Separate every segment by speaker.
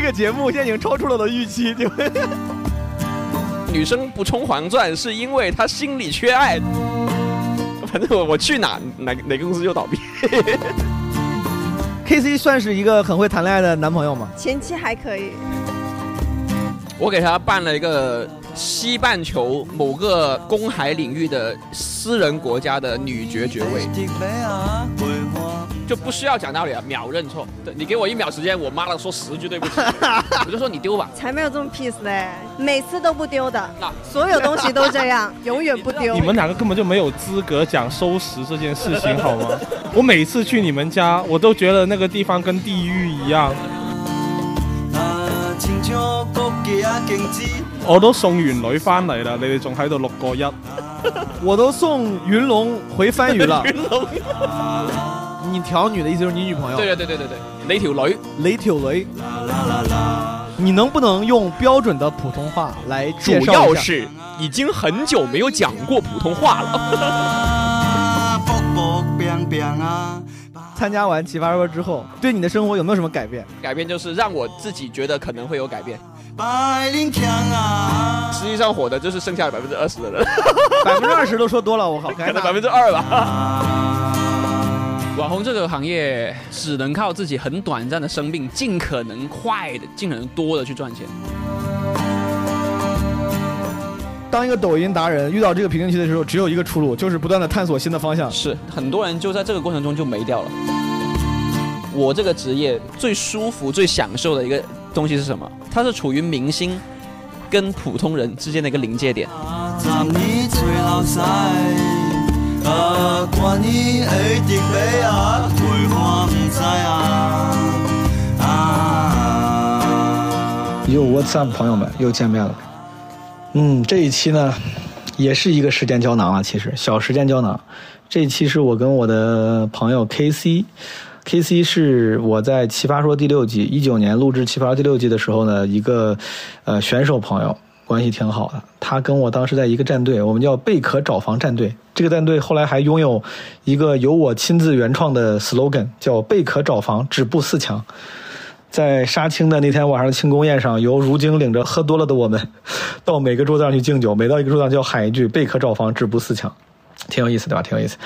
Speaker 1: 个节目现在已经超出了我的预 期，就
Speaker 2: 女生不充黄钻是因为她心里缺爱。反正我我去哪哪哪个公司就倒闭。
Speaker 1: K C 算是一个很会谈恋爱的男朋友吗？
Speaker 3: 前期还可以，
Speaker 2: 我给他办了一个西半球某个公海领域的私人国家的女爵爵位，就不需要讲道理啊，秒认错。对你给我一秒时间，我妈的说十句对 不起，我就说你丢吧。
Speaker 3: 才没有这么 peace 嘞，每次都不丢的
Speaker 2: 那，
Speaker 3: 所有东西都这 样，永远不丢
Speaker 4: 你。们两个根本就没有资格讲收拾这件事情，好 吗？我每次去你们家，我都觉得那个地方跟地狱一样。我都送完女翻嚟啦，你哋仲喺度六個一，
Speaker 1: 我都送云龙回番禺 了。 你条女的意思就是你女朋友？
Speaker 2: 对对对对对对，你条女
Speaker 1: 雷铁雷。你能不能用标准的普通话来
Speaker 2: 主
Speaker 1: 介绍
Speaker 2: 要
Speaker 1: 一下？
Speaker 2: 是已经很久没有讲过普通话了。啊
Speaker 1: 参加完《奇葩说》之后，对你的生活有没有什么改 变？
Speaker 2: 改变就是让我自己觉得可能会有改变，实际上火的啊就是剩下百分之二十的人。
Speaker 1: 百分之二十都说多了，我靠，
Speaker 2: 可
Speaker 1: 该打
Speaker 2: 能 百分之二吧。网红这个行业只能靠自己很短暂的生命，尽可能快的、尽可能多的去赚钱。
Speaker 1: 当一个抖音达人遇到这个瓶颈期的时候，只有一个出路，就是不断的探索新的方向。
Speaker 2: 是，很多人就在这个过程中就没掉了。我这个职业最舒服、最享受的一个东西是什么？它是处于明星跟普通人之间的一个临界点。
Speaker 1: 哦
Speaker 2: 啊啊
Speaker 5: 又 What's up，朋友们又见面了。嗯，这一期呢，也是一个时间胶囊啊，其实小时间胶囊。这一期是我跟我的朋友 K C，K C 是我在《奇葩说》第六季一九年录制《奇葩说》第六季的时候呢，一个呃选手朋友，关系挺好的。他跟我当时在一个战队，我们叫贝壳找房战队。这个战队后来还拥有一个由我亲自原创的 slogan，叫“贝壳找房，止步四强”。在杀青的那天晚上的庆功宴上，由如今领着喝多了的我们，到每个桌子上去敬酒，每到一个桌子上就要喊一句“贝壳找房，止步四强”，挺有意思对吧？挺有意思。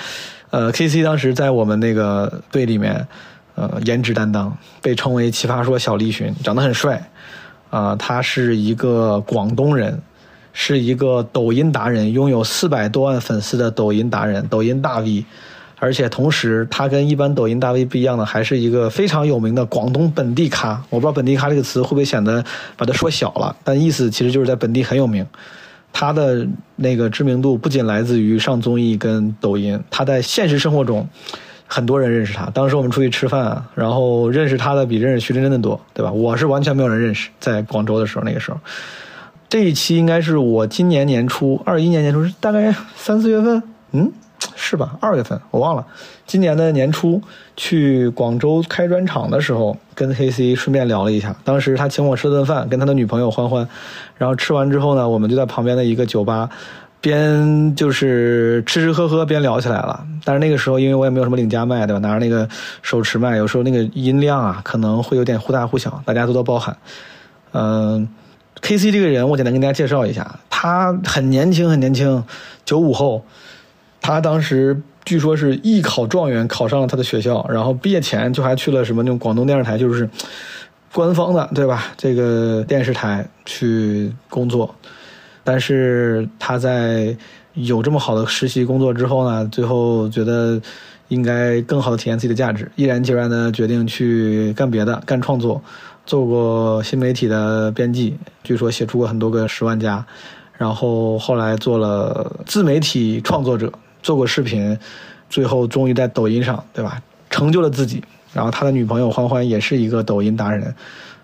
Speaker 5: 呃，K C 当时在我们那个队里面，呃，颜值担当，被称为“奇葩说小栗旬”，长得很帅。啊、他是一个广东人，是一个抖音达人，拥有四百多万粉丝的抖音达人，抖音大 V。而且同时，他跟一般抖音大 V 不一样的，还是一个非常有名的广东本地咖。我不知道“本地咖”这个词会不会显得把它说小了，但意思其实就是在本地很有名。他的那个知名度不仅来自于上综艺跟抖音，他在现实生活中很多人认识他。当时我们出去吃饭啊，然后认识他的比认识徐真真的多，对吧？我是完全没有人认识，在广州的时候，那个时候。这一期应该是我今年年初，二一年年初是大概三四月份，嗯，是吧？二月份我忘了。今年的年初去广州开专场的时候，跟黑 C 顺便聊了一下。当时他请我吃了顿饭，跟他的女朋友欢欢，然后吃完之后呢，我们就在旁边的一个酒吧。边就是吃吃喝喝边聊起来了，但是那个时候因为我也没有什么领家麦，对吧？拿着那个手持麦，有时候那个音量啊可能会有点忽大忽小，大家多多包涵。嗯、k C 这个人，我简单跟大家介绍一下，他很年轻，很年轻，九五后。他当时据说是艺考状元，考上了他的学校，然后毕业前就还去了什么那种广东电视台，就是官方的，对吧？这个电视台去工作，但是他在有这么好的实习工作之后呢，最后觉得应该更好的体现自己的价值，毅然决然的决定去干别的，干创作，做过新媒体的编辑，据说写出过很多个十万加，然后后来做了自媒体创作者，做过视频，最后终于在抖音上，对吧？成就了自己。然后他的女朋友欢欢也是一个抖音达人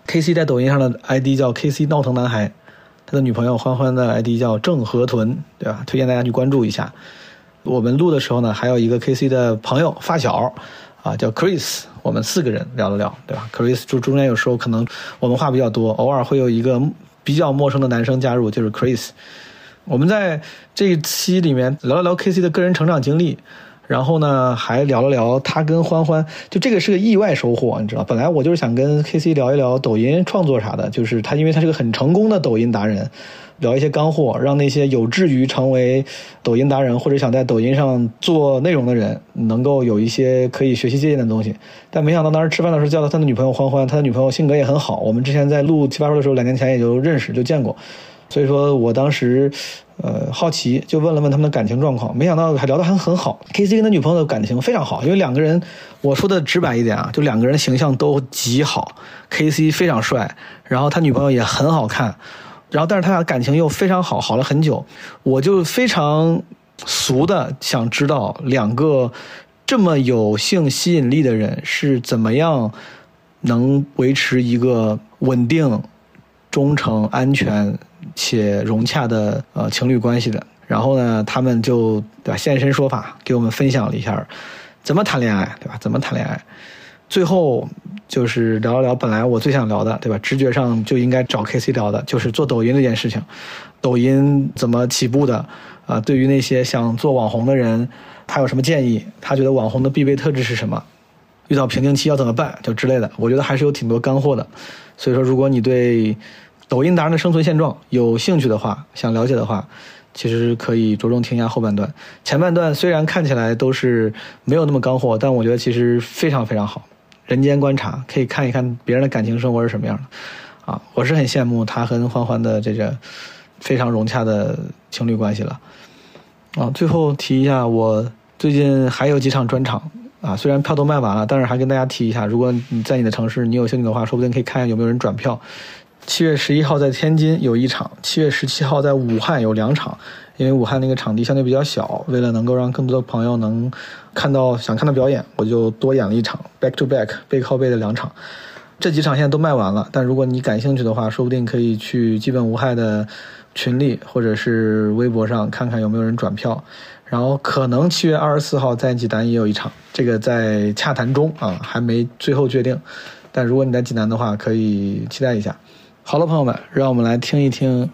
Speaker 5: ，K C 在抖音上的 ID 叫 K C 闹腾男孩，他的女朋友欢欢的 ID 叫郑河豚，对吧？推荐大家去关注一下。我们录的时候呢，还有一个 K C 的朋友发小，啊，叫 Chris，我们四个人聊了聊，对吧？Chris 就中间有时候可能我们话比较多，偶尔会有一个比较陌生的男生加入，就是 Chris。我们在这一期里面聊了聊 K C 的个人成长经历，然后呢，还聊了聊他跟欢欢，就这个是个意外收获，你知道，本来我就是想跟 K C 聊一聊抖音创作啥的，就是他，因为他是个很成功的抖音达人，聊一些干货，让那些有志于成为抖音达人或者想在抖音上做内容的人，能够有一些可以学习借鉴的东西。但没想到当时吃饭的时候叫到他的女朋友欢欢，他的女朋友性格也很好，我们之前在录奇葩说的时候，两年前也就认识就见过。所以说我当时，呃，好奇就问了问他们的感情状况，没想到还聊得还很好。K C 跟他女朋友的感情非常好，因为两个人，我说的直白一点啊，就两个人形象都极好，K C 非常帅，然后他女朋友也很好看，然后但是他俩感情又非常好，好了很久。我就非常俗的想知道两个这么有性吸引力的人是怎么样能维持一个稳定、忠诚、安全且融洽的呃情侣关系的。然后呢，他们就对吧现身说法，给我们分享了一下怎么谈恋爱，对吧？怎么谈恋爱？最后就是聊一聊本来我最想聊的，对吧？直觉上就应该找 K C 聊的，就是做抖音这件事情，抖音怎么起步的？啊、对于那些想做网红的人，他有什么建议？他觉得网红的必备特质是什么？遇到瓶颈期要怎么办？就之类的，我觉得还是有挺多干货的。所以说，如果你对抖音达人的生存现状有兴趣的话，想了解的话，其实可以着重听一下后半段。前半段虽然看起来都是没有那么干货，但我觉得其实非常非常好。人间观察，可以看一看别人的感情生活是什么样的啊！我是很羡慕他跟欢欢的这个非常融洽的情侣关系了啊。最后提一下，我最近还有几场专场啊，虽然票都卖完了，但是还跟大家提一下，如果你在你的城市你有兴趣的话，说不定可以看一下有没有人转票。七月十一号在天津有一场，七月十七号在武汉有两场，因为武汉那个场地相对比较小，为了能够让更多的朋友能看到想看的表演，我就多演了一场 back to back 背靠背的两场。这几场现在都卖完了，但如果你感兴趣的话，说不定可以去基本无害的群里或者是微博上看看有没有人转票。然后可能七月二十四号在济南也有一场，这个在洽谈中啊，还没最后决定。但如果你在济南的话，可以期待一下。好了，朋友们，让我们来听一听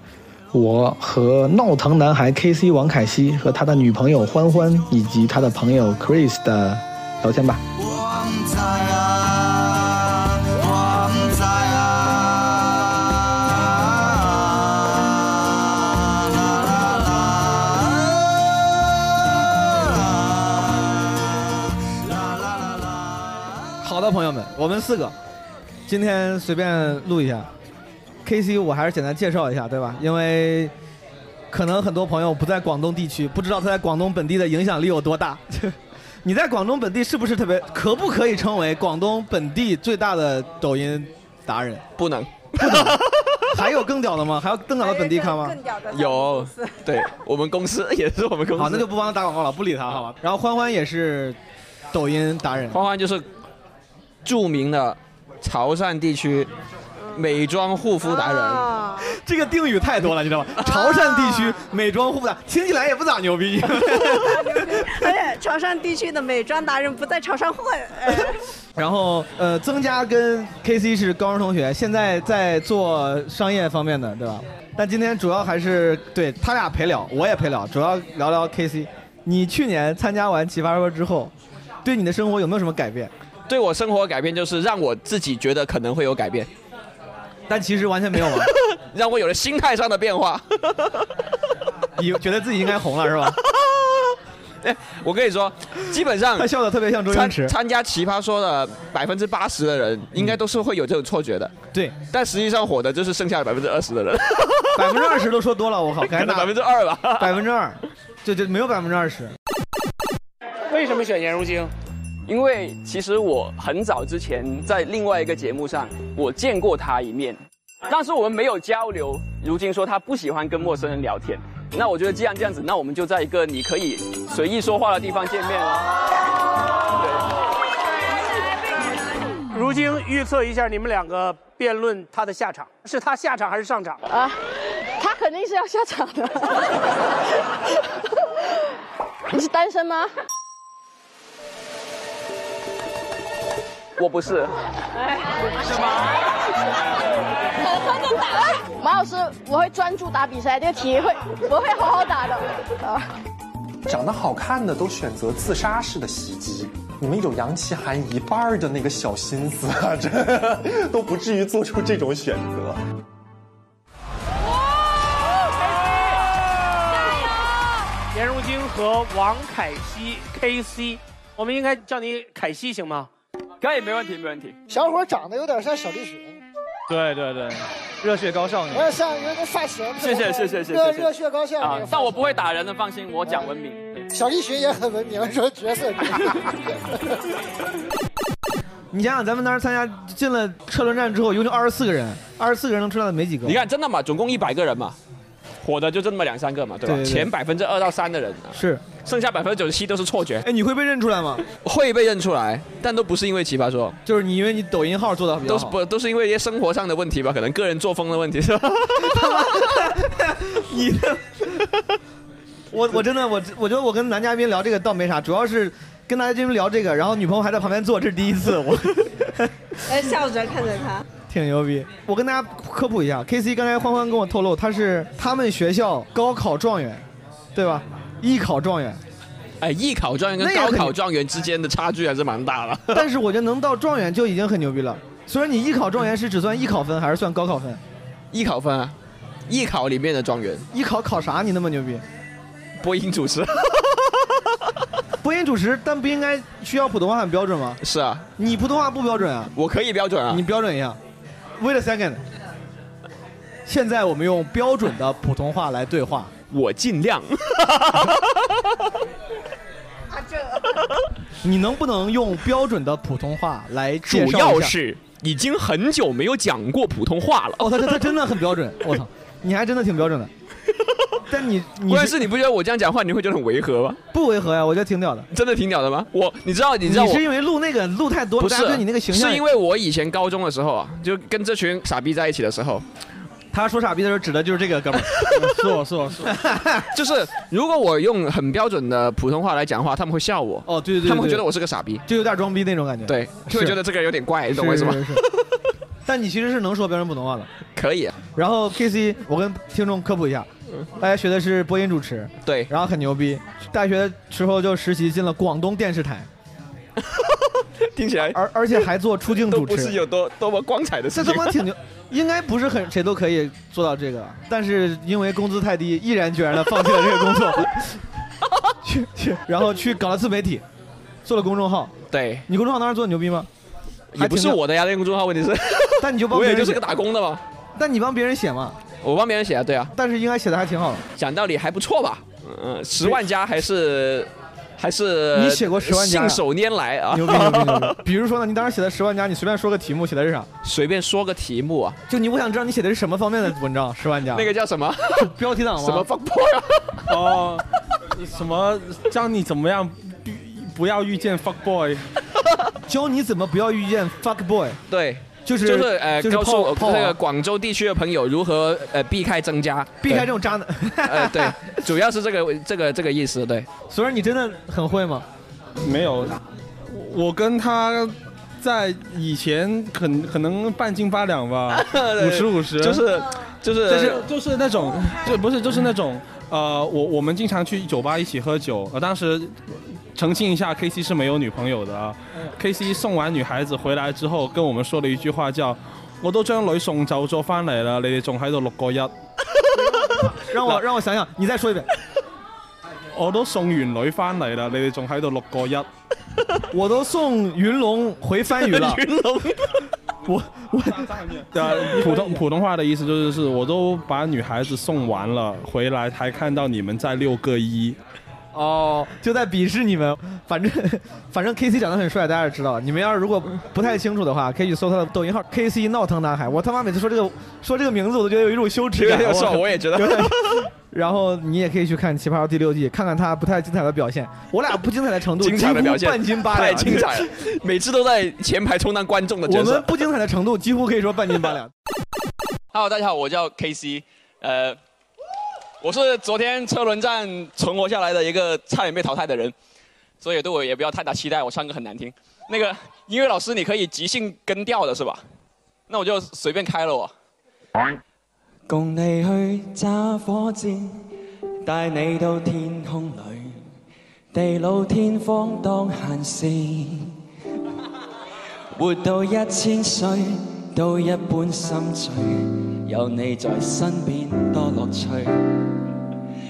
Speaker 5: 我和闹腾男孩 K C 王凯西和他的女朋友欢欢以及他的朋友 Chris 的聊天吧。
Speaker 1: 好的，朋友们，我们四个今天随便录一下。K C，我还是简单介绍一下，对吧？因为可能很多朋友不在广东地区，不知道他在广东本地的影响力有多大。 你在广东本地是不是特别可不可以称为广东本地最大的抖音达人？
Speaker 2: 不能
Speaker 1: 还有更屌的吗？还有更屌的本地咖 吗？
Speaker 2: 有，对我们公司也是我们公司。
Speaker 1: 好，那就不帮他打广告了，不理他，好吧？然后欢欢也是抖音达人，
Speaker 2: 欢欢就是著名的潮汕地区美妆护肤达人。
Speaker 3: 啊
Speaker 1: 这个定语太多了，你知道吗？
Speaker 2: 啊
Speaker 1: 潮汕地区美妆护肤达，听起来也不咋牛逼。
Speaker 3: 而且潮汕地区的美妆达人不在潮汕混， 哎
Speaker 1: 然后呃，增加跟 K C 是高中同学，现在在做商业方面的，对吧？但今天主要还是对他俩陪聊，我也陪聊，主要聊聊 K C。你去年参加完奇葩说之后，对你的生活有没有什么改变？
Speaker 2: 对我生活的改变就是让我自己觉得可能会有改变，
Speaker 1: 但其实完全没有 啊，
Speaker 2: 让我有了心态上的变化。
Speaker 1: 你觉得自己应该红了是吧？
Speaker 2: 哎，我跟你说，基本 上
Speaker 1: 他笑的特别像周星
Speaker 2: 参
Speaker 1: 驰，
Speaker 2: 参加奇葩说的百分之八十的人，应该都是会有这种错觉的。
Speaker 1: 对，
Speaker 2: 但实际上火的就是剩下的百分之二十的人，
Speaker 1: 百分之二十都说多了，我靠，
Speaker 2: 可
Speaker 1: 赶紧
Speaker 2: 能
Speaker 1: 打
Speaker 2: 百分之二吧。
Speaker 1: 百分之二，就就没有百分之二十。
Speaker 6: 为什么选颜如晶？
Speaker 7: 因为其实我很早之前在另外一个节目上，我见过他一面，但是我们没有交流。如今说他不喜欢跟陌生人聊天，那我觉得既然这样子，那我们就在一个你可以随意说话的地方见面了。
Speaker 6: 如晶预测一下你们两个辩论他的下场，是他下场还是上场？
Speaker 8: 啊，他肯定是要下场的。 你是单身吗？
Speaker 7: 我不是，
Speaker 8: 哎，马老师，我会专注打比赛，这个题会我会好好打的。啊，
Speaker 9: 长得好看的都选择自杀式的袭击，你们有杨奇涵一半儿的那个小心思啊， 这都不至于做出这种选择。
Speaker 6: 颜如晶和王凯西 KC，我们应该叫你凯西行吗？
Speaker 7: 可以，没问题，没问题。
Speaker 10: 小伙长得有点像小栗旬，
Speaker 4: 对对对，热血高校女
Speaker 10: 有。点像一个发型。
Speaker 7: 谢谢谢谢谢谢
Speaker 10: 热
Speaker 7: 谢谢
Speaker 10: 热血高校那
Speaker 7: 啊
Speaker 10: 个，
Speaker 7: 但我不会打人的，放心，我讲文明。
Speaker 10: 小栗旬也很文明，说角色。
Speaker 1: 你想想，咱们当时参加进了车轮战之后，一共就二十四个人，二十四个人能出来的没几个。
Speaker 2: 你看，真的嘛，总共一百个人嘛，火的就这么两三个嘛，对吧？
Speaker 1: 对对对
Speaker 2: 前百分之二到三的人，啊
Speaker 1: 是，
Speaker 2: 剩下百分之九十七都是错觉，
Speaker 1: 哎，你会被认出来吗？
Speaker 2: 会被认出来，但都不是因为奇葩说，
Speaker 1: 就是你因为你抖音号做的比较
Speaker 2: 都是
Speaker 1: 好，
Speaker 2: 不都是因为一些生活上的问题吧，可能个人作风的问题是吧？
Speaker 1: 你 的，我我真的我我觉得我跟男嘉宾聊这个倒没啥，主要是跟男嘉宾聊这个，然后女朋友还在旁边坐，这是第一次，我
Speaker 3: 呃，笑着看着他，
Speaker 1: 挺牛逼。我跟大家科普一下，K C 刚才欢欢跟我透露，他是他们学校高考状元，对吧？艺考状元，
Speaker 2: 哎，艺考状元
Speaker 1: 那
Speaker 2: 跟
Speaker 1: 也
Speaker 2: 高
Speaker 1: 很
Speaker 2: 考状元之间的差距还是蛮大的。
Speaker 1: 但是我觉得能到状元就已经很牛逼了。所以你艺考状元是只算艺考分还是算高考分？
Speaker 2: 艺考分啊，艺考里面的状元，
Speaker 1: 艺考考啥？你那么牛逼？
Speaker 2: 播音主持啊
Speaker 1: 播音主持，但不应该需要普通话很标准吗？
Speaker 2: 是啊，
Speaker 1: 你普通话不标准啊？
Speaker 2: 我可以标准啊
Speaker 1: 你。标准一下。Wait a second。现在我们用标准的普通话来对话。
Speaker 2: 我尽 量。
Speaker 1: 你能不能用标准的普通话来介绍一下
Speaker 2: 主要是已经很久没有讲过普通话了。
Speaker 1: 哦，他他他真的很标 准。我操，你还真的挺标准的。但你你
Speaker 2: 关键是你不觉得我这样讲话你会觉得很违和吗？
Speaker 1: 不违和呀？我觉得挺屌的。
Speaker 2: 真的挺屌的吗？我你知道你知道我
Speaker 1: 是因为录那个录太多了，
Speaker 2: 不
Speaker 1: 大
Speaker 2: 是
Speaker 1: 家对你那个形象
Speaker 2: 是因为我以前高中的时候啊，就跟这群傻逼在一起的时候，
Speaker 1: 他说傻逼的时候指的就是这个 哥们儿。
Speaker 4: 是我是我是我，
Speaker 2: 就是如果我用很标准的普通话来讲话，他们会笑我，
Speaker 1: 哦，对对对，
Speaker 2: 他们会觉得
Speaker 1: 我
Speaker 2: 我是个傻逼，
Speaker 1: 就有点装逼那种感觉。，
Speaker 2: 对，就会觉得这个人有点怪，你懂我意思吗？
Speaker 1: 是是是 但你其实是能说标准普通话的。
Speaker 2: 可以啊，
Speaker 1: 然后 K C，我跟听众科普一下，
Speaker 2: 嗯
Speaker 1: 大家学的是播音主持，
Speaker 2: 对，
Speaker 1: 然后很牛逼。大学之后就实习进了广东电视台，
Speaker 2: 听起来
Speaker 1: 而而且还做出镜啊
Speaker 2: 都
Speaker 1: 主
Speaker 2: 不是
Speaker 1: 持，
Speaker 2: 有多多么光彩的
Speaker 1: 这他
Speaker 2: 事情。
Speaker 1: 妈挺牛，应该不是很谁都可以做到这个，但是因为工资太低，毅然决然的放弃了这个工作，去去，然后去搞了自媒体，做了公众号。
Speaker 2: 对，
Speaker 1: 你公众号当时做的牛逼吗？
Speaker 2: 也不是我的呀，那个公众号问题是，
Speaker 1: 但你就帮
Speaker 2: 我
Speaker 1: 别
Speaker 2: 也
Speaker 1: 人
Speaker 2: 就
Speaker 1: 写，
Speaker 2: 是个打工的嘛，
Speaker 1: 但你帮别人写嘛，
Speaker 2: 我帮别人写啊，对啊，
Speaker 1: 但是应该写的还挺好的。
Speaker 2: 讲道理还不错吧，嗯嗯，十万加还是还是
Speaker 1: 你写过10万加呀
Speaker 2: 信手拈来啊，
Speaker 1: 牛逼牛逼牛逼！比如说呢，你当时写的十万加，你随便说个题目，写的是啥？
Speaker 2: 随便说个题目啊，
Speaker 1: 就你我想知道你写的是什么方面的文章？十万加
Speaker 2: 那个叫什么
Speaker 1: 是标题党吗？
Speaker 2: 什么放啊破 呀？
Speaker 4: 哦，什么教你怎么样不不要遇见 fuck boy？
Speaker 1: 教你怎么不要遇见 fuck boy，
Speaker 2: 对，
Speaker 1: 就是
Speaker 2: 就是呃，
Speaker 1: 就是
Speaker 2: 告诉我
Speaker 1: 泡泡
Speaker 2: 这个
Speaker 1: 啊
Speaker 2: 广州地区的朋友如何呃避开增加，
Speaker 1: 避开这种渣男。
Speaker 2: 对呃对，主要是这个这个这个意思，对，
Speaker 1: 所以你真的很会吗？
Speaker 4: 没有，我跟他在以前可可能半斤八两 吧，五十五十，
Speaker 2: 就是就是
Speaker 4: 就是就是那种，就不是就是那种，呃，我我们经常去酒吧一起喝酒，呃，当时。澄清一下，K C 是没有女朋友的啊。K C 送完女孩子回来之後，跟我們說了一句話叫：我都將女送走咗翻嚟啦，你哋仲喺度六個一，
Speaker 1: 让我让我想想，你再说一遍。
Speaker 4: 我都送完女翻嚟啦，你哋仲喺度六個一。
Speaker 1: 我都送云龙回番禺了。
Speaker 2: 云龙，
Speaker 1: 我我
Speaker 4: 对啊， 普通普通话的意思就是，是我都把女孩子送完了，回来还看到你们在六个一。
Speaker 1: 哦，就在鄙视你们。反正 反正 K C 长得很帅，大家也知道。你们要是如果不太清楚的话，可以去搜他的抖音号 K C 闹腾男孩。我他妈每次说这个说这个名字，我都觉得有一种羞耻
Speaker 2: 这
Speaker 1: 感。
Speaker 2: 个
Speaker 1: 我
Speaker 2: 说我也觉得，
Speaker 1: 然后你也可以去看《奇葩说》第六季，看看他不太精彩的表现。我俩不精彩的程度，
Speaker 2: 精彩的表
Speaker 1: 几
Speaker 2: 现
Speaker 1: 乎半斤八
Speaker 2: 太
Speaker 1: 两。
Speaker 2: 精 彩了，每次都在前排充当观众的
Speaker 1: 我
Speaker 2: 角
Speaker 1: 们
Speaker 2: 色。
Speaker 1: 不精彩的程度，几乎可以说半斤八两。
Speaker 2: Hello，大家好，我叫 KC，呃，我是昨天车轮战存活下来的一个差点被淘汰的人，所以对我也不要太大期待，我唱歌很难听。那个音乐老师，你可以即兴跟调的是吧？那我就随便开了我。
Speaker 11: cùng đi đi 揸火箭，带你到天空里，地老天荒當閒事，活到一千歲都一般心醉，有你在身邊多樂趣。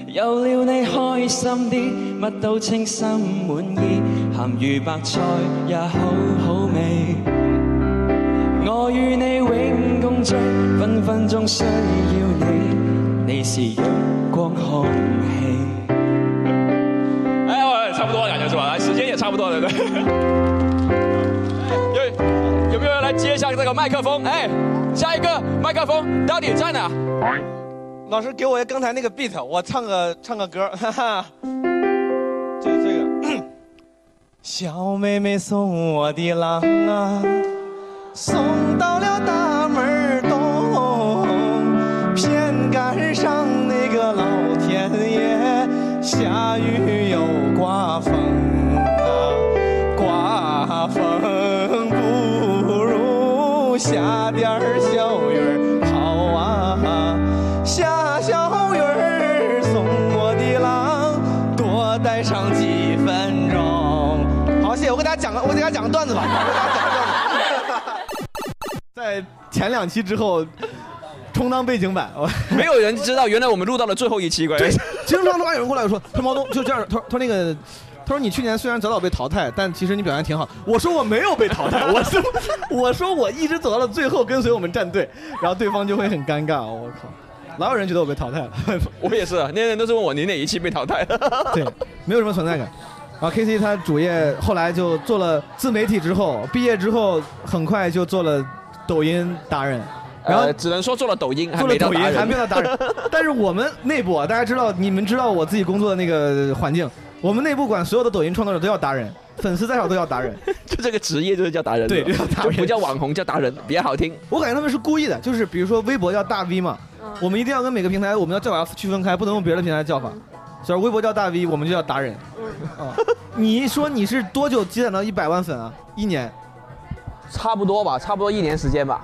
Speaker 11: 有了你開心啲，乜都稱心滿意，鹹魚白菜也好好味。我與你永共聚，分分鐘需要你，你是陽光空氣。
Speaker 12: 哎，我差不多了，感觉是吧？哎时间也差不多 了，对。有有没有人来接一下这个麦克风？哎，下一个麦克风到底在哪？
Speaker 1: 老师给我刚才那个 beat，我唱个唱个 歌，哈哈，就是这个。
Speaker 11: 小妹妹送我的郎啊，送到了大门儿东，偏赶上那个老天爷下雨又刮风啊，刮风不如下点儿小雨儿好啊，下小雨儿送我的郎，多待上几分钟。
Speaker 1: 好，谢谢。我给大家讲个，我给大家讲个段子 吧。我给大家讲个段子。在前两期之后，充当背景板。我
Speaker 2: 没有人知道，原来我们录到了最后一期，关
Speaker 1: 对
Speaker 2: 键，
Speaker 1: 经常他妈有人过来说，他说毛东就这样，他说他说那个，他说你去年虽然早早被淘汰，但其实你表现挺好。我说我没有被淘 汰，我说我说我一直走到了最后，跟随我们战队，然后对方就会很尴尬。我靠，老有人觉得我被淘汰了，
Speaker 2: 我也是，那些人都是问我你哪一期被淘 汰了。
Speaker 1: 对，没有什么存在感。然后 K C 他主业后来就做了自媒体，之后毕业之后很快就做了抖音达人，然后
Speaker 2: 呃只能说做了抖音，还
Speaker 1: 做了
Speaker 2: 没到
Speaker 1: 抖音
Speaker 2: 达人，
Speaker 1: 还没有到达人。但是我们内部啊，大家知道，你们知道我自己工作的那个环境，我们内部管所有的抖音创作者都要达人，粉丝再少都要 达人。
Speaker 2: 就这个职业就是叫达人，
Speaker 1: 对
Speaker 2: 是
Speaker 1: 就叫
Speaker 2: 吧
Speaker 1: 达
Speaker 2: 就
Speaker 1: 人
Speaker 2: 不叫网红，叫达人，比较好听。
Speaker 1: 我感觉他们是故意的，就是比如说微博叫大 V 嘛，
Speaker 2: 嗯
Speaker 1: 我们一定要跟每个平台我们要叫法要区分开，不能用别的平台的叫法。所以微博叫大 V，我们就叫达人。啊，你说你是多久积攒到一百万粉啊？一年？
Speaker 2: 差不多吧，差不多一年时间吧，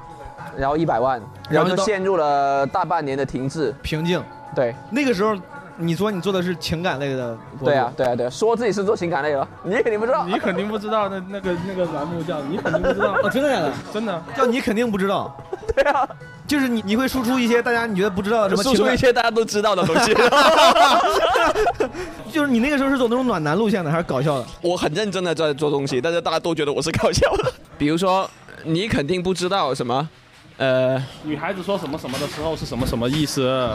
Speaker 2: 然后一百万，
Speaker 1: 然
Speaker 2: 然
Speaker 1: 后
Speaker 2: 后
Speaker 1: 就
Speaker 2: 就
Speaker 1: 到
Speaker 2: 陷入了大半年的停滞
Speaker 1: 平静。
Speaker 2: 对，
Speaker 1: 那个时候你说你做的是情感类的博主，。
Speaker 2: 对啊，对啊，对啊，说自己是做情感类的，你肯定不知道，
Speaker 4: 你肯定不知道那那个那个栏目叫，你肯定不知 道
Speaker 1: 哦真的假的
Speaker 4: 真的。
Speaker 1: 叫你肯定不知道。
Speaker 2: 对啊，
Speaker 1: 就是你你会输出一些大家你觉得不知 道的什么
Speaker 2: 输
Speaker 1: 情
Speaker 2: 出
Speaker 1: 感
Speaker 2: 一些大家都知道的 东西。
Speaker 1: 就是你那个时候是走那种暖男路线的，还是搞笑的？
Speaker 2: 我很认真的在做东西，但是大家都觉得我是搞笑的。 比如说，你肯定不知道什么，呃，
Speaker 4: 女孩子说什么什么的时候是什么什么意思？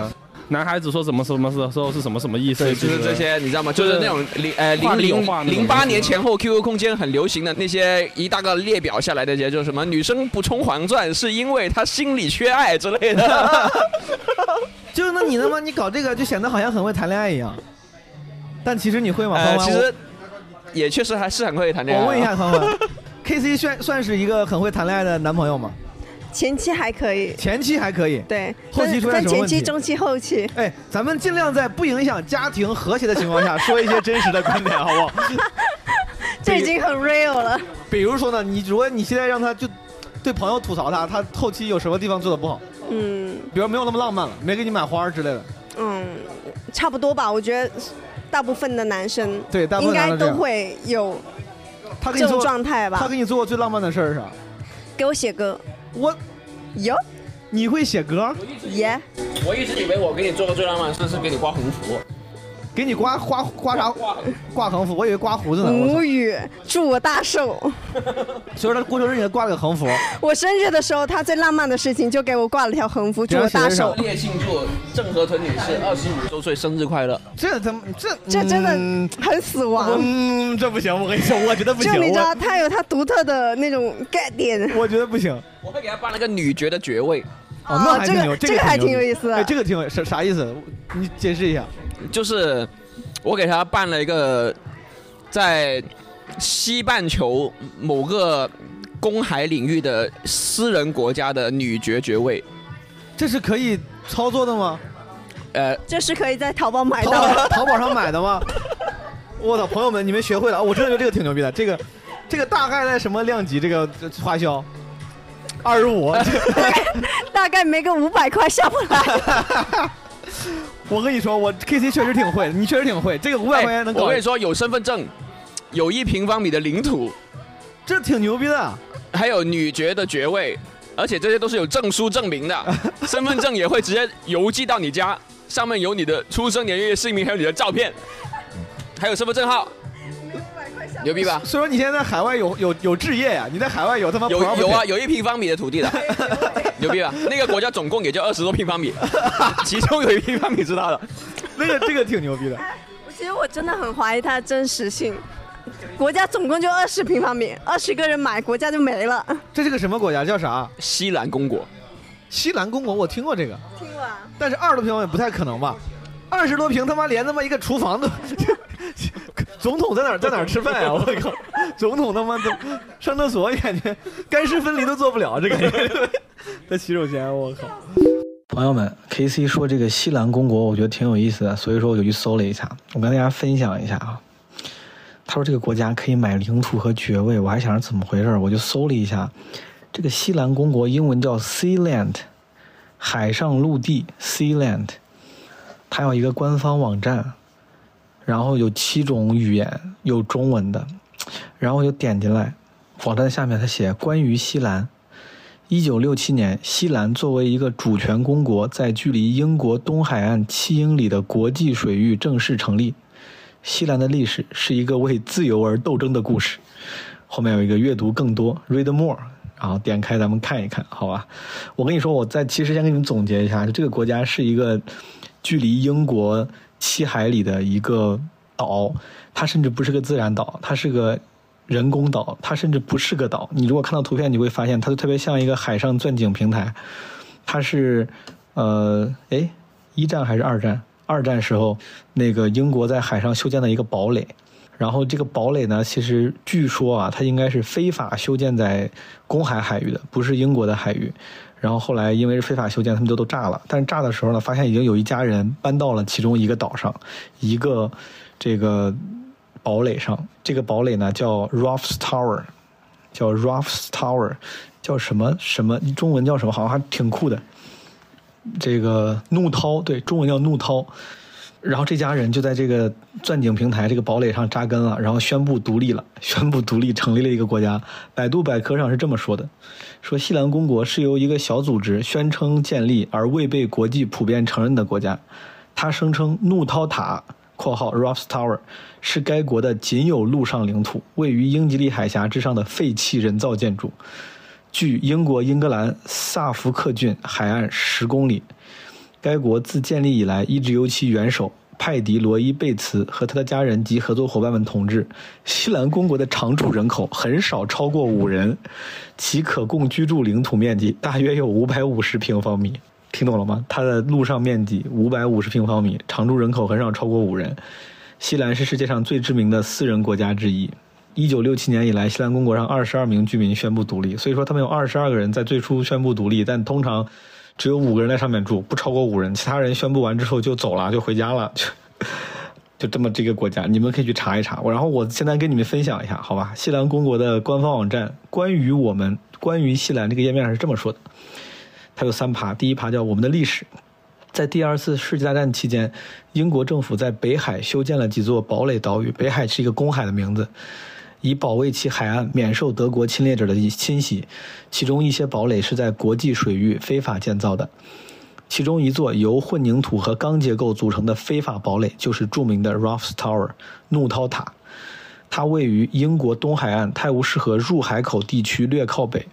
Speaker 4: 男孩子说什么什么的时候是什么什么意思？
Speaker 2: 对，就是这些，你知道吗？就是那种零呃
Speaker 4: 话
Speaker 2: 零
Speaker 4: 里有话
Speaker 2: 零
Speaker 4: 那种
Speaker 2: 零八年前后 QQ 空间很流行的那些一大个列表下来的，也就是什么女生不充黄钻是因为她心里缺爱之类的。
Speaker 1: 就是那你他妈你搞这个就显得好像很会谈恋爱一样，但其实你会吗？欢
Speaker 2: 呃，
Speaker 1: 欢
Speaker 2: 其实也确实还是很会谈恋爱啊。
Speaker 1: 我问一下欢 欢，K C 算算是一个很会谈恋爱的男朋友吗？
Speaker 3: 前期还可以，
Speaker 1: 前期还可以，
Speaker 3: 对，
Speaker 1: 后期出现
Speaker 3: 分
Speaker 1: 什么
Speaker 3: 前
Speaker 1: 问
Speaker 3: 期、
Speaker 1: 题？
Speaker 3: 中期、后期，
Speaker 1: 哎，咱们尽量在不影响家庭和谐的情况下，说一些真实的观点，好不好？
Speaker 3: 这已经很 real 了。
Speaker 1: 比如说呢，你如果你现在让他就对朋友吐槽他，他后期有什么地方做的不好？
Speaker 3: 嗯
Speaker 1: 比如没有那么浪漫了，没给你买花儿之类的。
Speaker 3: 嗯，差不多吧。我觉得大部分的男生
Speaker 1: 对大部分
Speaker 3: 应
Speaker 1: 男
Speaker 3: 该
Speaker 1: 的这
Speaker 3: 都
Speaker 1: 样
Speaker 3: 会有
Speaker 1: 他给
Speaker 3: 这
Speaker 1: 你
Speaker 3: 种
Speaker 1: 做
Speaker 3: 状态吧。
Speaker 1: 他给你做过最浪漫的事儿是啥？
Speaker 3: 给我写歌，
Speaker 1: 我
Speaker 3: 有
Speaker 1: 你会写歌？
Speaker 3: 耶，
Speaker 2: 我一直以为我给你做过最浪漫的事是给你刮红福，
Speaker 1: 给你刮刮刮啥？挂横幅，我以为刮胡子呢。我操
Speaker 3: 无语，祝我大寿。嗯
Speaker 1: 所以说他过生日也挂了个横幅。
Speaker 3: 我生日的时候，他最浪漫的事情就给我挂了条横幅，祝我大寿。
Speaker 2: 烈庆祝郑和豚女士二十五周岁生日快乐。
Speaker 1: 这他妈这
Speaker 3: 这真的很死亡。
Speaker 1: 嗯，这不行，我跟你说，我觉得不行。
Speaker 3: 就你知道，
Speaker 1: 我
Speaker 3: 他有他独特的那种概念。
Speaker 1: 我觉得不行。
Speaker 2: 我会给他颁了个女爵的爵位。
Speaker 1: 哦，那还
Speaker 3: 啊这
Speaker 1: 挺
Speaker 3: 个
Speaker 1: 牛，
Speaker 3: 这个还
Speaker 1: 牛
Speaker 3: 挺有
Speaker 1: 逼
Speaker 3: 意思的
Speaker 1: 哎，这个挺有啥啥意思？你解释一下。
Speaker 2: 就是我给他办了一个在西半球某个公海领域的私人国家的女爵爵位。
Speaker 1: 这是可以操作的吗？
Speaker 2: 呃，
Speaker 3: 这是可以在淘宝买
Speaker 1: 淘
Speaker 3: 到
Speaker 1: 哎宝
Speaker 3: 的。
Speaker 1: 淘宝上买的吗？ 我操，朋友们，你们学会了，我真的觉得这个挺牛逼的。这个，这个大概在什么量级？这个这花销，二十五。
Speaker 3: 大概没个五百块下不来。
Speaker 1: 我跟你说，我 K C 确实挺会的，你确实挺会，这个五百块钱能搞。
Speaker 12: 哎我跟你，说，有身份证，有一平方米的领土，
Speaker 1: 这挺牛逼的。
Speaker 12: 还有女爵的爵位，而且这些都是有证书证明 的，身份证也会直接邮寄到你家，上面有你的出生年月日、姓名，还有你的照片，还有身份证号。牛逼吧？
Speaker 1: 所以说你现在在海外有有有置业呀？你在海外有他妈
Speaker 12: 有
Speaker 1: property 哎
Speaker 12: 有啊，有一平方米的土地的，牛逼 吧？那个国家总共也就二十多平方米，其中有一平方米是他的。
Speaker 1: 那个这个挺牛逼的。
Speaker 3: 其实我真的很怀疑它的真实性。国家总共就二十平方米，二十个人买，国家就没了。
Speaker 1: 这是个什么国家？叫啥？
Speaker 12: 西兰公国。
Speaker 1: 西兰公国，我听过这个。听过。但是二十多平方也不太可能吧？二十多平，他妈连他妈一个厨房都， 总统在哪儿在哪儿吃饭啊？ 我靠，总统他妈的上厕所感觉干湿分离都做不了，这感觉 在洗手间，我靠。
Speaker 5: 朋友们，K C 说这个西兰公国，我觉得挺有意思的，所以说我就去搜了一下，我跟大家分享一下啊。他说这个国家可以买领土和爵位，我还想着怎么回事儿，我就搜了一下，这个西兰公国英文叫 Sealand，海上陆地 Sealand，它有一个官方网站，然后有七种语言，有中文的，然后我就点进来，网站下面它写关于西兰，一九六七年，西兰作为一个主权公国，在距离英国东海岸七英里的国际水域正式成立。西兰的历史是一个为自由而斗争的故事。后面有一个阅读更多，read more，然后点开咱们看一看，好吧？我跟你说，我在其实先给你们总结一下，就这个国家是一个距离英国七海里的一个岛，它甚至不是个自然岛，它是个人工岛，它甚至不是个岛。你如果看到图片，你会发现它就特别像一个海上钻井平台。它是，呃，哎，一战还是二战？二战时候，那个英国在海上修建的一个堡垒。然后这个堡垒呢，其实据说啊，它应该是非法修建在公海海域的，不是英国的海域。然后后来因为是非法修建，他们就都炸了。但是炸的时候呢，发现已经有一家人搬到了其中一个岛上，一个这个堡垒上。这个堡垒呢叫 Ruff's Tower，叫 Ruff's Tower，叫什么什么中文叫什么，好像还挺酷的。这个怒涛，对，中文叫怒涛。然后这家人就在这个钻井平台、这个堡垒上扎根了，然后宣布独立了， 宣布独立成立了一个国家。百度百科上是这么说的：说西兰公国是由一个小组织宣称建立而未被国际普遍承认的国家。他声称怒涛塔（括号 Ross Tower） 是该国的仅有陆上领土，位于英吉利海峡之上的废弃人造建筑。距英国英格兰萨福克郡海岸十公里。该国自建立以来一直由其元首派迪罗伊贝茨和他的家人及合作伙伴们统治。西兰公国的常住人口很少超过五人，其可供居住领土面积大约有五百五十平方米。听懂了吗？它的陆上面积五百五十平方米，常住人口很少超过五人。西兰是世界上最知名的私人国家之一。一九六七年以来，西兰公国让二十二名居民宣布独立，所以说他们有二十二个人在最初宣布独立，但通常只有五个人在上面住，不超过五人，其他人宣布完之后就走了，就回家了，就就这么这个国家，你们可以去查一查。我然后我现在跟你们分享一下，好吧？西兰公国的官方网站关于我们关于西兰这个页面上是这么说的，它有三爬，第一爬叫我们的历史，在第二次世界大战期间，英国政府在北海修建了几座堡垒岛屿。北海是一个公海的名字，以保卫其海岸免受德国侵略者的侵袭。其中一些堡垒是在国际水域非法建造的。其中一座由混凝土和钢结构组成的非法堡垒，就是著名的 Ruff's Tower 怒涛塔。它位于英国东海岸泰晤士河入海口地区略靠北。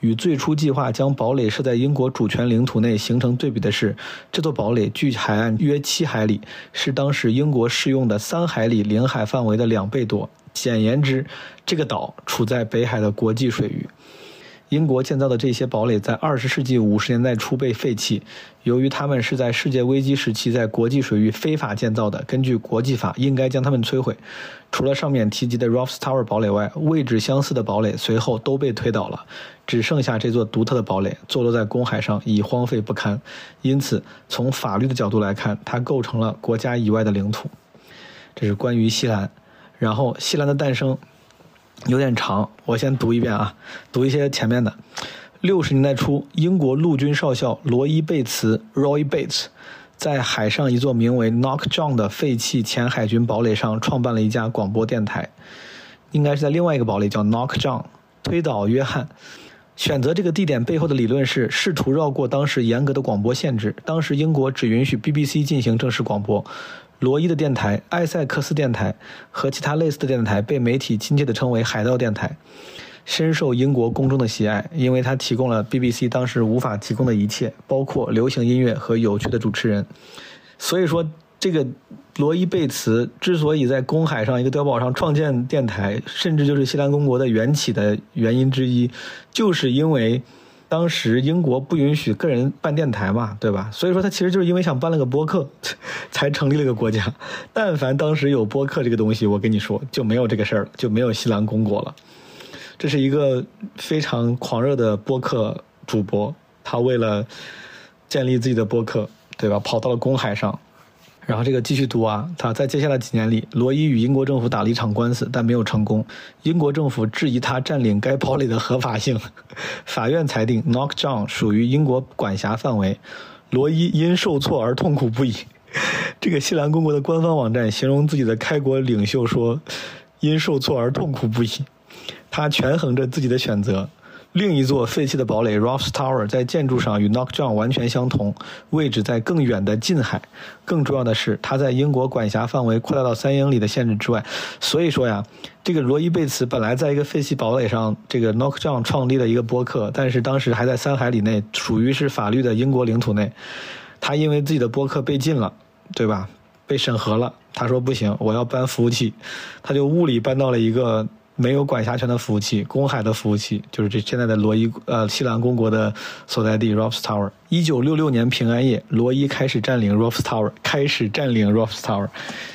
Speaker 5: 与最初计划将堡垒设在英国主权领土内形成对比的是，这座堡垒距海岸约七海里，是当时英国适用的三海里领海范围的两倍多。简言之，这个岛处在北海的国际水域。英国建造的这些堡垒在二十世纪五十年代初被废弃，由于它们是在世界危机时期在国际水域非法建造的，根据国际法应该将它们摧毁。除了上面提及的 Roffs Tower 堡垒外，位置相似的堡垒随后都被推倒了，只剩下这座独特的堡垒坐落在公海上，已荒废不堪。因此，从法律的角度来看，它构成了国家以外的领土。这是关于西兰，然后西兰的诞生。有点长，我先读一遍啊，读一些前面的。六十年代初，英国陆军少校罗伊·贝茨 （Roy Bates） 在海上一座名为 Knock John 的废弃前海军堡垒上创办了一家广播电台，应该是在另外一个堡垒叫 Knock John 推倒约翰。选择这个地点背后的理论是试图绕过当时严格的广播限制。当时英国只允许 BBC 进行正式广播，罗伊的电台、埃塞克斯电台和其他类似的电台被媒体亲切地称为“海盗电台”，深受英国公众的喜爱，因为它提供了 BBC 当时无法提供的一切，包括流行音乐和有趣的主持人。所以说，这个罗伊·贝茨之所以在公海上一个碉堡上创建电台，甚至就是西兰公国的缘起的原因之一，就是因为当时英国不允许个人办电台嘛，对吧？所以说他其实就是因为想办了个播客， 才成立了个国家。但凡当时有播客这个东西，我跟你说就没有这个事儿了，就没有西兰公国了。这是一个非常狂热的播客主播，他为了建立自己的播客，对吧？跑到了公海上，然后这个继续读啊，他在接下来几年里，罗伊与英国政府打了一场官司，但没有成功。英国政府质疑他占领该堡垒的合法性， 法院裁定 Knock John 属于英国管辖范围。罗伊因受挫而痛苦不已。 这个西兰公国的官方网站形容自己的开国领袖说：“因受挫而痛苦不已。”他权衡着自己的选择。另一座废弃的堡垒 Ross Tower 在建筑上与 Knock John 完全相同，位置在更远的近海。更重要的是，它在英国管辖范围扩大到三英里的限制之外。所以说呀，这个罗伊贝茨本来在一个废弃堡垒上，这个 Knock John 创立了一个播客，但是当时还在三海里内，属于是法律的英国领土内。他因为自己的播客被禁了，对吧？被审核了。他说不行，我要搬服务器，他就物理搬到了一个。没有管辖权的服务器，公海的服务器就是这现在的罗伊呃西兰公国的所在地 Ross Tower。一九六六年平安夜，罗伊开始占领 Ross Tower，开始占领 Ross Tower，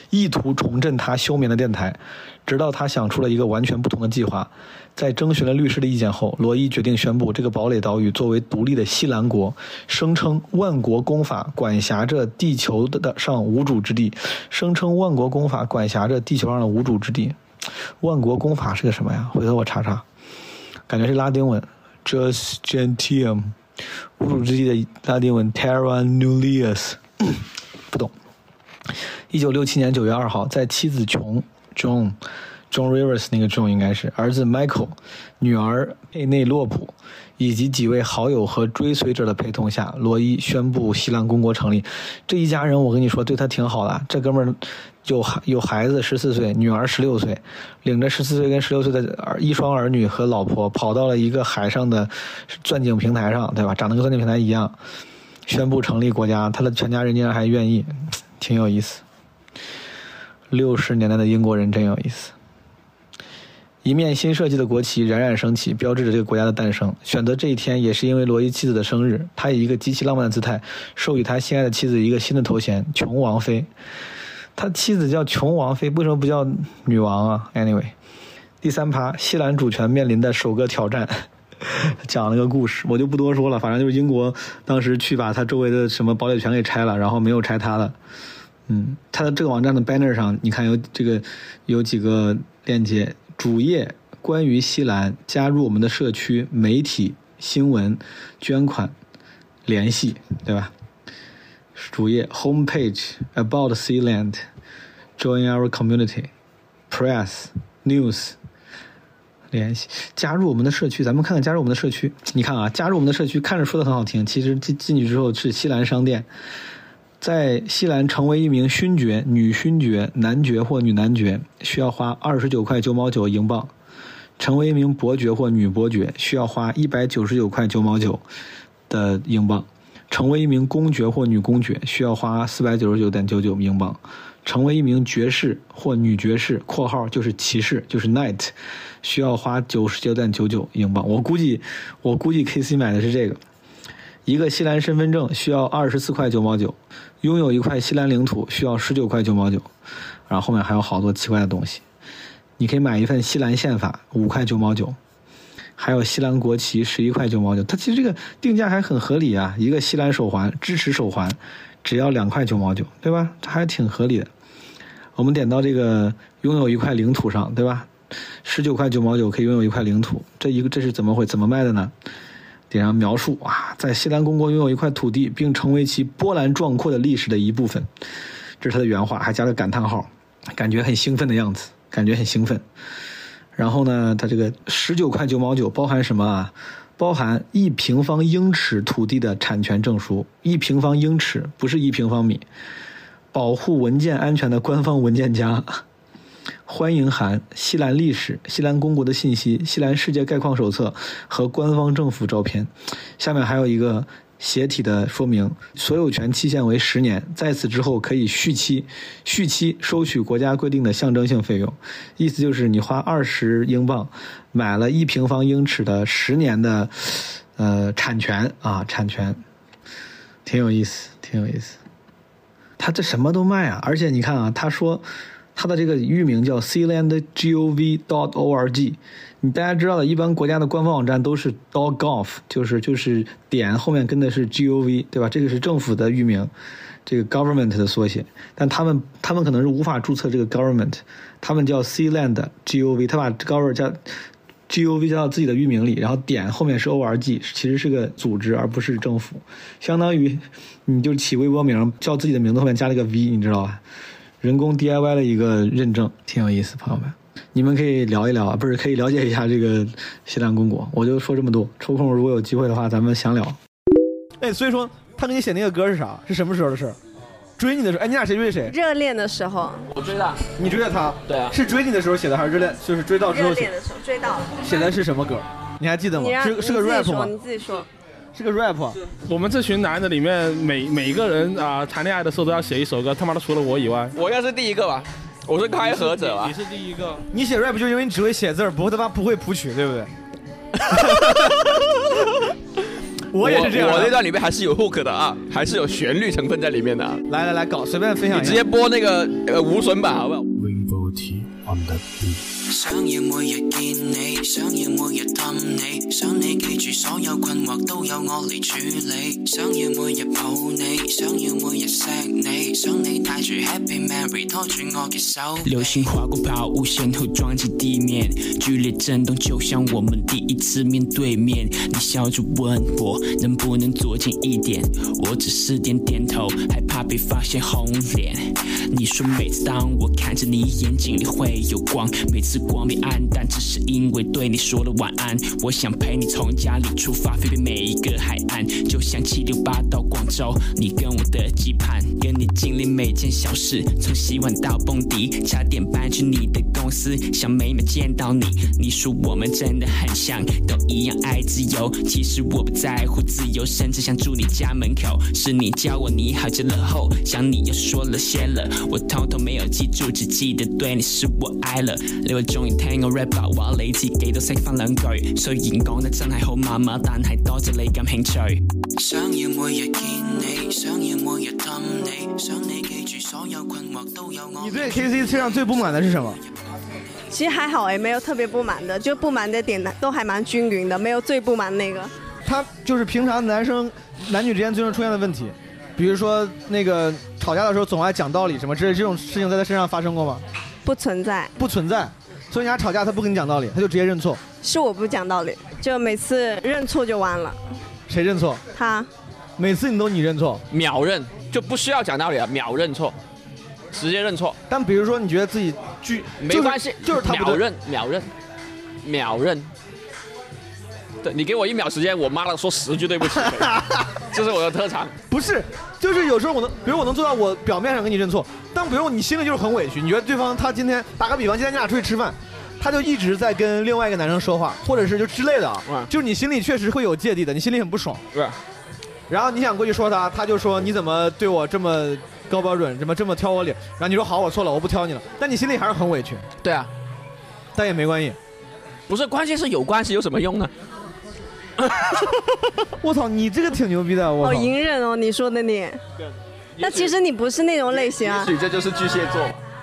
Speaker 5: 意图重振他休眠的电台，直到他想出了一个完全不同的计划。在征询了律师的意见后，罗伊决定宣布这个堡垒岛屿作为独立的西兰国，声称万国公法管辖着地球的上无主之地，声称万国公法管辖着地球上的无主之地。万国公法是个什么呀？回头我查查，感觉是拉丁文，Jus Gentium，无主之地的拉丁文 Terra Nullius，不懂。一九六七年九月二号，在妻子琼 John John Rivers 那个 John 应该是儿子 Michael、女儿佩内洛普以及几位好友和追随者的陪同下，罗伊宣布西兰公国成立。这一家人，我跟你说，对他挺好的。啊这哥们儿有孩有孩子，十四岁，女儿十六岁，领着十四岁跟十六岁的儿一双儿女和老婆，跑到了一个海上的钻井平台上，对吧？长得跟钻井平台一样，宣布成立国家。他的全家人竟然还愿意，挺有意思。六十年代的英国人真有意思。一面新设计的国旗冉冉升起，标志着这个国家的诞生。选择这一天，也是因为罗伊妻子的生日。他以一个极其浪漫的姿态，授予他心爱的妻子一个新的头衔——琼王妃。他妻子叫琼王妃，为什么不叫女王啊？Anyway，第三趴，西兰主权面临的首个挑战，讲了个故事，我就不多说了。反正就是英国当时去把他周围的什么堡垒全给拆了，然后没有拆他的。嗯，他的这个网站的 banner 上，你看有这个有几个链接。主页关于西兰，加入我们的社区、媒体、新闻、捐款、联系，对吧？主页 homepage about Sealand, join our community, press news，联系加入我们的社区，咱们看看加入我们的社区。你看啊，加入我们的社区，看着说的很好听，其实进进去之后是西兰商店。在西兰成为一名勋爵、女勋爵、男爵或女男爵，需要花二十九块九毛九英镑；成为一名伯爵或女伯爵，需要花一百九十九块九毛九的英镑；成为一名公爵或女公爵，需要花四百九十九点九九英镑；成为一名爵士或女爵士（括号就是骑士，就是 knight），需要花九十九点九九英镑。我估计，我估计 K C 买的是这个。一个西兰身份证需要二十四块九毛九，拥有一块西兰领土需要十九块九毛九，然后后面还有好多奇怪的东西。你可以买一份西兰宪法，五块九毛九，还有西兰国旗十一块九毛九。它其实这个定价还很合理啊，一个西兰手环支持手环，只要两块九毛九，对吧？它还挺合理的。我们点到这个拥有一块领土上，对吧？十九块九毛九可以拥有一块领土，这一个这是怎么会怎么卖的呢？顶上描述啊，在西兰公国拥有一块土地，并成为其波澜壮阔的历史的一部分。这是他的原话，还加了感叹号，感觉很兴奋的样子，感觉很兴奋。然后呢，它这个十九块九毛九包含什么啊？包含一平方英尺土地的产权证书，一平方英尺不是一平方米。保护文件安全的官方文件夹，欢迎函、西兰历史、西兰公国的信息、西兰世界概况手册和官方政府照片。下面还有一个斜体的说明，所有权期限为十年，在此之后可以续期，续期收取国家规定的象征性费用。意思就是你花二十英镑买了一平方英尺的十年的呃产权啊，产权，挺有意思，挺有意思。他这什么都卖啊！而且你看啊，他说他的这个域名叫 cland.gov.org，你大家知道的，一般国家的官方网站都是 .gov，就是就是点后面跟的是 gov，对吧？这个是政府的域名，这个 government 的缩写。但他们他们可能是无法注册这个 government，他们叫 cland.gov，他把 government 加 gov 加到自己的域名里，然后点后面是 org，其实是个组织而不是政府，相当于你就起微博名叫自己的名字后面加了个 v，你知道吧？人工 DIY 的一个认证，挺有意思，朋友们，你们可以聊一聊啊，不是可以了解一下这个西兰公国。我就说这么多，抽空如果有机会的话，咱们详聊。
Speaker 1: 哎，所以说他给你写那个歌是啥？是什么时候的事儿？追你的时候，哎，你俩谁追谁？
Speaker 3: 热恋的时候，
Speaker 7: 我追的，
Speaker 1: 你追的他？
Speaker 7: 对啊
Speaker 1: 是追你的时候写的，还是热恋？就是追到之
Speaker 3: 热
Speaker 1: 后
Speaker 3: 恋
Speaker 1: 写
Speaker 3: 的时候追到了。
Speaker 1: 写的是什么歌？你还记得吗
Speaker 3: 你？让
Speaker 1: 哦是是个
Speaker 3: 你自己
Speaker 1: rap
Speaker 3: 说
Speaker 1: 吗？
Speaker 3: 你自己说，
Speaker 1: 是个 rap。
Speaker 4: 我们这群男的里面，每每一个人啊、谈恋爱的时候都要写一首歌，他妈的除了我以外，
Speaker 12: 我应该是第一个吧，我是开合者吧。
Speaker 4: 是第一个。
Speaker 1: 你写 rap 就因为你只会写字儿，不会他妈不会谱曲，对不对？我也是这样啊的
Speaker 12: 我那段里面还是有 hook 的啊，还是有旋律成分在里面的、啊。
Speaker 1: 来来来，搞随便分享一
Speaker 12: 你
Speaker 1: 下
Speaker 12: 直接播那个呃无损版好不好？
Speaker 13: 想要每日見你，想要每日氹你，想你記住所有困惑都有我嚟處理，想要每日抱你，想要每日錫你，想你帶住 Happy Mary 拖住我嘅手。
Speaker 14: 流星划过抛物线后撞击地面，剧烈震动就像我们第一次面对面。你笑着问我能不能坐近一点，我只是点点头，害怕被发现红脸。你说每次当我看着你眼睛里会有光，每次光变暗淡，只是因为对你说了晚安。我想陪你从家里出发，飞遍每一个海岸，就像七六八到广州，你跟我的羁绊，跟你经历每件小事，从洗碗到蹦迪，差点搬去你的公司，想每秒见到你。你说我们真的很像，都一样爱自由，其实我不在乎自由，甚至想住你家门口。是你教我你好极了后，想你又说了些了，我统统没有记住，只记得对你是我愛了。你話中意聽我 rap 白話，你自己都識翻兩句，雖然講得真係好麻麻，但係多謝你感興趣。
Speaker 13: 想要每日見你，想要每日氹你，想你記住所有困惑都有我。
Speaker 1: 你对 K C 身上最不满的是什么？
Speaker 3: 其实还好哎，没有特别不满的，就不满的点都还蛮均匀的，没有最不满那个。
Speaker 1: 他就是平常男生男女之间最容易出现的问题，比如说那个吵架的时候总爱讲道理什么之类，这种事情在他身上发生过吗？
Speaker 3: 不存在，
Speaker 1: 不存在。所以人家吵架他不跟你讲道理，他就直接认错。
Speaker 3: 是我不讲道理，就每次认错就完了。
Speaker 1: 谁认错？
Speaker 3: 他
Speaker 1: 每次你都你认错，
Speaker 12: 秒认就不需要讲道理了，啊秒认错，直接认错。
Speaker 1: 但比如说你觉得自己巨
Speaker 12: 没关系，
Speaker 1: 就是他不
Speaker 12: 秒
Speaker 1: 对
Speaker 12: 认秒认秒认。对你给我一秒时间，我妈的说十句对不起，可以这是我的特长。
Speaker 1: 不是，就是有时候我能，比如我能做到，我表面上跟你认错，但比如你心里就是很委屈，你觉得对方他今天打个比方，今天你俩出去吃饭，他就一直在跟另外一个男生说话，或者是就之类的啊，就是你心里确实会有芥蒂的，你心里很不爽。
Speaker 12: 对。
Speaker 1: 然后你想过去说他，他就说你怎么对我这么高标准，怎么这么挑我理？然后你说好，我错了，我不挑你了，但你心里还是很委屈。
Speaker 12: 对啊，
Speaker 1: 但也没关系。
Speaker 12: 不是，关键是有关系有什么用呢？
Speaker 1: 我操，你这个挺牛逼的，我
Speaker 3: 好
Speaker 1: 操。
Speaker 3: 隐忍哦，你说的你。那其实你不是那种类型啊，
Speaker 12: 这 就是巨蟹座，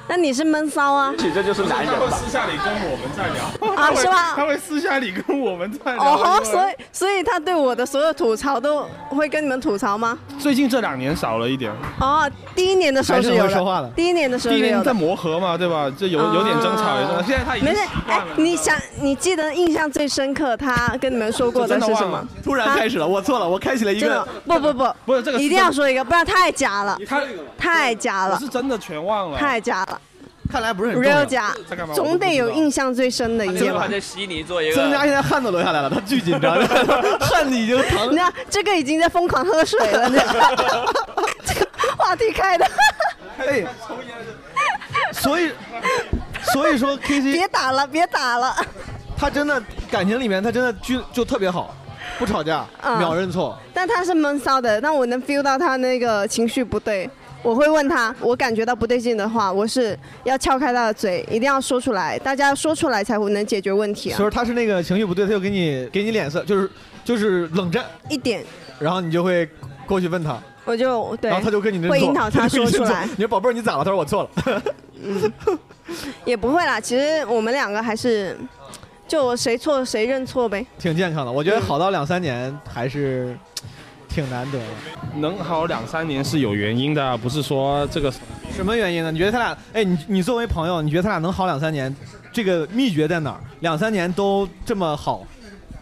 Speaker 3: 那你是闷骚啊。
Speaker 12: 也许这就是男人
Speaker 4: 他会
Speaker 12: 吧。
Speaker 4: 私下里跟我们在聊
Speaker 3: 啊是吧
Speaker 4: 他会私下里跟我们在聊。
Speaker 3: 哦
Speaker 4: 因
Speaker 3: 吼，
Speaker 4: 为
Speaker 3: 所以所以他对我的所有吐槽都会跟你们吐槽吗？
Speaker 4: 最近这两年少了一点。
Speaker 3: 哦，第一年的时候是有
Speaker 4: 还是会说话
Speaker 3: 的
Speaker 4: 的，
Speaker 3: 第一年的时候
Speaker 4: 第一
Speaker 3: 是有
Speaker 4: 年在
Speaker 3: 的。啊
Speaker 4: 磨合嘛，对吧？这有有点争吵，有点现在他已经
Speaker 3: 没事
Speaker 4: 习，惯
Speaker 3: 哎
Speaker 4: 了，
Speaker 3: 你想，你记得印象最深刻他跟你们说过
Speaker 4: 这真
Speaker 3: 是
Speaker 4: 的
Speaker 3: 什
Speaker 4: 忘
Speaker 3: 么
Speaker 4: 了？，
Speaker 1: 突然开始了，我错了，我开启了一
Speaker 3: 真
Speaker 1: 个
Speaker 3: 的。不不不，
Speaker 1: 不是这个是
Speaker 3: 一定
Speaker 1: 真
Speaker 3: 要
Speaker 1: 的
Speaker 3: 说一个，不然太假了，
Speaker 4: 太
Speaker 3: 太假了，
Speaker 4: 是真的全忘了，
Speaker 3: 太假了。
Speaker 1: 看来不
Speaker 4: 是很重要
Speaker 3: real 假
Speaker 4: 在干嘛，我都
Speaker 3: 总
Speaker 4: 不
Speaker 3: 得
Speaker 4: 知
Speaker 3: 有
Speaker 4: 道
Speaker 3: 印象最深的一
Speaker 12: 这
Speaker 3: 页
Speaker 12: 个
Speaker 3: 吧
Speaker 12: 还。在悉尼做一个，
Speaker 1: 曾佳现在汗都流下来了，他巨 紧张，汗已经淌
Speaker 3: 你。看，这个已经在疯狂喝水了，这这个话题开的，
Speaker 1: 哎，所以所以说 K C
Speaker 3: 别打了，别打了。
Speaker 1: 他真的感情里面，他真的就就特别好，不吵架，
Speaker 3: 嗯
Speaker 1: 秒认错。
Speaker 3: 但他是闷骚的，但我能 feel 到他那个情绪不对。我会问他，我感觉到不对劲的话，我是要撬开他的嘴，一定要说出来，大家说出来才会能解决问题啊
Speaker 1: 所。以他是那个情绪不对，他就给你给你脸色，就是就是冷战，
Speaker 3: 一点，
Speaker 1: 然后你就会过去问他，
Speaker 3: 我就对，
Speaker 1: 然后他就跟你认错，
Speaker 3: 会引导他说出来
Speaker 1: 你，说宝贝儿你咋了？他说我错了。
Speaker 3: 也不会啦。其实我们两个还是，就谁错谁认错呗。
Speaker 1: 挺健康的。我觉得好到两三年还是挺难得的。
Speaker 4: 能好两三年是有原因的，不是说这个
Speaker 1: 什么原因呢？你觉得他俩，哎，你你作为朋友，你觉得他俩能好两三年，这个秘诀在哪儿？两三年都这么好，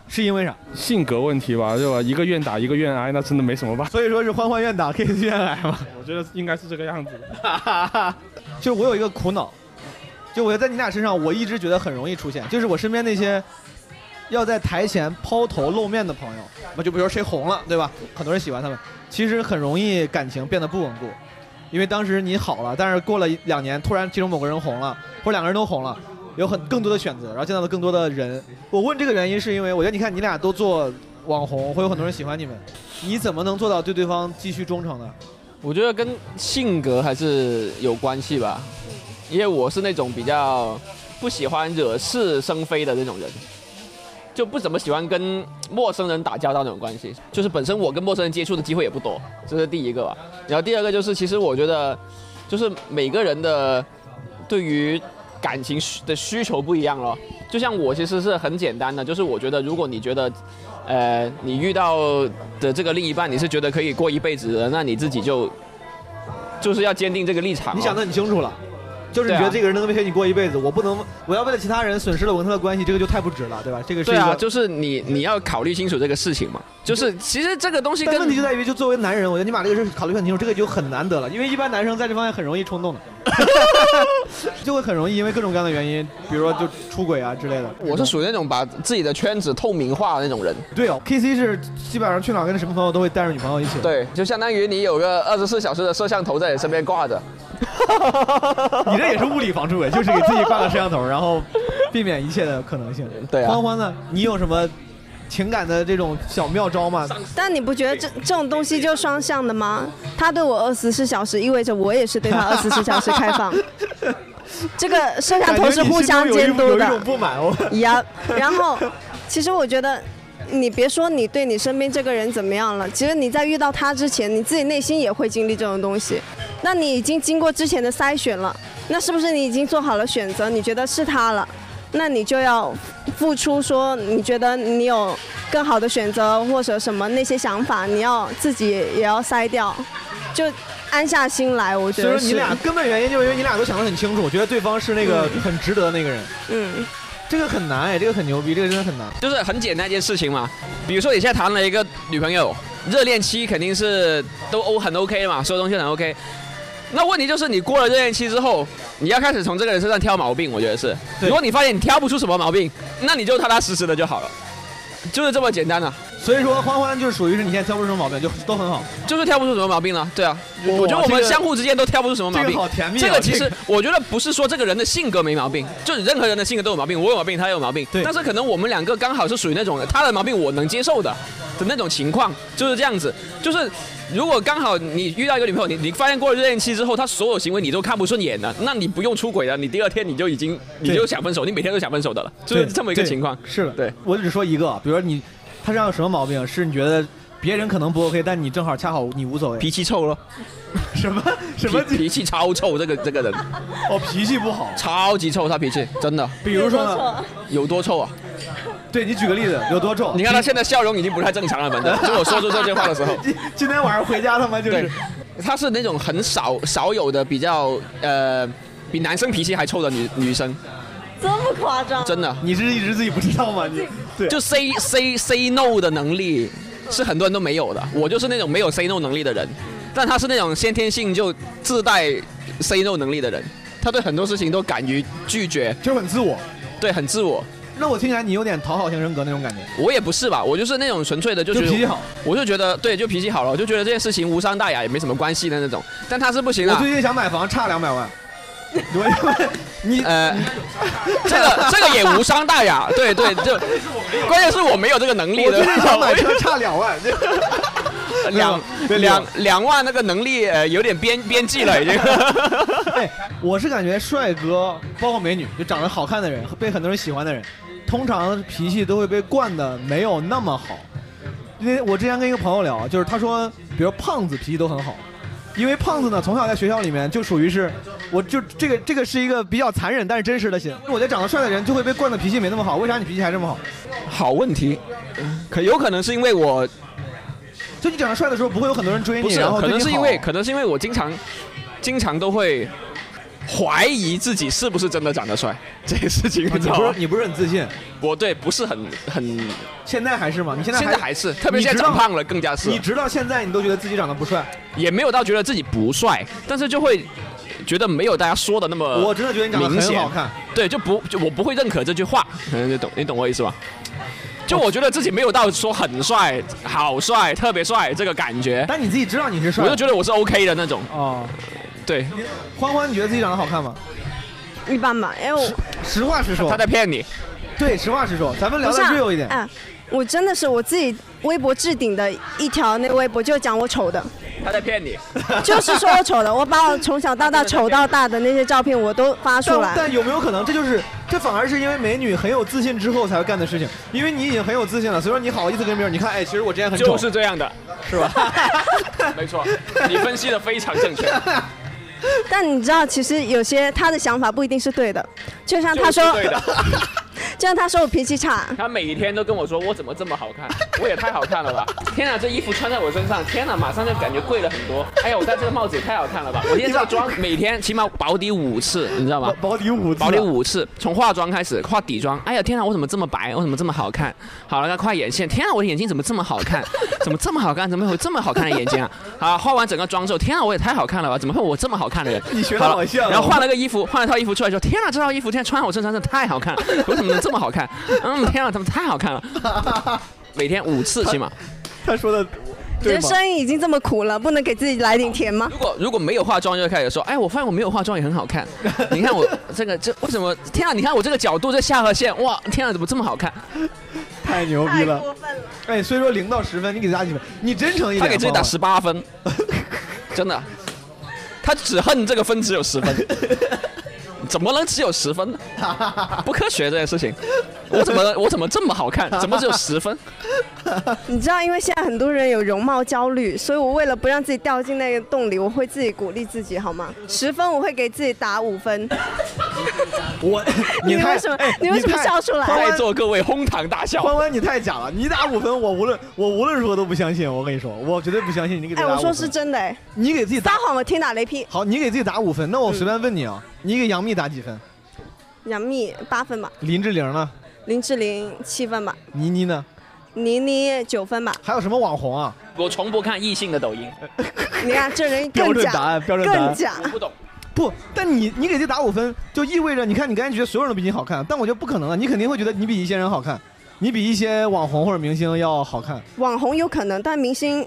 Speaker 1: 是因为啥？
Speaker 4: 性格问题吧，对吧？一个愿打一个愿挨，那真的没什么办法。
Speaker 1: 所以说是欢欢愿打 K 愿挨嘛。
Speaker 4: 我觉得应该是这个样子。
Speaker 1: 就是我有一个苦恼，就我觉得在你俩身上，我一直觉得很容易出现，就是我身边那些要在台前抛头露面的朋友，那就比如说谁红了，对吧？很多人喜欢他们，其实很容易感情变得不稳固，因为当时你好了，但是过了一两年，突然其中某个人红了，或者两个人都红了。有很更多的选择，然后见到了更多的人。我问这个原因是因为，我觉得你看你俩都做网红，会有很多人喜欢你们，你怎么能做到对对方继续忠诚呢？
Speaker 2: 我觉得跟性格还是有关系吧，因为我是那种比较不喜欢惹是生非的那种人，就不怎么喜欢跟陌生人打交道那种关系。就是本身我跟陌生人接触的机会也不多，这是第一个吧。然后第二个就是，其实我觉得，就是每个人的对于感情需的需求不一样咯。就像我其实是很简单的，就是我觉得如果你觉得，呃，你遇到的这个另一半你是觉得可以过一辈子的，那你自己就就是要坚定这个立场咯。
Speaker 1: 你想的很清楚了，
Speaker 2: 哦
Speaker 1: 就是
Speaker 2: 啊
Speaker 1: 你觉得这个人能陪你过一辈子，我不能，我要为了其他人损失了我跟他的关系，这个就太不值了，对吧？这个是一
Speaker 2: 对
Speaker 1: 个
Speaker 2: 啊，就是你你要考虑清楚这个事情嘛。就是其实这个东西
Speaker 1: 但
Speaker 2: 跟
Speaker 1: 问题就在于，就作为男人，我觉得你把这个事考虑很清楚，这个就很难得了，因为一般男生在这方面很容易冲 动的，就会很容易因为各种各样的原因，比如说就出轨啊之类的。
Speaker 2: 我是属于那种把自己的圈子透明化的那种人。
Speaker 1: 对哦，K C 是基本上去哪儿跟什么朋友都会带着女朋友一起。
Speaker 2: 对，就相当于你有个二十四小时的摄像头在你身边挂着。
Speaker 1: 你这也是物理防出轨，就是给自己挂个摄像头，然后避免一切的可能性。
Speaker 2: 对啊
Speaker 1: 欢欢呢？你有什么情感的这种小妙招吗？
Speaker 3: 但你不觉得这这种东西就双向的吗？他对我二十四小时，意味着我也是对他二十四小时开 放。这个摄像头是互相监
Speaker 1: 感
Speaker 3: 督
Speaker 1: 觉你心中有一有一种
Speaker 3: 的。
Speaker 1: 不满哦。
Speaker 3: 呀，然后其实我觉得，你别说你对你身边这个人怎么样了，其实你在遇到他之前，你自己内心也会经历这种东西。那你已经经过之前的筛选了，那是不是你已经做好了选择？你觉得是他了？那你就要付出，说你觉得你有更好的选择或者什么那些想法，你要自己也要筛掉，就安下心来。我觉
Speaker 1: 所以说
Speaker 3: 得是
Speaker 1: 你俩根本原因就是因为你俩都想得很清楚，觉得对方是那个很值得的那个人。
Speaker 3: 嗯，
Speaker 1: 这个很难哎，这个很牛逼，这个真的很难。
Speaker 2: 就是很简单一件事情嘛。比如说你现在谈了一个女朋友，热恋期肯定是都 O 很 OK 的嘛，所有东西很 OK。那问题就是你过了热恋期之后，你要开始从这个人身上挑毛病，我觉得是。如果你发现你挑不出什么毛病，那你就踏踏实实的就好了，就是这么简单啊。
Speaker 1: 所以说欢欢就是属于是你现在挑不出什么毛病，就都很好。
Speaker 2: 就是挑不出什么毛病了，对啊，我
Speaker 1: 哇
Speaker 2: 我觉得我们
Speaker 1: 这个
Speaker 2: 相互之间都挑不出什么毛病。
Speaker 1: 这个好甜蜜啊
Speaker 2: 这个其
Speaker 1: 这
Speaker 2: 实
Speaker 1: 个
Speaker 2: 我觉得不是说这个人的性格没毛病，就是任何人的性格都有毛病，我有毛病，他有毛病。对。但是可能我们两个刚好是属于那种他的毛病我能接受的的那种情况，就是这样子。就是如果刚好你遇到一个女朋友，你你发现过了热恋期之后，她所有行为你都看不顺眼了，那你不用出轨了，你第二天你就已经你
Speaker 1: 对
Speaker 2: 就想分手，你每天都想分手的了，就是
Speaker 1: 对
Speaker 2: 这么一个
Speaker 1: 对
Speaker 2: 情况。
Speaker 1: 是的，
Speaker 2: 对。
Speaker 1: 我只说一个，比如说你他身上有什么毛病，是你觉得别人可能不 OK，但你正好恰好你无所谓。
Speaker 2: 脾气臭了，
Speaker 1: 什么什
Speaker 2: 么脾气超臭，这个这个人，
Speaker 1: 哦，脾气不好，
Speaker 2: 超级臭，他脾气真的。
Speaker 1: 比如说呢？
Speaker 2: 有多臭啊？
Speaker 1: 对你举个例子，有多臭？
Speaker 2: 你看他现在笑容已经不太正常了，反正 就我说出这句话的时候，
Speaker 1: 今今天晚上回家他妈 就是
Speaker 2: 对，他是那种很少少有的比较呃比男生脾气还臭的女女生，
Speaker 3: 这么夸张？
Speaker 2: 真的。
Speaker 1: 你是一直自己不知道吗？你对
Speaker 2: 就 say say say no 的能力是很多人都没有的，我就是那种没有 say no 能力的人，但他是那种先天性就自带 say no 能力的人，他对很多事情都敢于拒绝，
Speaker 1: 就很自我，
Speaker 2: 对，很自我。
Speaker 1: 那我听起来你有点讨好型人格那种感觉。
Speaker 2: 我也不是吧，我就是那种纯粹的，就
Speaker 1: 就
Speaker 2: 觉得
Speaker 1: 脾气好，
Speaker 2: 我就觉得对，就脾气好了，我就觉得这件事情无伤大雅，也没什么关系的那种。但他是不行
Speaker 1: 我
Speaker 2: 啊，
Speaker 1: 最近想买房，差两百万。我你
Speaker 2: 呃，这个这个也无伤大雅，对对，就关键是我没有这个能 力
Speaker 1: 我
Speaker 2: 的
Speaker 1: 最近想买车，差两万。
Speaker 2: 两
Speaker 1: 对
Speaker 2: 两两万那个能力呃有点边边际了已经。
Speaker 1: 哎，我是感觉帅哥，包括美女，就长得好看的人，被很多人喜欢的人，通常脾气都会被惯的没有那么好。因为我之前跟一个朋友聊，就是他说，比如胖子脾气都很好，因为胖子呢从小在学校里面就属于是，我就这个这个是一个比较残忍但是真实的心。我觉得长得帅的人就会被惯的脾气没那么好，为啥你脾气还这么 好？
Speaker 2: 好问题，可有可能是因为我
Speaker 1: 就你长得帅的时候，不会有很多人追
Speaker 2: 不
Speaker 1: 你，
Speaker 2: 是，
Speaker 1: 然后
Speaker 2: 可
Speaker 1: 对
Speaker 2: 能
Speaker 1: 你
Speaker 2: 是因
Speaker 1: 好
Speaker 2: 为可能是因为我经常经常都会怀疑自己是不是真的长得帅 这个事情，
Speaker 1: 啊
Speaker 2: 你知道吗？
Speaker 1: 你不是很自信？
Speaker 2: 我对不是很很
Speaker 1: 现在还是吗？你现在
Speaker 2: 现在还是特别现在
Speaker 1: 你知道
Speaker 2: 长胖了更加是
Speaker 1: 你直到现在你都觉得自己长得不帅，
Speaker 2: 也没有到觉得自己不帅，但是就会觉得没有大家说的那么
Speaker 1: 我真的觉得你长得很
Speaker 2: 呃明显
Speaker 1: 好看，
Speaker 2: 对，就不就我不会认可这句话，嗯，你懂你懂我意思吧？就我觉得自己没有到说很帅、好帅、特别帅这个感觉，
Speaker 1: 但你自己知道你是帅
Speaker 2: 我
Speaker 1: 的，
Speaker 2: 就觉得我是 OK 的那种。
Speaker 1: 哦，
Speaker 2: 对，
Speaker 1: 欢欢，你觉得自己长得好看吗？
Speaker 3: 一般吧，哎，我
Speaker 1: 实话实说，
Speaker 2: 他在骗你。
Speaker 1: 对，实话实说，咱们聊
Speaker 3: 不
Speaker 1: 的
Speaker 3: 是啊
Speaker 1: real 一点。
Speaker 3: 哎，我真的是我自己微博置顶的一条那微博，就讲我丑的，
Speaker 2: 他在骗你，
Speaker 3: 就是说我丑的，我把我从小到大丑到大的那些照片我都发出
Speaker 1: 但
Speaker 3: 来。
Speaker 1: 但有没有可能，这就是这反而是因为美女很有自信之后才会干的事情？因为你已经很有自信了，所以说你好意思跟别人，你看，哎，其实我之前很丑，
Speaker 2: 就是这样的，
Speaker 1: 是吧？
Speaker 2: 没错，你分析的非常正确。
Speaker 3: 但你知道，其实有些他的想法不一定是对的，就像他
Speaker 2: 就是
Speaker 3: 说，
Speaker 2: 对的
Speaker 3: 就像他说我脾气差，
Speaker 2: 他每一天都跟我说我怎么这么好看，我也太好看了吧！天哪，这衣服穿在我身上，天哪，马上就感觉贵了很多。哎呀，我戴这个帽子也太好看了吧！我今天这个 妆每天起码保底五次，你知道吗？
Speaker 1: 保底五次，
Speaker 2: 保底五次，从化妆开始，化底妆。哎呀，天哪，我怎么这么白？我怎么这么好看？好了，那画眼线，天哪，我的眼睛怎么这么好看？ 怎么这么好看？怎么会有这 么好看的眼睛啊？好，画完整个妆之后，天哪，我也太好看了吧？怎么会有我这么好看 的人？
Speaker 1: 你学得
Speaker 2: 好了
Speaker 1: 好像哦
Speaker 2: 然后换了个衣服，换了套衣服出来说，天哪，这套衣服现在穿在我身上真的太好看了，我怎么能这么好看？嗯，天哪，他们太好看了。 每天五次起码。
Speaker 1: 他说的
Speaker 3: 人生已经这么苦了，不能给自己来点甜吗？
Speaker 2: 如果如果没有化妆，就会开始说，哎，我发现我没有化妆也很好看。你看我这个这为什么？天啊，你看我这个角度，这下颌线，哇，天啊，怎么这么好看？
Speaker 1: 太牛逼了，哎，所以说零到十分，你给他几分？你真诚一点，
Speaker 2: 他给自己打
Speaker 1: 好
Speaker 2: 十
Speaker 1: 吗
Speaker 2: 八分，真的，他只恨这个分只有 十分，怎么能只有十分呢？不科学这件事情，我怎么 我怎么这么好看？怎么只有十分？
Speaker 3: 你知道，因为现在很多人有容貌焦虑，所以我为了不让自己掉进那个洞里，我会自己鼓励自己，好吗？十分我会给自己打五分。
Speaker 1: 我，
Speaker 3: 你
Speaker 1: 太
Speaker 3: 为什么
Speaker 1: 哎
Speaker 3: 你为什么
Speaker 1: 太
Speaker 3: 笑出来
Speaker 2: 在座各位哄堂大笑。
Speaker 1: 欢欢，你太假了！你打五分，我无论我无论如何都不相信。我跟你说，我绝对不相信你给自
Speaker 3: 哎，
Speaker 1: 己打
Speaker 3: 我
Speaker 1: 五
Speaker 3: 说
Speaker 1: 分。
Speaker 3: 是真的哎。
Speaker 1: 你给自己
Speaker 3: 撒谎，我天打雷劈。
Speaker 1: 好，你给自己打五分。那我随便问你啊，你给杨幂打几分？
Speaker 3: 杨幂八分吧，
Speaker 1: 林志玲呢？
Speaker 3: 林志玲七分吧，
Speaker 1: 倪妮呢？
Speaker 3: 倪妮九分吧。
Speaker 1: 还有什么网红啊？
Speaker 2: 我从不看异性的抖音，
Speaker 3: 你看这 人
Speaker 1: 标
Speaker 3: 更
Speaker 1: 准
Speaker 3: 假，
Speaker 1: 答案，标准答案。
Speaker 3: 更假。
Speaker 2: 我不懂。
Speaker 1: 不，但你你给自己打五分，就意味着你看你刚才觉得所有人都比你好看，但我觉得不可能啊，你肯定会觉得你比一些人好看，你比一些网红或者明星要好看。
Speaker 3: 网红有可能，但明星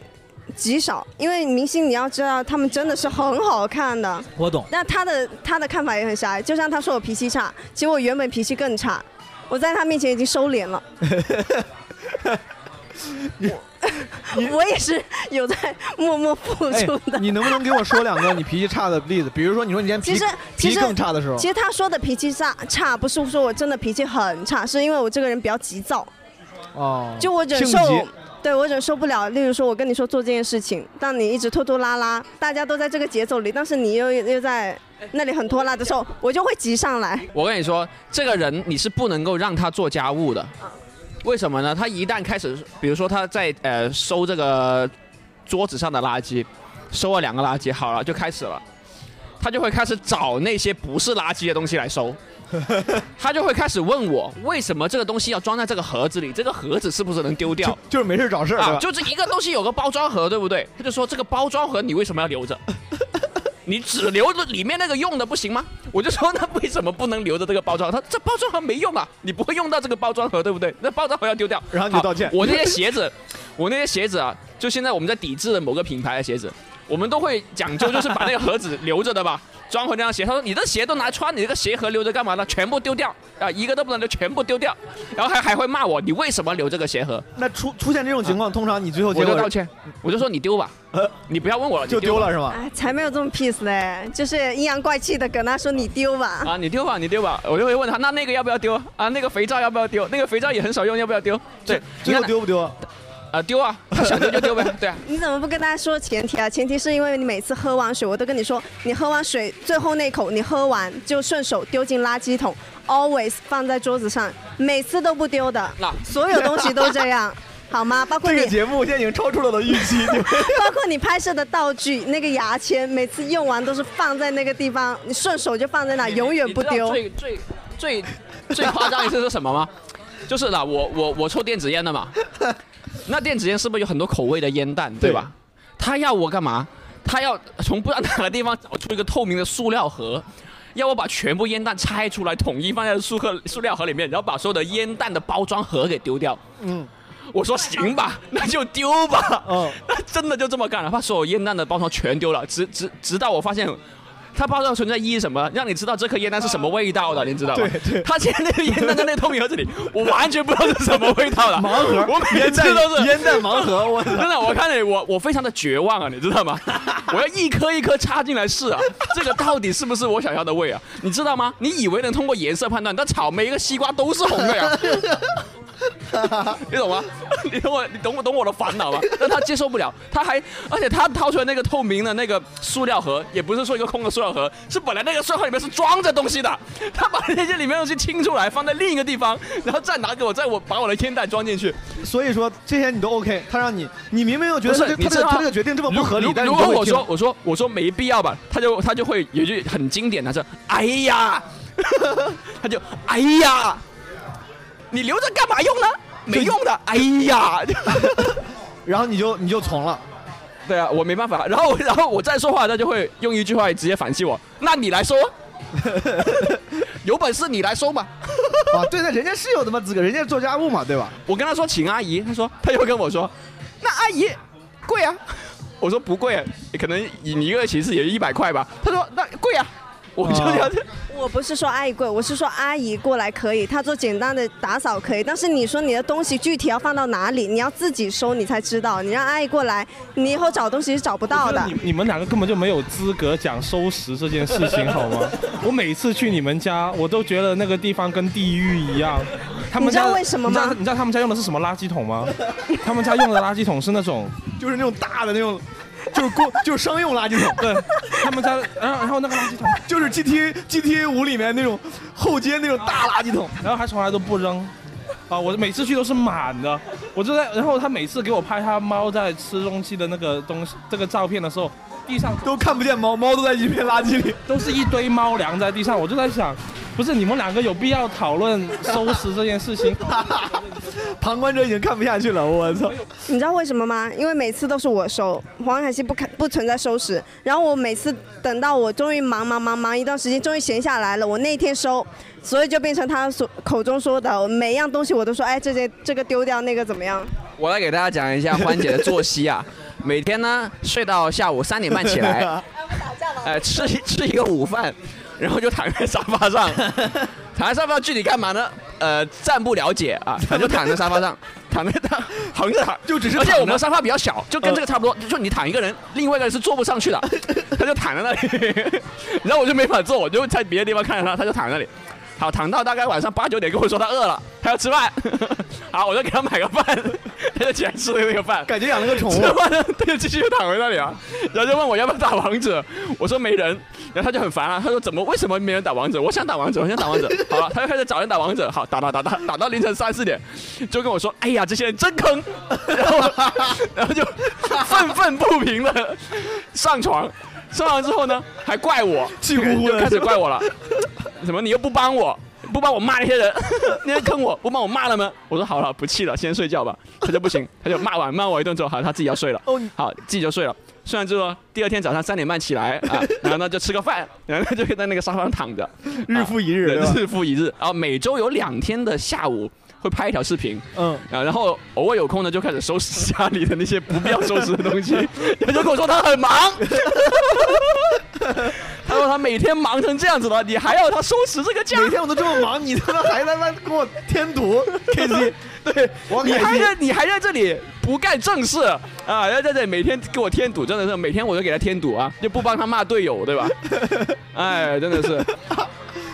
Speaker 3: 极少，因为明星你要知道，他们真的是很好看的。
Speaker 1: 我懂。
Speaker 3: 但他的他的看法也很狭隘，就像他说我脾气差，其实我原本脾气更差，我在他面前已经收敛 了。我 我也是有在默默付
Speaker 1: 哎
Speaker 3: 出的。，
Speaker 1: 你能不能给我说两个 你脾气差的例子？比如说，你说你今天脾气
Speaker 3: 其实
Speaker 1: 脾
Speaker 3: 其
Speaker 1: 气
Speaker 3: 实
Speaker 1: 更差的时候，
Speaker 3: 其实他说的脾气差差，不是说我真的脾气很差，是因为我这个人比较急躁，
Speaker 1: 哦，
Speaker 3: 就我忍
Speaker 1: 性
Speaker 3: 受
Speaker 1: 急，
Speaker 3: 对我忍受不了。例如说，我跟你说做这件事情，但你一直拖拖拉拉，大家都在这个节奏里，但是你又又在那里很拖拉的时候，我就会急上来。
Speaker 2: 我跟你说，这个人你是不能够让他做家务的，为什么呢？他一旦开始，比如说他在呃收这个桌子上的垃圾，收了两个垃圾，好了就开始了，他就会开始找那些不是垃圾的东西来收，他就会开始问我为什么这个东西要装在这个盒子里，这个盒子是不是能丢掉？
Speaker 1: 就是没事找事儿对
Speaker 2: 啊
Speaker 1: 吧，
Speaker 2: 就这一个东西有个包装盒，对不对？他就说这个包装盒你为什么要留着？ 你只留着里面那个用的不行吗？我就说那为什么不能留着这个包装盒？他这包装盒没用啊，你不会用到这个包装盒，对不对？那包装盒要丢掉。
Speaker 1: 然后你就道歉
Speaker 2: 好我那些鞋子，我那些鞋子啊，就现在我们在抵制的某个品牌的鞋子，我们都会讲究，就是把那个盒子留着的吧， 装回那双鞋。他说你这鞋都拿穿，你这个鞋盒留着干嘛呢？全部丢掉啊，一个都不能留，全部丢掉。然后还还会骂我，你为什么留这个鞋盒？
Speaker 1: 那出出现这种情况，通常你最后结
Speaker 2: 啊我
Speaker 1: 果呃
Speaker 2: 就道歉，我就说你丢吧，你不要问我了，你
Speaker 1: 就丢了是吗？
Speaker 3: 哎，才没有这么 peace 嘞，就是阴阳怪气的跟他说你丢吧。
Speaker 2: 啊，你丢吧，你丢吧，我就会问他，那那个要不要丢啊？那个肥皂要不要丢？那个肥皂也很少用，要不要丢？对，
Speaker 1: 最后丢不丢？
Speaker 2: 啊，丢啊， 他想丢就丢呗，对啊。
Speaker 3: 你怎么不跟大家说前提啊？前提是因为你每次喝完水，我都跟你说，你喝完水最后那口你喝完就顺手丢进垃圾桶，always 放在桌子上，每次都不丢的。所有东西都 这样，好吗？包括
Speaker 1: 这
Speaker 3: 你
Speaker 1: 个节目现在已经超出了我的预 期，你们
Speaker 3: 包括你拍摄的道具，那个牙签，每次用完都是放在那个地方，你顺手就放在那，永远不
Speaker 2: 你知道
Speaker 3: 丢。
Speaker 2: 最最最最夸张一次是什么吗？ 就是啦，我我我抽电子烟的嘛，那电子烟是不是有很多口味的烟弹，对吧？他要我干嘛？他要从不知道哪个地方找出一个透明的塑料盒，要我把全部烟弹拆出来，统一放在塑盒塑料盒里面，然后把所有的烟弹的包装盒给丢掉。
Speaker 1: 嗯，
Speaker 2: 我说行吧，那就丢吧。
Speaker 1: 嗯，
Speaker 2: 那真的就这么干了，把所有烟弹的包装全丢了，直直直到我发现。它包装存在意义什么？让你知道这颗烟弹是什么味道的，你知道吗？
Speaker 1: 对对
Speaker 2: 它现在那个烟弹在那个透明盒子里，我完全不知道是什么味道 的。
Speaker 1: 盲盒
Speaker 2: 我每
Speaker 1: 烟
Speaker 2: 次
Speaker 1: 弹
Speaker 2: 都是
Speaker 1: 烟弹盲盒 我操
Speaker 2: 真的，我看着我我非常的绝望啊，你知道吗？我要一颗一颗插进来试啊，这个到底是不是我想要的味啊？你知道吗？你以为能通过颜色判断，但草莓跟西瓜都是红的呀。你懂吗？ 你懂我，你懂我懂我的烦恼吗？但他接受不了，他还，而且他掏出来那个透明的那个塑料盒，也不是说一个空的塑料盒，是本来那个塑料盒里面是装着东西的，他把那些里面的东西清出来，放在另一个地方，然后再拿给我，再我把我的烟袋装进去。
Speaker 1: 所以说这些你都 OK，他让你，你明明又觉得
Speaker 2: 不
Speaker 1: 他
Speaker 2: 是
Speaker 1: 这
Speaker 2: 你
Speaker 1: 他
Speaker 2: 知
Speaker 1: 这
Speaker 2: 道吗
Speaker 1: 他这个决定这么不合理
Speaker 2: 如，
Speaker 1: 但是
Speaker 2: 如
Speaker 1: 你
Speaker 2: 果
Speaker 1: 都会
Speaker 2: 我
Speaker 1: 听
Speaker 2: 说我说我说没必要吧，他就他就会有一句很经典的是哎呀， 他就哎呀，你留着干嘛用呢？没用的，哎 呀，
Speaker 1: 然后你就你就从了。
Speaker 2: 对啊，我没办法。然后我然后我再说话，他就会用一句话直接反击我。那你来说， 有本事你来说嘛。
Speaker 1: 啊，对的，人家是有他妈资格，人家做家务嘛，对吧？
Speaker 2: 我跟他说请阿姨，他说他又跟我说，那阿姨贵啊。 我说不贵，啊可能你一个其实也就一百块吧。他说那贵 啊，我就要、
Speaker 3: 我不是说阿姨贵，我是说阿姨过来可以，她做简单的打扫可以，但是你说你的东西具体要放到哪里，你要自己收你才知道。你让阿姨过来，你以后找东西是找不到的。
Speaker 4: 你们两个根本就没有资格讲收拾这件事情，好吗？我每次去你们家，我都觉得那个地方跟地狱一样。他们家
Speaker 3: 你知道为什么吗
Speaker 4: 你知道你知道他们家用的是什么垃圾桶吗？他们家用的垃圾桶是 那种，
Speaker 1: 就是那种大的那种，就是公就是商用垃圾 桶。
Speaker 4: 对，他们家，然后然后那个垃圾桶
Speaker 1: 就是 GTA GTA 五里面那种后街那种大垃圾桶，
Speaker 4: 然后还从来都不扔。啊，我每次去都是满的，我就在，然后他每次给我拍他猫在吃东西的那个东西，这个照片的时候，地上
Speaker 1: 都看不见猫，猫都在一片垃圾里，
Speaker 4: 都是一堆猫粮在地上，我就在想，不是你们两个有必要讨论收拾这件事情？
Speaker 1: 旁观者已经看不下去了，我操！
Speaker 3: 你知道为什么吗？因为每次都是我收，黄海曦不看不存在收拾。然后我每次等到我终于忙忙忙忙一段时间，终于闲下来了，我那一天收，所以就变成他所口中说的每样东西我都说，哎，这件这个丢掉，那个怎么样？
Speaker 2: 我来给大家讲一下欢姐的作息 啊，每天呢睡到下午三点半起来，呃吃一吃一个午饭，然后就躺在沙发上，躺在沙发上具体干嘛呢？呃，暂不了解啊，反正就躺在沙发上，躺在躺横着躺，
Speaker 1: 就只是
Speaker 2: 而且
Speaker 1: 躺着
Speaker 2: 我们沙发比较小，就跟这个差不多，就你躺一个人，另外一个人是坐不上去的，他就躺在那里， 然后我就没法坐，我就在别的地方看着他，他就躺在那里。好，躺到大概晚上八九点跟我说他饿了，他要吃饭。 好，我就给他买个饭，他就起来吃了那个 饭，
Speaker 1: 感觉养了个 宠物
Speaker 2: 吃完了，他就继续躺回那里啊，然后就问我要不要打王者，我说没人，然后他就很烦啊，他说怎么为什么没人打王者？我想打王者，我想打王者。好了，他就开始找人打王者，好打打打打打到凌晨三四点，就跟 我说，哎呀，这些人真坑，然后然后就愤愤不平的上床。说完之后呢，还 怪我，又开始怪我了，什么你又不帮我，不帮我骂那些人，那些坑我，不帮我骂了吗？我说好了，不气了，先睡觉吧。他就 不行，他就骂完骂我一顿之后，好，他自己要睡了，
Speaker 1: 哦
Speaker 2: 好，自己就睡了。睡完之后，第二天早上三点半起来 啊，然后呢就吃个饭，然后呢就可以在那个沙发上躺着，
Speaker 1: 日复一日
Speaker 2: 对
Speaker 1: 对吧
Speaker 2: 日复一日啊，每周有两天的下午。会拍一条视频，
Speaker 1: 嗯，
Speaker 2: 啊，然后偶尔有空呢，就开始收拾家里的那些不必要收拾的 东西。他就跟我说他很忙， 他说他每天忙成这样子了，你还要他收拾这个家？每
Speaker 1: 天我都这么忙，你他妈还在那跟我添 堵？K C，
Speaker 2: 对，
Speaker 1: 我
Speaker 2: 你
Speaker 1: 凯西
Speaker 2: 还在你还在这里不干正事啊？要在这里每天给我添堵，真的是每天我都给他添堵啊，就不帮他骂队友，对吧？哎，真的是。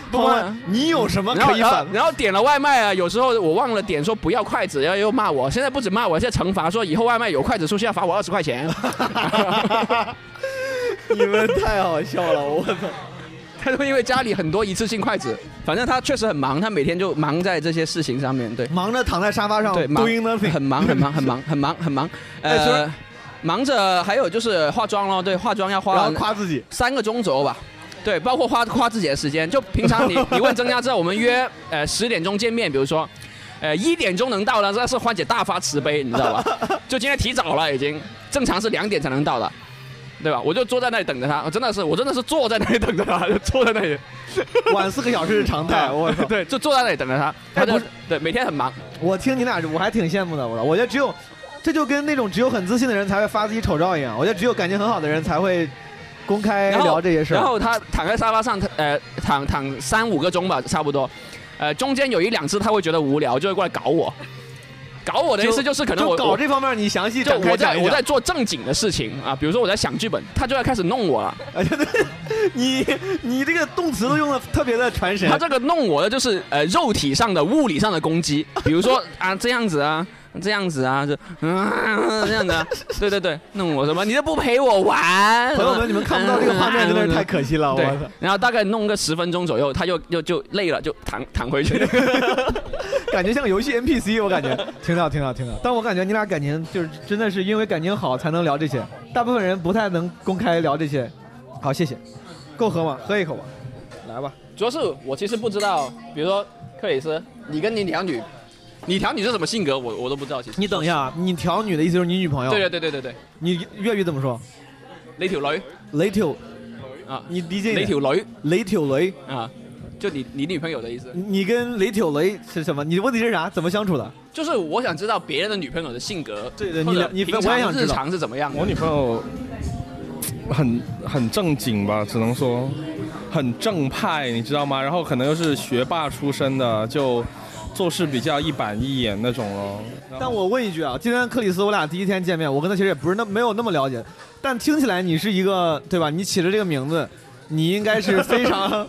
Speaker 1: 不管你有什么
Speaker 2: 然后
Speaker 1: 可以
Speaker 2: 然
Speaker 1: 反
Speaker 2: 后然后点了外卖啊，有时候我忘了点说不要筷子，然后又骂我。现在不止骂我，现在惩罚说以后外卖有筷子出现要罚我二十块钱。
Speaker 1: 你们太好笑了，我操！
Speaker 2: 他说因为家里很多一次性筷子，反正他确实很忙，他每天就忙在这些事情上面，对，
Speaker 1: 忙着躺在沙发上
Speaker 2: 对，忙
Speaker 1: 哦 doing nothing
Speaker 2: 很忙很忙很忙很忙很忙，
Speaker 1: 哎虽
Speaker 2: 呃
Speaker 1: 然，
Speaker 2: 忙着还有就是化妆咯，对，化妆要
Speaker 1: 然
Speaker 2: 花
Speaker 1: 后夸自己
Speaker 2: 三个钟左右吧。对，包括花花自己的时间。就平 常你你问增加之后，我们约呃十点钟见面，比如说，呃一点钟能到呢，那是欢姐大发慈悲，你知道 吧？就今天提早了，已经正常是两点才能到的，对吧？我就坐在那里等着他，我真的是我真的是坐在那里等着他，就坐在那里，
Speaker 1: 晚四个小时是常态，我操！
Speaker 2: 对，就坐在那里等着他。他
Speaker 1: 哎
Speaker 2: 就对每天很忙，
Speaker 1: 我听你俩，我还挺羡慕的。我我觉得只有，这就跟那种只有很自信的人才会发自己丑照一样。我觉得只有感情很好的人才会公开
Speaker 2: 然后
Speaker 1: 哎聊这些事儿。
Speaker 2: 然后他躺在沙发上，他呃，躺躺三五个钟吧，差不多。呃，中间有一两次他会觉得无聊，就会过来搞我。搞我的意思就是可能
Speaker 1: 就
Speaker 2: 我
Speaker 1: 搞这
Speaker 2: 我
Speaker 1: 方面，你详细
Speaker 2: 就
Speaker 1: 展开
Speaker 2: 我
Speaker 1: 讲
Speaker 2: 在
Speaker 1: 一讲
Speaker 2: 我在做正经的事情啊，比如说我在想剧本，他就要开始弄我了。
Speaker 1: 你你这个动词都用的特别的传神。
Speaker 2: 他这个弄我的就是呃肉体上的、物理上的攻击，比如说啊这样子啊，这样子啊，就嗯这样的、啊，对对对，弄我什么？你都不陪我 玩。
Speaker 1: 朋友们你啊们看不到这个画面真的是太可惜了
Speaker 2: 对
Speaker 1: 我操，
Speaker 2: 然后大概弄个十分钟左右，他又又就累了，就躺躺回去。
Speaker 1: 感觉像个游戏 NPC，我感觉挺好，挺好，挺好。但我感觉你俩感情就是真的是因为感情好才能聊这些，大部分人不太能公开聊这些。好，谢谢，够喝吗？喝一口吧，来吧。
Speaker 2: 主要是我其实不知道，比如说克里斯，你跟你条女，你条女是什么性格，我我都不知道。其实
Speaker 1: 你等一下，啊，你调女的意思就是你女朋友？啊
Speaker 2: 对对对对对对，
Speaker 1: 你粤语怎么说？
Speaker 2: 你条女
Speaker 1: 雷条
Speaker 2: 啊，
Speaker 1: 你理解一
Speaker 2: 你
Speaker 1: 点
Speaker 2: 条女
Speaker 1: 雷条雷
Speaker 2: 啊，就你你女朋友的意思，
Speaker 1: 你跟雷条雷是什么？你的问题是啥？怎么相处的？
Speaker 2: 就是我想知道别人的女朋友的性格，对
Speaker 1: 对你
Speaker 2: 或者
Speaker 1: 了你
Speaker 2: 平
Speaker 1: 我也想
Speaker 2: 常
Speaker 1: 知道
Speaker 2: 日常是怎么样的。
Speaker 4: 我女朋友很很正经吧，只能说很正派，你知道吗？然后可能又是学霸出身的，就做事比较一板一眼那种咯。
Speaker 1: 但我问一句啊，今天克里斯我俩第一天见面，我跟他其实也不是那没有那么了解，但听起来你是一个对吧？你起了这个名字，你应该是非常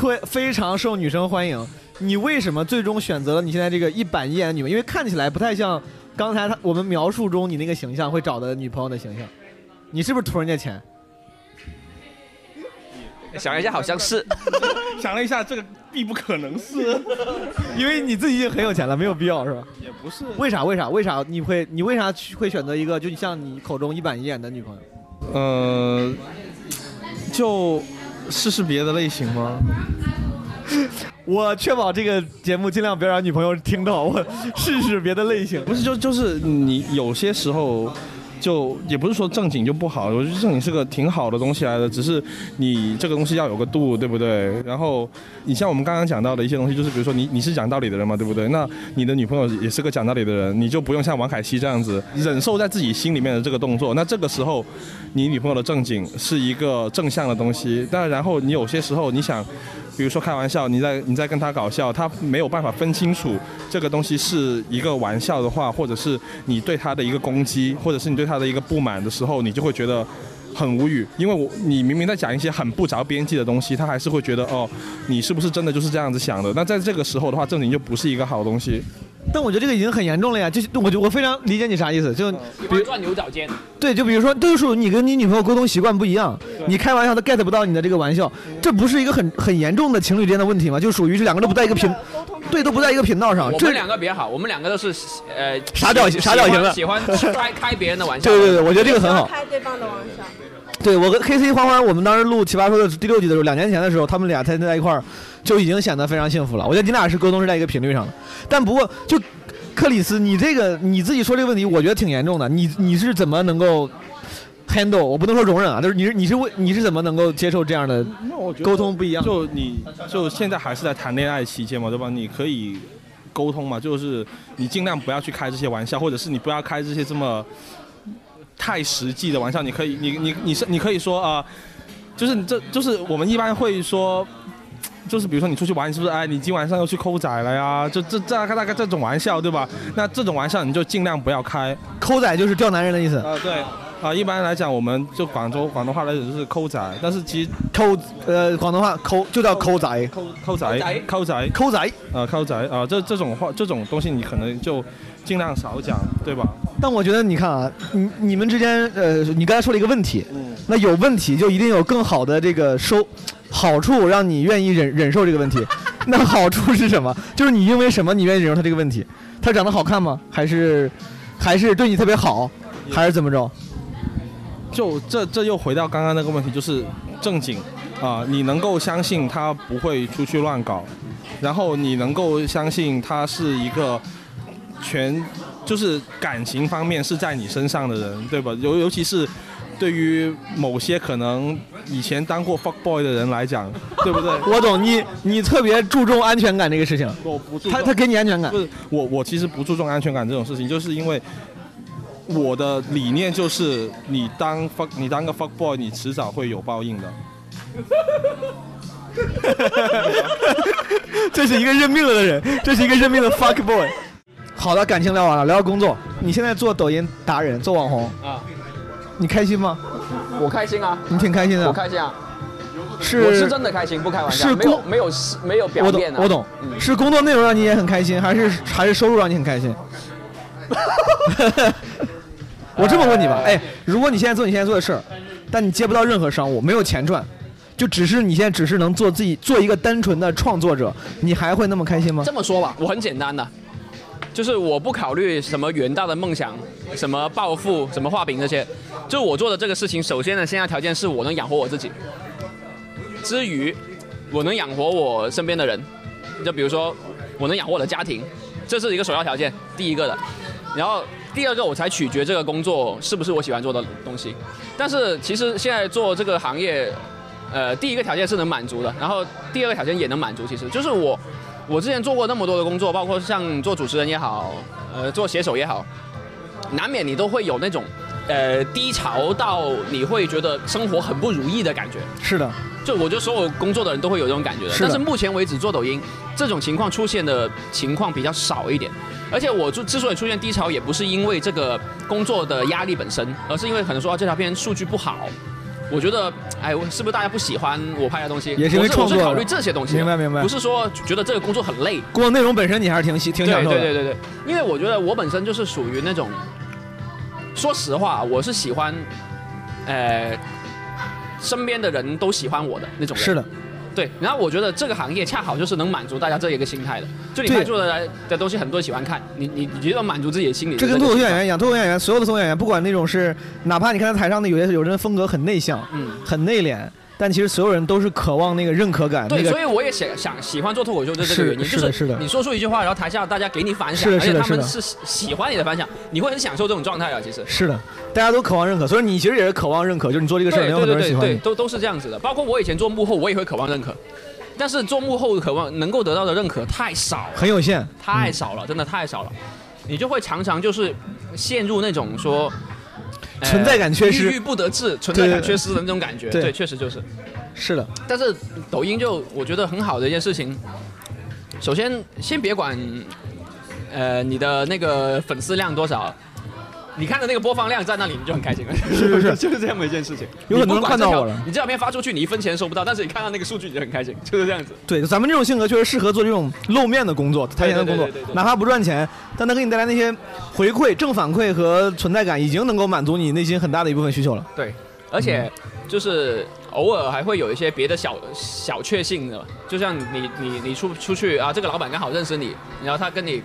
Speaker 1: 会非常受女生欢迎。你为什么最终选择了你现在这个一板一眼的女朋友？因为看起来不太像刚才他我们描述中你那个形象会找的女朋友的形象。你是不是图人家钱？
Speaker 2: 想一下，好像是。
Speaker 4: 想了一下，这个必不可能是，
Speaker 1: 因为你自己已经很有钱了，没有必要是吧？
Speaker 4: 也不是。
Speaker 1: 为啥？为啥？为啥你会你为啥去会选择一个就像你口中一板一眼的女朋友？
Speaker 4: 呃，就试试别的类型吗？
Speaker 1: 我确保这个节目尽量别让女朋友听到，我试试别的类型。
Speaker 4: 不是，就就是你有些时候。就也不是说正经就不好，我觉得正经是个挺好的东西来的，只是你这个东西要有个度，对不对？然后你像我们刚刚讲到的一些东西，就是比如说你你是讲道理的人嘛，对不对？那你的女朋友也是个讲道理的人，你就不用像王凯西这样子忍受在自己心里面的这个动作。那这个时候，你女朋友的正经是一个正向的东西，但然后你有些时候你想，比如说开玩笑，你在你在跟她搞笑，她没有办法分清楚这个东西是一个玩笑的话，或者是你对她的一个攻击，或者是你对她的一个不满的时候，你就会觉得。很无语，因为我你明明在讲一些很不着边际的东西，她还是会觉得哦，你是不是真的就是这样子想的？那在这个时候的话，正经就不是一个好东西。
Speaker 1: 但我觉得这个已经很严重了呀，就是我觉得我非常理解你啥意思，就
Speaker 2: 喜欢钻牛角尖，
Speaker 1: 对，就比如说，这就属于你跟你女朋友沟通习惯不一样，你开玩笑她 get 不到你的这个玩笑，这不是一个很很严重的情侣之间的问题吗？就属于是两个都不在一个频，
Speaker 3: 啊
Speaker 1: 对，都不在一个频道上，
Speaker 2: 我
Speaker 1: 这
Speaker 2: 们两个比较好，我们两个都是呃
Speaker 1: 傻屌
Speaker 2: 喜
Speaker 1: 傻屌型的
Speaker 2: 喜欢喜欢开开别人的玩笑。
Speaker 1: 对对对，我觉得这个很好。
Speaker 3: 开对方的玩笑。
Speaker 1: 对我跟 K C 欢欢，我们当时录《奇葩说》的第六季的时候，两年前的时候，他们俩才在一块儿，就已经显得非常幸福了。我觉得你俩是沟通是在一个频率上的，但不过就克里斯，你这个你自己说这个问题，我觉得挺严重的。你你是怎么能够 handle？我不能说容忍啊，就是你是你是为你是怎么能够接受这样的沟通不一样？
Speaker 4: 就你就现在还是在谈恋爱期间嘛，对吧？你可以沟通嘛，就是你尽量不要去开这些玩笑，或者是你不要开这些这么太实际的玩笑。你可以，你你你是你可以说啊、呃就是你这就是我们一般会说。就是比如说你出去玩，你是不是哎，你今晚上又去抠仔了呀？就这这大概大概这种玩笑，对吧？那这种玩笑你就尽量不要开。
Speaker 1: 抠仔就是钓男人的意思。
Speaker 4: 啊、对。啊、一般来讲，我们就广州广东话来讲就是抠仔，但是其实
Speaker 1: 抠呃广东话抠就叫抠仔，
Speaker 4: 抠抠仔，抠仔，
Speaker 1: 抠仔
Speaker 4: 啊，抠仔啊，这这种话这种东西你可能就尽量少讲，对吧？
Speaker 1: 但我觉得你看啊，你你们之间呃，你刚才说了一个问题，
Speaker 4: 嗯
Speaker 1: 那有问题就一定有更好的这个收好处，让你愿意忍忍受这个问 题。那好处是什么？就是你因为什么你愿意忍受他这个问题？他长得好看吗？还是还是对你特别好，还是怎么着？
Speaker 4: 就这这又回到刚刚那个问题，就是正经啊、你能够相信他不会出去乱搞，然后你能够相信他是一个全就是感情方面是在你身上的人，对吧？尤尤其是对于某些可能以前当过 fuck boy 的人来讲，对不对？
Speaker 1: 我懂你，你特别注重安全感这个事情。
Speaker 4: 我不注重
Speaker 1: 他他给你安全 感
Speaker 4: 不是我，我其实不注重安全感这种事情，就是因为我的理念就是，你当 fuck，你当个 fuck boy，你迟早会有报应的。
Speaker 1: 这是一个认命了的人，这是一个认命的 fuck boy。好的，感情聊完了，聊聊工作。你现在做抖音达人，做网红，
Speaker 2: 啊，
Speaker 1: 你开心吗？
Speaker 2: 我开心啊，
Speaker 1: 你挺开心的
Speaker 2: 我开心啊，
Speaker 1: 是
Speaker 2: 我是真的开心，不开玩笑，
Speaker 1: 是
Speaker 2: 没有
Speaker 1: 工
Speaker 2: 没有是没有表
Speaker 1: 我懂
Speaker 2: 面啊，，
Speaker 1: 我懂，是工作内容让你也很开心，还是还是收入让你很开心？ 我这么问你吧，哎，如果你现在做你现在做的事儿，但你接不到任何商务，没有钱赚，就只是你现在只是能做自己做一个单纯的创作者，你还会那么开心吗
Speaker 2: 这？么说吧，我很简单的，就是我不考虑什么远大的梦想、什么暴富、什么画饼这些，就我做的这个事情，首先呢，现在条件是我能养活我自己，之余我能养活我身边的人，就比如说我能养活我的家庭，这是一个首要条件，第一个的。然后第二个，我才取决这个工作是不是我喜欢做的东西。但是其实现在做这个行业，呃，第一个条件是能满足的，然后第二个条件也能满足。其实就是我，我之前做过那么多的工作，包括像做主持人也好，呃，做写手也好，难免你都会有那种，呃，低潮到你会觉得生活很不如意的感觉。
Speaker 1: 是的，
Speaker 2: 就我觉得所有工作的人都会有这种感觉的，
Speaker 1: 是的
Speaker 2: 但是目前为止做抖音这种情况出现的情况比较少一点，而且我之之所以出现低潮，也不是因为这个工作的压力本身，而是因为可能说、啊、这条片数据不好，我觉得哎，我是不是大家不喜欢我拍的东西？
Speaker 1: 也是因为
Speaker 2: 我
Speaker 1: 创作
Speaker 2: 我
Speaker 1: 了
Speaker 2: 是考虑这些东西的，
Speaker 1: 明白明白
Speaker 2: 不是说觉得这个工作很累，
Speaker 1: 工作内容本身你还是挺喜挺享受的。
Speaker 2: 对对对对对，因为我觉得我本身就是属于那种，说实话，我是喜欢，呃，身边的人都喜欢我的那种人。
Speaker 1: 是的。
Speaker 2: 对，然后我觉得这个行业恰好就是能满足大家这一个心态的，就你
Speaker 1: 对
Speaker 2: 拍出来的东西，很多人喜欢看，你你你觉得满足自己的心理的
Speaker 1: 这
Speaker 2: 个
Speaker 1: 跟
Speaker 2: 心
Speaker 1: 脱
Speaker 2: 态。
Speaker 1: 口秀演员一样，脱口秀演员所有的脱口秀演员，不管那种是，哪怕你看他台上的有些有人风格很内向，
Speaker 2: 嗯
Speaker 1: 很内敛，但其实所有人都是渴望那个认可感。
Speaker 2: 对，
Speaker 1: 那个
Speaker 2: 所以我也想想喜欢做脱口秀，就是这
Speaker 1: 是
Speaker 2: 个原因，
Speaker 1: 是
Speaker 2: 就
Speaker 1: 的是的
Speaker 2: 你说出一句话，然后台下大家给你反
Speaker 1: 是
Speaker 2: 响，
Speaker 1: 的
Speaker 2: 而且
Speaker 1: 是的
Speaker 2: 他们
Speaker 1: 是
Speaker 2: 是喜欢你的反响，你会很享受这种状态啊，其实。
Speaker 1: 是的，大家都渴望认可，所以你其实也是渴望认可，就是你做这个事儿，
Speaker 2: 对
Speaker 1: 有很多人喜欢
Speaker 2: 对对对
Speaker 1: 你
Speaker 2: 对，。都都是这样子的。包括我以前做幕后，我也会渴望认可，但是做幕后渴望能够得到的认可太少了，
Speaker 1: 很有限
Speaker 2: 太少
Speaker 1: 嗯
Speaker 2: 了，真的太少了。你就会常常就是陷入那种说。呃
Speaker 1: 存在感缺失
Speaker 2: 郁郁不得志，存
Speaker 1: 对
Speaker 2: 在
Speaker 1: 对
Speaker 2: 感
Speaker 1: 对
Speaker 2: 缺失的那种感觉，
Speaker 1: 对
Speaker 2: 对，确实就是。
Speaker 1: 是的，
Speaker 2: 但是抖音就我觉得很好的一件事情，首先先别管，呃，你的那个粉丝量多少，你看着那个播放量在那里，你就很开心了，
Speaker 1: 是是是
Speaker 2: 就是这样的一件事情。
Speaker 1: 有很多人
Speaker 2: 你不管
Speaker 1: 看到
Speaker 2: 这条
Speaker 1: 我了
Speaker 2: 你这条片发出去，你一分钱收不到，但是你看到那个数据，你就很开心， 就是这样子。
Speaker 1: 对，咱们这种性格确实适合做这种露面的工作，台前的工作
Speaker 2: 对对对对，对
Speaker 1: 哪怕不赚钱，但它给你带来那些回馈、正反馈和存在感，已经能够满足你内心很大的一部分需求了。
Speaker 2: 对，而且就是偶尔还会有一些别的小小确幸的，就像你你你出出去啊，这个老板刚好认识你，然后他跟你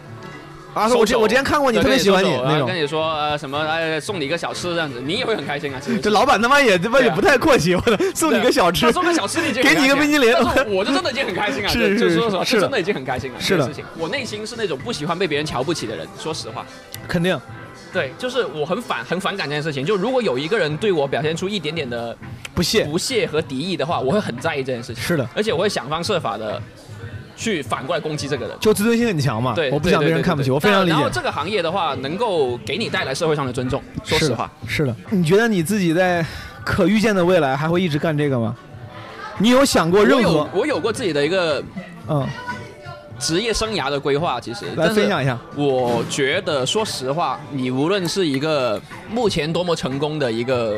Speaker 1: 啊
Speaker 2: 收
Speaker 1: 我之
Speaker 2: 手
Speaker 1: 我之前看过你
Speaker 2: 对
Speaker 1: 特别喜欢你
Speaker 2: 跟收手
Speaker 1: 那
Speaker 2: 然后
Speaker 1: 种
Speaker 2: 跟你说呃什么呃送你一个小吃这样子，你也会很开心啊。 其实
Speaker 1: 这老板他妈也他妈也不太客气，我的送你个小
Speaker 2: 啊对
Speaker 1: 吃，
Speaker 2: 啊送个小吃你已经
Speaker 1: 给你一个冰激凌，
Speaker 2: 啊我就真的已经很开心啊。
Speaker 1: 是
Speaker 2: 对
Speaker 1: 是
Speaker 2: 就说实话，
Speaker 1: 是
Speaker 2: 就
Speaker 1: 的
Speaker 2: 真的已经很开心了。
Speaker 1: 是的
Speaker 2: 这个事情，我内心是那种不喜欢被别人瞧不起的人，说实话。
Speaker 1: 肯定
Speaker 2: 对，就是我很反很反感这件事情。就如果有一个人对我表现出一点点的
Speaker 1: 不屑、
Speaker 2: 不屑和敌意的话，我会很在意这件事情。
Speaker 1: 是的，
Speaker 2: 而且我会想方设法的去反过来攻击这个人。
Speaker 1: 就自尊心很强嘛。
Speaker 2: 对，
Speaker 1: 我不
Speaker 2: 对
Speaker 1: 想
Speaker 2: 对
Speaker 1: 被人
Speaker 2: 对
Speaker 1: 看不起，
Speaker 2: 对
Speaker 1: 我非常理
Speaker 2: 然
Speaker 1: 解
Speaker 2: 后。这个行业的话，能够给你带来社会上的尊重，说
Speaker 1: 是
Speaker 2: 实
Speaker 1: 的
Speaker 2: 话，
Speaker 1: 是的。你觉得你自己在可预见的未来还会一直干这个吗？你有想过任何
Speaker 2: 我有我有过自己的一个
Speaker 1: 嗯
Speaker 2: 职业生涯的规划，其实
Speaker 1: 来分享一下。
Speaker 2: 但是我觉得，说实话，你无论是一个目前多么成功的一个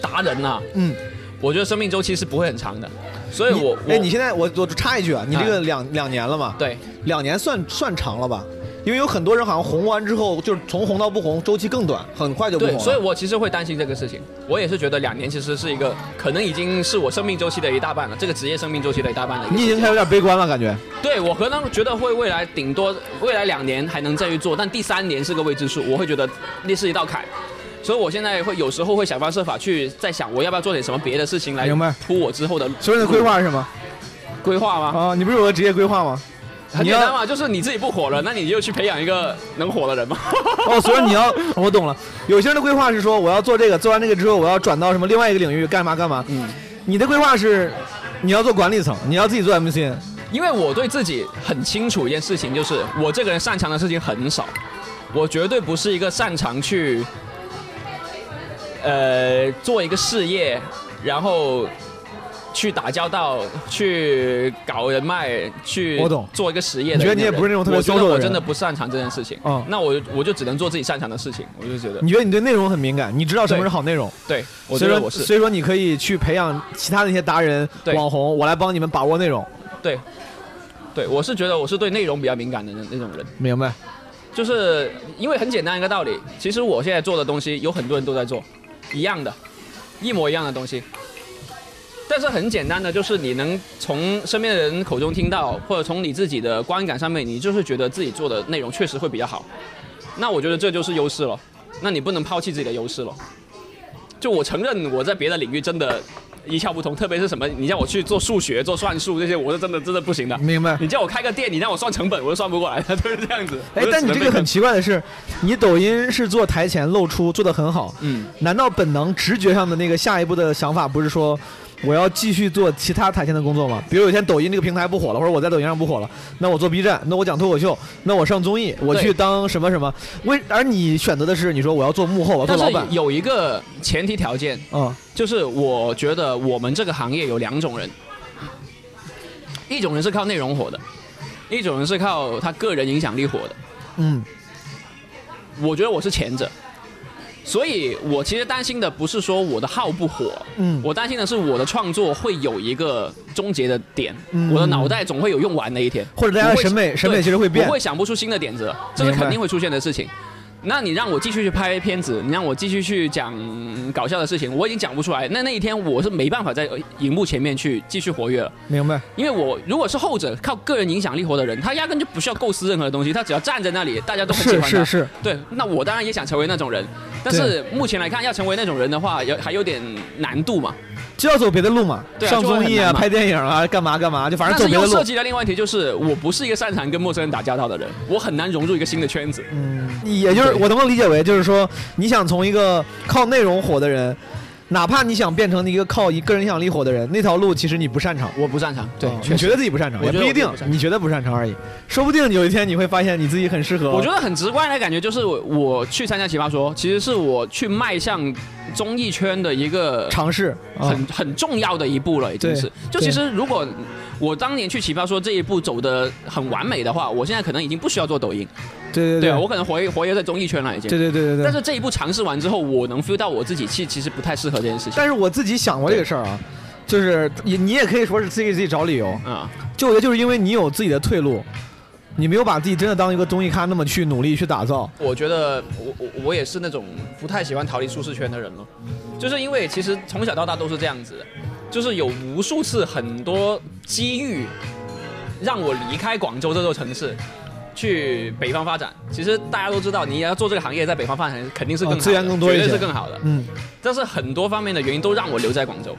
Speaker 2: 达人呐、
Speaker 1: 嗯，
Speaker 2: 我觉得生命周期是不会很长的，所以我
Speaker 1: 哎，
Speaker 2: 我
Speaker 1: 你现在我我插一句啊，你这
Speaker 2: 哎
Speaker 1: 个两两年了嘛？
Speaker 2: 对，
Speaker 1: 两年算算长了吧？因为有很多人好像红完之后，就是从红到不红，周期更短，很快就不红啊
Speaker 2: 对，
Speaker 1: 了。
Speaker 2: 所以我其实会担心这个事情。我也是觉得两年其实是一个可能已经是我生命周期的一大半了，这个职业生命周期的一大半了。
Speaker 1: 你已经开始有点悲观了，感觉。
Speaker 2: 对我可能觉得会未来顶多未来两年还能再去做，但第三年是个未知数，我会觉得那是一道坎。所以我现在会有时候会想方设法去在想，我要不要做点什么别的事情来
Speaker 1: 明白
Speaker 2: 铺我之后的。
Speaker 1: 所以你的规划是什么？
Speaker 2: 规划吗？
Speaker 1: 啊，你不是有个职业规划吗？
Speaker 2: 很
Speaker 1: 你
Speaker 2: 简
Speaker 1: 要
Speaker 2: 单嘛，就是你自己不火了，那你就去培养一个能火的人嘛。
Speaker 1: 哦，所以你要，我懂了。有些人的规划是说，我要做这个，做完这个之后，我要转到什么另外一个领域，干嘛干嘛。
Speaker 2: 嗯，
Speaker 1: 你的规划是，你要做管理层，你要自己做 MCN。
Speaker 2: 因为我对自己很清楚一件事情，就是我这个人擅长的事情很少，我绝对不是一个擅长去，呃，做一个事业，然后去打交道、去搞人脉、去
Speaker 1: 我懂
Speaker 2: 做一个实业的
Speaker 1: 你觉得
Speaker 2: 人
Speaker 1: 你也不是那种特别
Speaker 2: 我觉得
Speaker 1: social 的
Speaker 2: 我
Speaker 1: 人
Speaker 2: 真的不擅长这件事情。
Speaker 1: 嗯
Speaker 2: 那我我就只能做自己擅长的事情，我就觉得
Speaker 1: 你觉得你对内容很敏感，你知道什么是好内容。
Speaker 2: 对，我
Speaker 1: 所
Speaker 2: 觉
Speaker 1: 以
Speaker 2: 得
Speaker 1: 说，
Speaker 2: 我是
Speaker 1: 所以说你可以去培养其他的那些达人、
Speaker 2: 对
Speaker 1: 网红，我来帮你们把握内容。
Speaker 2: 对，对，我是觉得我是对内容比较敏感的那那种人。
Speaker 1: 明白？
Speaker 2: 就是因为很简单一个道理，其实我现在做的东西有很多人都在做，一样的，一模一样的东西。但是很简单的，就是你能从身边的人口中听到，或者从你自己的观感上面，你就是觉得自己做的内容确实会比较好。那我觉得这就是优势了，那你不能抛弃自己的优势了。就我承认我在别的领域真的一窍不通，特别是什么，你叫我去做数学、做算术这些，我是真的真的不行的。
Speaker 1: 明白
Speaker 2: 你叫我开个店，你让我算成本，我都算不过来 的，都是这样子。
Speaker 1: 哎
Speaker 2: 我，就
Speaker 1: 但你
Speaker 2: 只能
Speaker 1: 这
Speaker 2: 被
Speaker 1: 个很
Speaker 2: 坑
Speaker 1: 奇怪的是，你抖音是做台前露出做的很好，
Speaker 2: 嗯，
Speaker 1: 难道本能直觉上的那个下一步的想法不是说我要继续做其他台前的工作吗？比如有一天抖音这个平台不火了，或者我在抖音上不火了，那我做 B 站，那我讲脱口秀，那我上综艺，我
Speaker 2: 对
Speaker 1: 去当什么什么？为而你选择的是你说我要做幕后，我要做
Speaker 2: 但
Speaker 1: 老
Speaker 2: 是
Speaker 1: 板，
Speaker 2: 有一个前提条件，
Speaker 1: 嗯，
Speaker 2: 就是我觉得我们这个行业有两种人，一种人是靠内容火的，一种人是靠他个人影响力火的。
Speaker 1: 嗯，
Speaker 2: 我觉得我是前者，所以我其实担心的不是说我的号不火，
Speaker 1: 嗯
Speaker 2: 我担心的是我的创作会有一个终结的点，
Speaker 1: 嗯
Speaker 2: 我的脑袋总会有用完的一天，
Speaker 1: 或者大家的
Speaker 2: 我会
Speaker 1: 审美
Speaker 2: 对
Speaker 1: 审美其实会变
Speaker 2: 我会想不出新的点子，这是
Speaker 1: 明白
Speaker 2: 肯定会出现的事情。那你让我继续去拍片子，你让我继续去讲嗯搞笑的事情，我已经讲不出来。那那一天我是没办法在呃荧幕前面去继续活跃了。
Speaker 1: 明白。
Speaker 2: 因为我如果是后者，靠个人影响力活的人，他压根就不需要构思任何东西，他只要站在那里，大家都很喜欢他。
Speaker 1: 是是是
Speaker 2: 对，那我当然也想成为那种人，但是目前来看，要成为那种人的话，有还有点难度嘛。
Speaker 1: 就要走别的路嘛，
Speaker 2: 对啊
Speaker 1: 上
Speaker 2: 就
Speaker 1: 综
Speaker 2: 会
Speaker 1: 艺啊，
Speaker 2: 很难嘛
Speaker 1: 拍电影啊，干嘛干嘛，就反正
Speaker 2: 但
Speaker 1: 走
Speaker 2: 是
Speaker 1: 别
Speaker 2: 又
Speaker 1: 的
Speaker 2: 涉
Speaker 1: 路。
Speaker 2: 及到另外一题，就是我不是一个擅长跟陌生人打交道的人，我很难融入一个新的圈子。
Speaker 1: 也就是我能够理解为，就是说你想从一个靠内容火的人，哪怕你想变成一个靠一个人影响力火的人，那条路其实你不擅长。
Speaker 2: 我不擅长，对哦确
Speaker 1: 你
Speaker 2: 实
Speaker 1: 觉得自己不擅长，
Speaker 2: 我
Speaker 1: 也
Speaker 2: 觉得
Speaker 1: 不一定
Speaker 2: 我自己不擅，长
Speaker 1: 你觉得不擅长而已。说不定有一天你会发现你自己很适合。
Speaker 2: 我觉得很直观的感觉就是我，我去参加《奇葩说》，其实是我去迈向综艺圈的一个
Speaker 1: 尝试，啊
Speaker 2: 很很重要的一步了，已经是
Speaker 1: 对。
Speaker 2: 就其实如果我当年去《奇葩说》这一步走的很完美的话，我现在可能已经不需要做抖音，
Speaker 1: 对对
Speaker 2: 对啊我可能活跃活跃在综艺圈了已经。
Speaker 1: 对对对对对
Speaker 2: 但是这一步尝试完之后，我能 feel 到我自己其其实不太适合这件事情。
Speaker 1: 但是我自己想过这个事儿啊，就是也你也可以说是自己给自己找理由
Speaker 2: 啊。
Speaker 1: 就我觉得就是因为你有自己的退路，你没有把自己真的当一个综艺咖那么去努力去打造。
Speaker 2: 我觉得我我我也是那种不太喜欢逃离舒适圈的人了，就是因为其实从小到大都是这样子的，就是有无数次很多机遇让我离开广州这座城市，去北方发展。其实大家都知道，你要做这个行业，在北方发展肯定是更好的、
Speaker 1: 资源哦更多一
Speaker 2: 绝
Speaker 1: 些，
Speaker 2: 对是更好的。
Speaker 1: 嗯，
Speaker 2: 但是很多方面的原因都让我留在广州，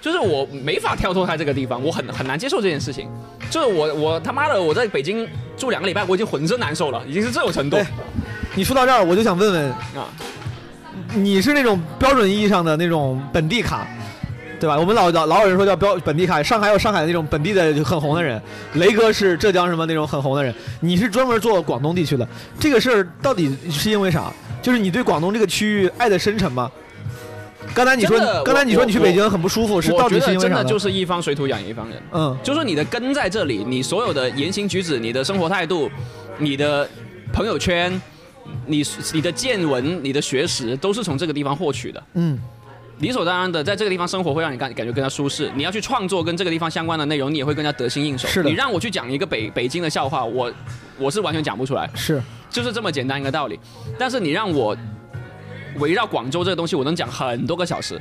Speaker 2: 就是我没法跳脱开这个地方，我很很难接受这件事情。就是我我他妈的我在北京住两个礼拜，我已经浑身难受了，已经是这种程度。
Speaker 1: 你说到这儿，我就想问问
Speaker 2: 啊，
Speaker 1: 你是那种标准意义上的那种本地咖，对吧？我们老老老有人说叫标本地咖，上海有上海的那种本地的很红的人，雷哥是浙江什么那种很红的人，你是专门做广东地区的，这个事儿到底是因为啥？就是你对广东这个区域爱的深沉吗？刚才你说
Speaker 2: 真的，
Speaker 1: 刚才你说你去
Speaker 2: 我
Speaker 1: 北京很不舒服，是
Speaker 2: 我
Speaker 1: 到底
Speaker 2: 觉
Speaker 1: 是
Speaker 2: 得
Speaker 1: 因为
Speaker 2: 真
Speaker 1: 啥
Speaker 2: 的
Speaker 1: 呢？
Speaker 2: 就是一方水土养一方人，
Speaker 1: 嗯，
Speaker 2: 就说你的根在这里，你所有的言行举止、你的生活态度、你的朋友圈、你你的见闻、你的学识，都是从这个地方获取的。
Speaker 1: 嗯，
Speaker 2: 理所当然的，在这个地方生活会让你感感觉更加舒适。你要去创作跟这个地方相关的内容，你也会更加得心应手。
Speaker 1: 是的
Speaker 2: 你让我去讲一个北北京的笑话，我我是完全讲不出来，
Speaker 1: 是
Speaker 2: 就是这么简单一个道理。但是你让我围绕广州这个东西，我能讲很多个小时。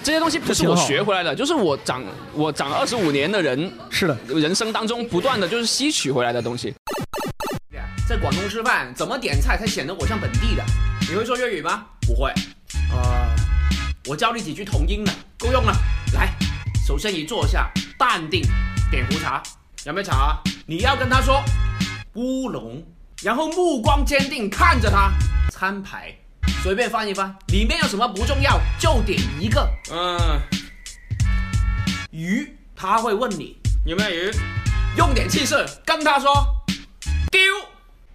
Speaker 2: 这些东西不是我学回来的，就是我长我长二十五年的人
Speaker 1: 是的
Speaker 2: 人生当中不断的就是吸取回来的东西。在广东吃饭，怎么点菜才显得我像本地的？你会说粤语吗？不会。啊、我教你几句同音的，够用了。来，首先你坐下，淡定，点壶茶，有没有茶啊？你要跟他说乌龙，然后目光坚定看着他，餐牌随便翻一翻，里面有什么不重要，就点一个。嗯、鱼，他会问你有没有鱼，用点气势跟他说丢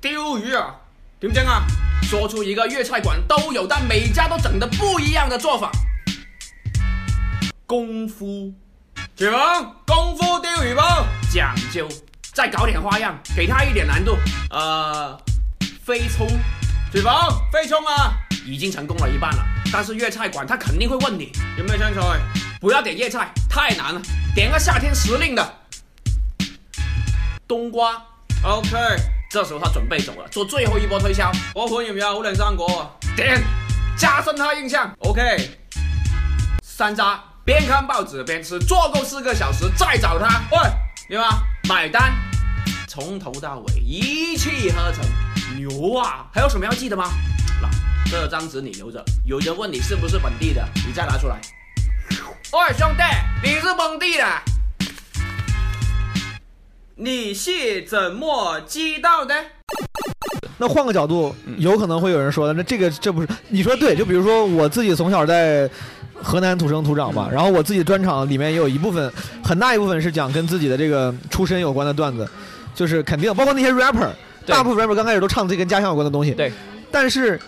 Speaker 2: 丢鱼啊，点整啊？说出一个粤菜馆都有，但每家都整的不一样的做法。功夫，启蒙功夫丢鱼包，讲究，再搞点花样，给他一点难度。呃，飞冲，启蒙飞冲啊，已经成功了一半了。但是粤菜馆他肯定会问你有没有香菜，不要点粤菜，太难了，点个夏天时令的冬瓜。OK，这时候他准备走了，做最后一波推销。我款要唔要？我两三个啊。点，加深他印象。OK，山楂，边看报纸边吃，做够四个小时再找他。喂，对吗？买单，从头到尾一气呵成，牛啊！还有什么要记得吗？嗱，这张纸你留着，有人问你是不是本地的，你再拿出来。喂，兄弟，你是本地的？你是怎么知道的？
Speaker 1: 那换个角度，
Speaker 2: 嗯
Speaker 1: 有可能会有人说，那这个这不是你说对？就比如说我自己从小在河南土生土长嘛，
Speaker 2: 嗯
Speaker 1: 然后我自己专场里面也有一部分，很大一部分是讲跟自己的这个出身有关的段子，就是肯定包括那些 rapper，大部分 rapper 刚开始都唱自己跟家乡有关的东西。
Speaker 2: 对，
Speaker 1: 但是。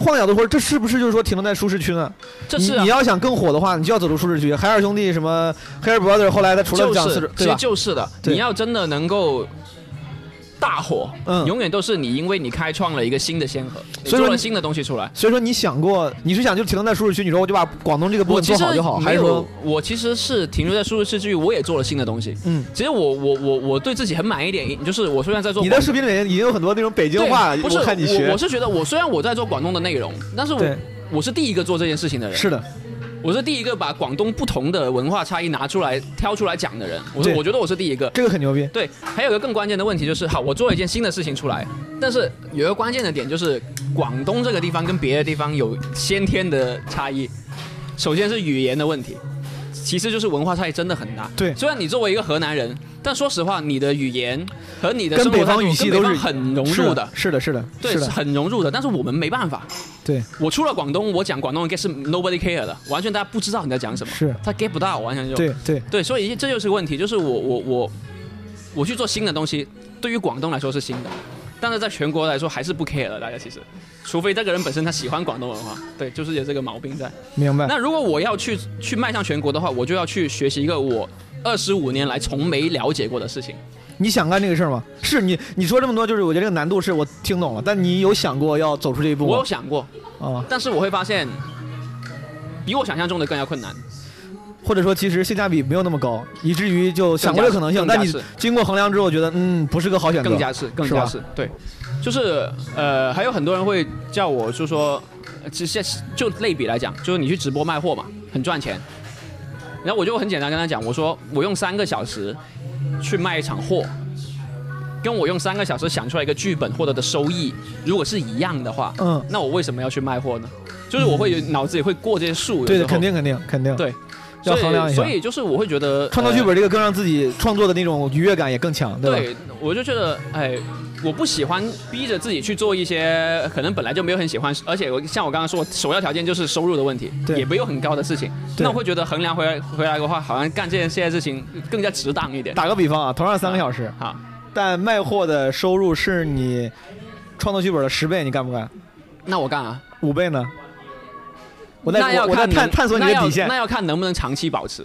Speaker 1: 换个角度说，这是不是就是说停留在舒适区呢？
Speaker 2: 这是啊
Speaker 1: 你你要想更火的话，你就要走出舒适区。海尔兄弟什么 h a r Brother，后来他除了讲
Speaker 2: 就
Speaker 1: 四
Speaker 2: 是
Speaker 1: 十，
Speaker 2: 其
Speaker 1: 对
Speaker 2: 实
Speaker 1: 吧？
Speaker 2: 就是的，
Speaker 1: 对
Speaker 2: 你要真的能够大火，
Speaker 1: 嗯
Speaker 2: 永远都是你因为你开创了一个新的先河，你
Speaker 1: 所以
Speaker 2: 做
Speaker 1: 说
Speaker 2: 了
Speaker 1: 你
Speaker 2: 新的东西出来。
Speaker 1: 所以说你想过，你是想就停留在舒适区，你说我就把广东这个部
Speaker 2: 我
Speaker 1: 分
Speaker 2: 其
Speaker 1: 做
Speaker 2: 实
Speaker 1: 好就好，还
Speaker 2: 没
Speaker 1: 是说
Speaker 2: 有，我其实是停留在舒适区，我也做了新的东西。
Speaker 1: 嗯，
Speaker 2: 其实我我我我对自己很满意一点，就是我虽然在做
Speaker 1: 你的
Speaker 2: 广
Speaker 1: 视频里面已经有很多那种北京
Speaker 2: 对
Speaker 1: 话，
Speaker 2: 不是
Speaker 1: 我看你学，
Speaker 2: 我是觉得我虽然我在做广东的内容，但是我
Speaker 1: 对
Speaker 2: 我是第一个做这件事情的人。
Speaker 1: 是的，
Speaker 2: 我是第一个把广东不同的文化差异拿出来挑出来讲的人，我是
Speaker 1: 对
Speaker 2: 我觉得我是第一个。
Speaker 1: 这个很牛逼。
Speaker 2: 对，还有一个更关键的问题就是，好，我做了一件新的事情出来，但是有一个关键的点就是，广东这个地方跟别的地方有先天的差异。首先是语言的问题，其次就是文化差异真的很大。
Speaker 1: 对，
Speaker 2: 虽然你作为一个河南人，但说实话，你的语言和你的
Speaker 1: 跟
Speaker 2: 生活
Speaker 1: 北
Speaker 2: 态度
Speaker 1: 方语系
Speaker 2: 跟
Speaker 1: 都
Speaker 2: 北
Speaker 1: 是
Speaker 2: 方很融
Speaker 1: 是
Speaker 2: 入
Speaker 1: 的
Speaker 2: 的，，
Speaker 1: 是的，是的，
Speaker 2: 对，
Speaker 1: 是
Speaker 2: 是
Speaker 1: 的，
Speaker 2: 很融入的。但是我们没办法，
Speaker 1: 对，
Speaker 2: 我出了广东，我讲广东人 get 是 nobody care 的，完全大家不知道你在讲什么，
Speaker 1: 是
Speaker 2: 他 get 不到，完全就
Speaker 1: 对对
Speaker 2: 对，所以这就是问题，就是我我我我去做新的东西，对于广东来说是新的，但是在全国来说还是不 care 的，大家其实，除非这个人本身他喜欢广东文化，对，就是有这个毛病在。
Speaker 1: 明白。
Speaker 2: 那如果我要去去迈向全国的话，我就要去学习一个我二十五年来从没了解过的事情。
Speaker 1: 你想干这个事儿吗？是你你说这么多，就是我觉得这个难度是我听懂了，但你有想过要走出这一步吗？
Speaker 2: 我有想过，
Speaker 1: 啊，
Speaker 2: 但是我会发现，比我想象中的更加困难。
Speaker 1: 或者说其实性价比没有那么高，以至于就想过这个可能性，
Speaker 2: 更加
Speaker 1: 但你
Speaker 2: 更加是
Speaker 1: 经过衡量之后，觉得嗯不是个好选择，
Speaker 2: 更加是，更加是
Speaker 1: 吧，
Speaker 2: 对，就是呃，还有很多人会叫我，就说，呃其实现就类比来讲，就是你去直播卖货嘛，很赚钱。然后我就很简单跟他讲，我说我用三个小时去卖一场货，跟我用三个小时想出来一个剧本获得的收益，如果是一样的话，
Speaker 1: 嗯
Speaker 2: 那我为什么要去卖货呢？就是我会有脑子里会过这些数，有
Speaker 1: 对
Speaker 2: 时
Speaker 1: 的，
Speaker 2: 候
Speaker 1: 肯定肯定肯定，
Speaker 2: 对，
Speaker 1: 要
Speaker 2: 所以
Speaker 1: 衡量一下
Speaker 2: 所。以就是我会觉得
Speaker 1: 创作剧
Speaker 2: 呃
Speaker 1: 本这个更让自己创作的那种愉悦感也更强，吧？
Speaker 2: 对，我就觉得，哎，我不喜欢逼着自己去做一些可能本来就没有很喜欢，而且我像我刚刚说，首要条件就是收入的问题，也没有很高的事情。
Speaker 1: 对
Speaker 2: 那我会觉得衡量回来回来的话，好像干这件这些事情更加值当一点。
Speaker 1: 打个比方啊，同样三个小时
Speaker 2: 啊，
Speaker 1: 但卖货的收入是你创作剧本的十倍，你干不干？
Speaker 2: 那我干啊。
Speaker 1: 五倍呢？我在
Speaker 2: 那要
Speaker 1: 我我在
Speaker 2: 看
Speaker 1: 探
Speaker 2: 能
Speaker 1: 探索你的
Speaker 2: 那要
Speaker 1: 底线
Speaker 2: 那要看能不能长期保持。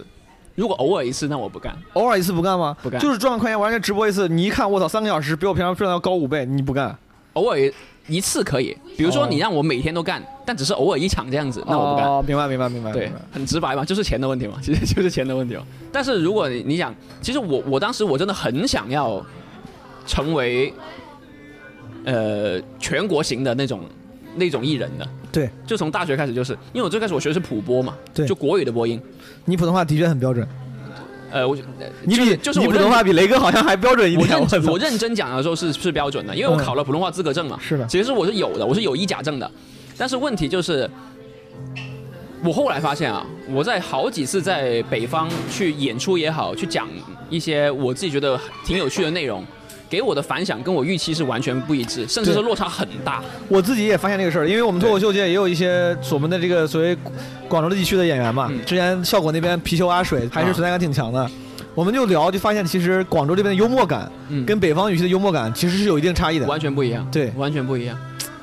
Speaker 2: 如果偶尔一次，那我不干。
Speaker 1: 偶尔一次不干吗？
Speaker 2: 不干
Speaker 1: 就是赚万块钱，完全直播一次，你一看，我操，三个小时比我平常赚的要高五倍，你不干？
Speaker 2: 偶尔一次可以，比如说
Speaker 1: 哦
Speaker 2: 你让我每天都干，但只是偶尔一场这样子， 那我不干。
Speaker 1: 哦，明白明白明白。
Speaker 2: 对，很直白嘛，就是钱的问题嘛，其实 就是钱的问题嘛。哦但是如果你你想，其实我我当时我真的很想要成为呃全国型的那种那种艺人的，
Speaker 1: 对，
Speaker 2: 就从大学开始就是，因为我最开始我学的是普播嘛，
Speaker 1: 对
Speaker 2: 就国语的播音，
Speaker 1: 你普通话的确很标准，
Speaker 2: 呃， 我就
Speaker 1: 你
Speaker 2: 就
Speaker 1: 比
Speaker 2: 是就是
Speaker 1: 你
Speaker 2: 我
Speaker 1: 普通
Speaker 2: 认
Speaker 1: 话比雷哥好像还标准一点
Speaker 2: 我
Speaker 1: 我
Speaker 2: 认
Speaker 1: 操
Speaker 2: 我认真讲的时候是是标准的，因
Speaker 1: 嗯
Speaker 2: 为我考了普通话资格证嘛。
Speaker 1: 是的
Speaker 2: 其实我是有的，我是有一甲证的。但是问题就是，我后来发现啊，我在好几次在北方去演出也好，去讲一些我自己觉得挺有趣的内容，给我的反响跟我预期是完全不一致，甚至是
Speaker 1: 对
Speaker 2: 落差很大。
Speaker 1: 我自己也发现这个事儿，因为我们脱口秀界也有一些我们的这个所谓广州地区的演员嘛，
Speaker 2: 嗯
Speaker 1: 之前效果那边貔貅阿水还是存在感挺强
Speaker 2: 啊
Speaker 1: 的。我们就聊，就发现其实广州这边的幽默感，跟北方语系的幽默感其实是有一定差异的，
Speaker 2: 嗯完全不一样。
Speaker 1: 对，
Speaker 2: 完全不一样。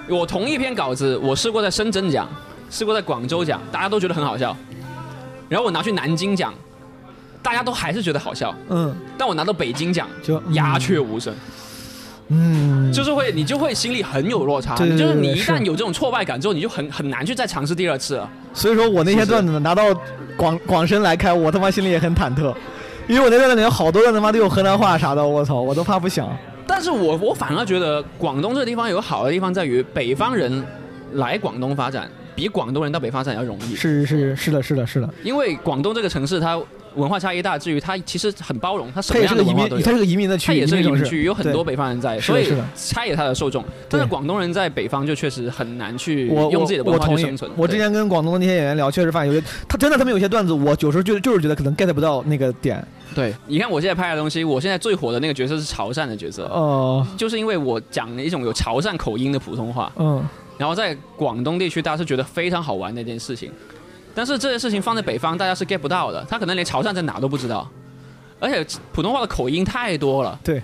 Speaker 2: 我同一篇稿子，我试过在深圳讲，试过在广州讲，大家都觉得很好笑。然后我拿去南京讲，大家都还是觉得好笑。
Speaker 1: 嗯，
Speaker 2: 但我拿到北京讲，
Speaker 1: 就
Speaker 2: 鸦雀无声。
Speaker 1: 嗯，
Speaker 2: 就是会，你就会心里很有落差。
Speaker 1: 对对对
Speaker 2: 就是
Speaker 1: 对
Speaker 2: 你一
Speaker 1: 是
Speaker 2: 旦有这种挫败感之后，你就很很难去再尝试第二次了。
Speaker 1: 所以说我那些段子拿到广广深来开，我他妈心里也很忐忑，因为我那段子里有好多段他妈都有河南话啥的，我操，我都怕不想。
Speaker 2: 但是我我反而觉得广东这个地方有好的地方在于，北方人来广东发展比广东人到北方发展要容易。
Speaker 1: 是是是的，是的，是的，
Speaker 2: 因为广东这个城市它文化差异大，至于它其实很包容，它什
Speaker 1: 它
Speaker 2: 么
Speaker 1: 也是
Speaker 2: 样
Speaker 1: 个
Speaker 2: 的
Speaker 1: 移
Speaker 2: 文化
Speaker 1: 民
Speaker 2: 都有，，
Speaker 1: 它是个移民的区，
Speaker 2: 它也是个移民
Speaker 1: 城市
Speaker 2: 区，有很多
Speaker 1: 对
Speaker 2: 北方人在，
Speaker 1: 是的
Speaker 2: 所以
Speaker 1: 是的
Speaker 2: 它也它的受众。但是广东人在北方就确实很难去
Speaker 1: 我
Speaker 2: 用自己的
Speaker 1: 我我
Speaker 2: 文化去
Speaker 1: 同
Speaker 2: 生
Speaker 1: 意
Speaker 2: 存。。
Speaker 1: 我之前跟广东的那些演员聊，确实发现有些，他真的他们有些段子，我有时候就就是觉得可能 get 不到那个点。
Speaker 2: 对，你看我现在拍的东西，我现在最火的那个角色是潮汕的角色，
Speaker 1: 哦，
Speaker 2: 就是因为我讲了一种有潮汕口音的普通话，
Speaker 1: 嗯，
Speaker 2: 然后在广东地区大家是觉得非常好玩的一件事情，但是这件事情放在北方大家是 get 不到的，他可能连潮汕在哪都不知道，而且普通话的口音太多了，
Speaker 1: 对，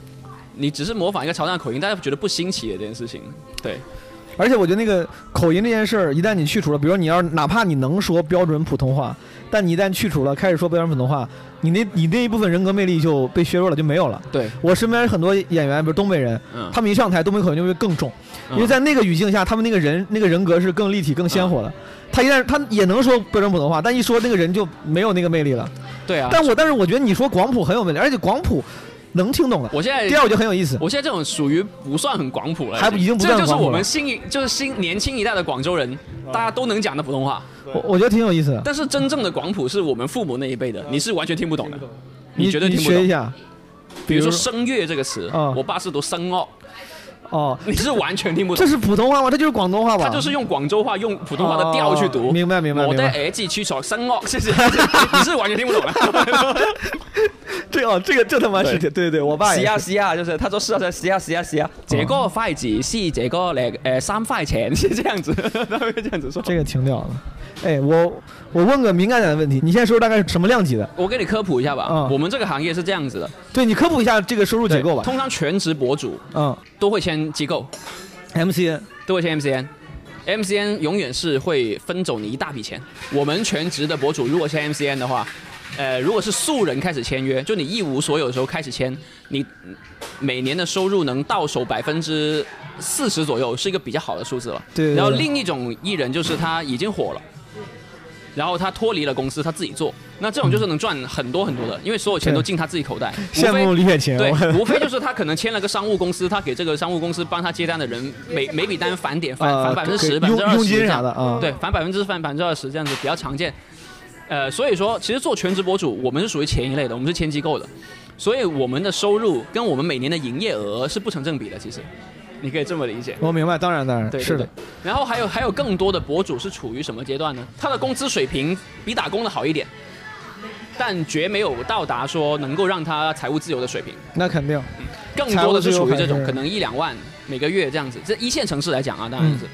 Speaker 2: 你只是模仿一个潮汕口音，大家觉得不新奇的这件事情，对，
Speaker 1: 而且我觉得那个口音这件事儿，一旦你去除了，比如说你要哪怕你能说标准普通话，但你一旦去除了，开始说标准普通话，你那你那一部分人格魅力就被削弱了，就没有了。
Speaker 2: 对，
Speaker 1: 我身边很多演员，比如东北人，
Speaker 2: 嗯
Speaker 1: 他们一上台，东北口音就会更重，因为在那个语境下，他们那个人那个人格是更立体、更鲜活
Speaker 2: 嗯
Speaker 1: 的。他一旦他也能说标准普通话，但一说那个人就没有那个魅力了。
Speaker 2: 对啊，
Speaker 1: 但我但是我觉得你说广普很有魅力，而且广普能听懂的。
Speaker 2: 我现在
Speaker 1: 第二我觉得很有意思。
Speaker 2: 我现在这种属于不算很广普了，
Speaker 1: 还不已经不
Speaker 2: 哎这
Speaker 1: 算
Speaker 2: 就是
Speaker 1: 广
Speaker 2: 我
Speaker 1: 谱了啊
Speaker 2: 们新一就是新年轻一代的广州人，大家都能讲的普通话。
Speaker 1: 我我觉得挺有意思的。
Speaker 2: 但是真正的广普是我们父母那一辈的，你是完全听不懂的，
Speaker 1: 你
Speaker 2: 绝对听不
Speaker 1: 学一
Speaker 2: 懂。
Speaker 1: 下，
Speaker 2: 比如说“声乐”这个词，
Speaker 1: 嗯
Speaker 2: 我爸是读“声乐
Speaker 1: 哦”，，
Speaker 2: 你是完全听不懂。
Speaker 1: 这是普通话吗？这就是广东话吧？
Speaker 2: 他 就是用广州话、用普通话的调去读。
Speaker 1: 哦明白明白
Speaker 2: 我
Speaker 1: 明
Speaker 2: 在
Speaker 1: 白。
Speaker 2: 耳机区说“声乐”，谢谢。你是完全听不懂 的。
Speaker 1: 这哦，这个这他妈是对对对，我 爸也
Speaker 2: 是啊
Speaker 1: 是。
Speaker 2: 是啊，就是他说是啊是啊是啊是啊，这个筷子是这个那个呃三块钱是这样子，他会这样子说。
Speaker 1: 这个挺屌的。哎，我我问个敏感点的问题，你现在收入大概是什么量级的？
Speaker 2: 我给你科普一下吧，
Speaker 1: 嗯
Speaker 2: 我们这个行业是这样子的，
Speaker 1: 对你科普一下这个收入结构吧。
Speaker 2: 通常全职博主
Speaker 1: 嗯
Speaker 2: 都会签机构
Speaker 1: ，MCN
Speaker 2: 都会签 MCN。MCN 永远是会分走你一大笔钱。我们全职的博主如果签 MCN 的话，呃，如果是素人开始签约，就你一无所有的时候开始签，你每年的收入能到手百分之四十左右，是一个比较好的数字了。
Speaker 1: 对对对
Speaker 2: 然后另一种艺人就是他已经火了，然后他脱离了公司，他自己做，那这种就是能赚很多很多的，因为所有钱都进他自己口袋。无非
Speaker 1: 嗯羡慕李雪琴。
Speaker 2: 对
Speaker 1: 我，
Speaker 2: 无非就是他可能签了个商务公司，他给这个商务公司帮他接单的人 每每笔单返点返返
Speaker 1: 呃
Speaker 2: 百分之十、百
Speaker 1: 给
Speaker 2: 分之二
Speaker 1: 佣佣
Speaker 2: 十
Speaker 1: 金
Speaker 2: 这
Speaker 1: 啥
Speaker 2: 样
Speaker 1: 的啊
Speaker 2: 对，返百分之返百分之二十这样子比较常见。呃，所以说其实做全职博主，我们是属于前一类的，我们是签机构的。所以我们的收入跟我们每年的营业额是不成正比的。其实，你可以这么理解。
Speaker 1: 我明白，当然当然
Speaker 2: 对对
Speaker 1: 是的。
Speaker 2: 对然后还有 还有更多的博主是处于什么阶段呢？他的工资水平比打工的好一点，但绝没有到达说能够让他财务自由的水平。
Speaker 1: 那肯定，
Speaker 2: 更多的是属于这
Speaker 1: 财务自由还
Speaker 2: 种
Speaker 1: 是
Speaker 2: 可能一两万每个月这样子。这一线城市来讲啊，当然是，
Speaker 1: 嗯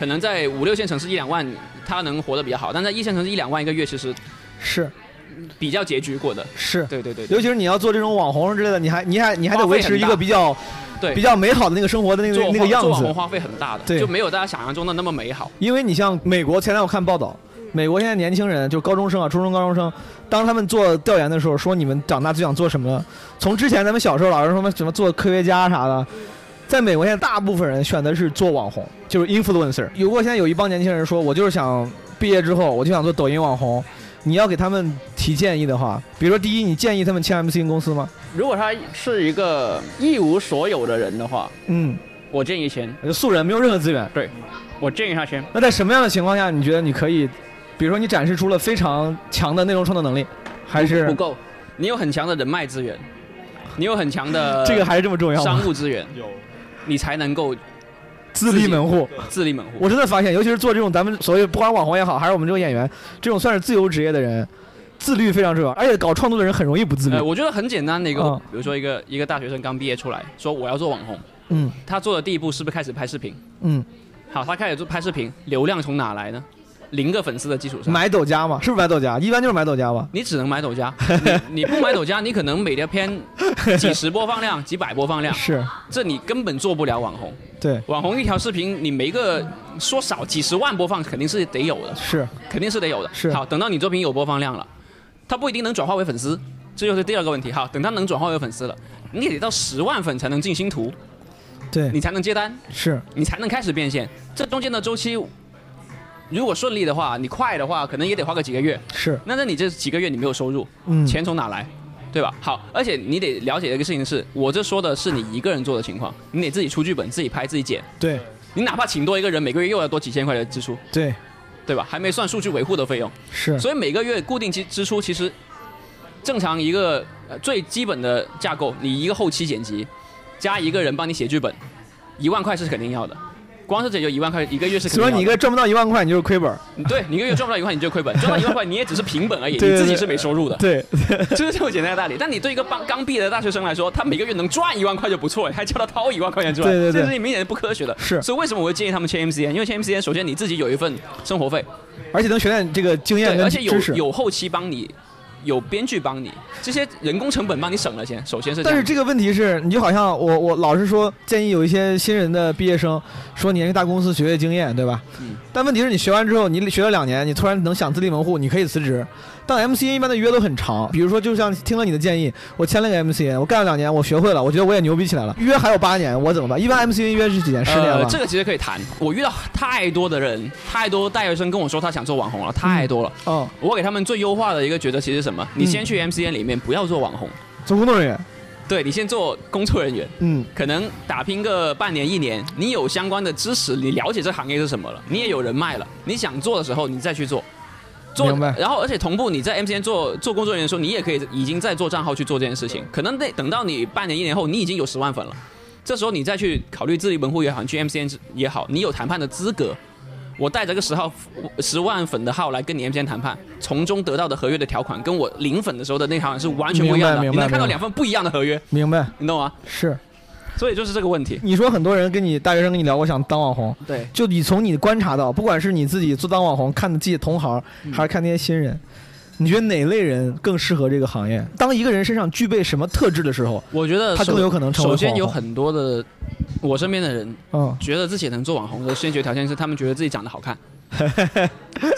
Speaker 2: 可能在五六线城市一两万，他能活得比较好，但在一线城市一两万一个月其实
Speaker 1: 是
Speaker 2: 比较拮据过的。
Speaker 1: 是，
Speaker 2: 对对对对
Speaker 1: 尤其是你要做这种网红之类的，你还你还你还得维持一个
Speaker 2: 花费很大
Speaker 1: 比较
Speaker 2: 对
Speaker 1: 比较美好的那个生活的那个
Speaker 2: 做
Speaker 1: 那个
Speaker 2: 网
Speaker 1: 样
Speaker 2: 做网
Speaker 1: 子
Speaker 2: 红。花费很大的，
Speaker 1: 对
Speaker 2: 就没有大家想象中的那么美好。
Speaker 1: 因为你像美国，前两天我看报道，美国现在年轻人就高中生啊，初中高中生，当他们做调研的时候，说你们长大最想做什么？从之前咱们小时候老师说什么什么做科学家啥的，在美国现在大部分人选的是做网红，就是 influencer。有过现在有一帮年轻人说，我就是想毕业之后我就想做抖音网红。你要给他们提建议的话，比如说第一，你建议他们签 MC 公司吗？
Speaker 15: 如果他是一个一无所有的人的话，
Speaker 1: 嗯，
Speaker 15: 我建议签。
Speaker 1: 素人没有任何资源。
Speaker 15: 对，我建议他签。
Speaker 1: 那在什么样的情况下，你觉得你可以，比如说你展示出了非常强的内容创作能力，还是
Speaker 2: 不够，你有很强的人脉资源，你有很强的
Speaker 1: 这个还是这么重要吗
Speaker 2: 商务资源，有，你才能够
Speaker 1: 自立门户？
Speaker 2: 自立门户。
Speaker 1: 我真的发现，尤其是做这种咱们所谓不管网红也好，还是我们这种演员，这种算是自由职业的人，自律非常重要，而且搞创作的人很容易不自律。
Speaker 2: 呃，我觉得很简单的一个，
Speaker 1: 嗯
Speaker 2: 比如说一个一个大学生刚毕业出来，说我要做网红，
Speaker 1: 嗯
Speaker 2: 他做的第一步是不是开始拍视频？
Speaker 1: 嗯，
Speaker 2: 好，他开始做拍视频，流量从哪来呢？零个粉丝的基础上，
Speaker 1: 买抖加嘛，是不是买抖加？一般就是买抖加吧。
Speaker 2: 你只能买抖加，你你不买抖加，你可能每条片几十播放量、几百播放量，
Speaker 1: 是，
Speaker 2: 这你根本做不了网红。
Speaker 1: 对，
Speaker 2: 网红一条视频，你每个说少几十万播放肯定是得有的，
Speaker 1: 是，
Speaker 2: 肯定是得有的。
Speaker 1: 是
Speaker 2: 好，等到你作品有播放量了，它不一定能转化为粉丝，这就是第二个问题。好，等它能转化为粉丝了，你也得到十万粉才能进星图，
Speaker 1: 对，
Speaker 2: 你才能接单，
Speaker 1: 是
Speaker 2: 你才能开始变现。这中间的周期，如果顺利的话，你快的话，可能也得花个几个月。
Speaker 1: 是，
Speaker 2: 那那你这几个月你没有收入，
Speaker 1: 嗯
Speaker 2: 钱从哪来？对吧？好，而且你得了解一个事情是，我这说的是你一个人做的情况，你得自己出剧本、自己拍、自己剪。
Speaker 1: 对
Speaker 2: 你哪怕请多一个人，每个月又要多几千块的支出，
Speaker 1: 对
Speaker 2: 对吧？还没算数据维护的费用。
Speaker 1: 是，
Speaker 2: 所以每个月固定支支出其实正常一个呃最基本的架构，你一个后期剪辑，加一个人帮你写剧本，一万块是肯定要的。光是这就一万块，一个月是肯定
Speaker 1: 所
Speaker 2: 要
Speaker 1: 以
Speaker 2: 的。
Speaker 1: 你一个赚不到一万块，你就是亏本儿。
Speaker 2: 对你一个月赚不到一万，你就亏本；赚到一万块，你也只是平本而已，你
Speaker 1: 对对
Speaker 2: 自己
Speaker 1: 对
Speaker 2: 是没收入的。
Speaker 1: 对，
Speaker 2: 就是这么简单的道理。但你对一个刚刚毕业的大学生来说，他每个月能赚一万块就不错，还叫他掏一万块钱出来，
Speaker 1: 对对对
Speaker 2: 这是明显不科学的。
Speaker 1: 是
Speaker 2: 所以为什么我会建议他们签 MCN？因为签 MCN，首先你自己有一份生活费，
Speaker 1: 而且能学点这个经验
Speaker 2: 对，
Speaker 1: 跟
Speaker 2: 而且有
Speaker 1: 知识。
Speaker 2: 有后期帮你，有编剧帮你，这些人工成本帮你省了钱。首先是这
Speaker 1: 但
Speaker 2: 样，
Speaker 1: 是这个问题是，你就好像我我老是说建议有一些新人的毕业生说你去大公司学学经验，对吧？
Speaker 2: 嗯
Speaker 1: 但问题是你学完之后，你学了两年，你突然能想自立门户，你可以辞职。但 MCN 一般的约都很长，比如说就像听了你的建议，我签了个 MCN，我干了两年，我学会了，我觉得我也牛逼起来了。约还有八年，我怎么办？一般 MCN 约是几年？十年吧。
Speaker 2: 呃，这个其实可以谈。我遇到太多的人，太多大学生跟我说他想做网红了，太多了。
Speaker 1: 哦，
Speaker 2: 我给他们最优化的一个觉得其实是什么？你先去 MCN 里面不要做网红，
Speaker 1: 做工作人员，
Speaker 2: 对你先做工作人员。
Speaker 1: 嗯，
Speaker 2: 可能打拼个半年一年，你有相关的知识，你了解这行业是什么了，你也有人脉了，你想做的时候你再去做，做，
Speaker 1: 明白
Speaker 2: 然后而且同步你在 MCN 做做工作人员的时候，你也可以已经在做账号去做这件事情，可能得等到你半年一年后，你已经有十万粉了，这时候你再去考虑自立门户也好，你去 MCN 也好，你有谈判的资格。我带着个十号十万粉的号来跟你 MCN 谈判，从中得到的合约的条款跟我零粉的时候的那条款是完全不一样的，
Speaker 1: 明白明白
Speaker 2: 你能看到
Speaker 1: 明白
Speaker 2: 两份不一样的合约，
Speaker 1: 明白
Speaker 2: 你懂吗？
Speaker 1: 是。
Speaker 2: 所以就是这个问题。
Speaker 1: 你说很多人跟你大学生跟你聊，我想当网红。
Speaker 2: 对
Speaker 1: 就你从你观察到，不管是你自己做当网红，看自己的同行，
Speaker 2: 嗯
Speaker 1: 还是看那些新人，你觉得哪类人更适合这个行业？当一个人身上具备什么特质的时候，
Speaker 2: 我觉得
Speaker 1: 他更
Speaker 2: 首
Speaker 1: 有可能成为
Speaker 2: 首先
Speaker 1: 网红
Speaker 2: 有很多的，我身边的人，
Speaker 1: 嗯
Speaker 2: 觉得自己能做网红的先决条件是他们觉得自己长 得好看，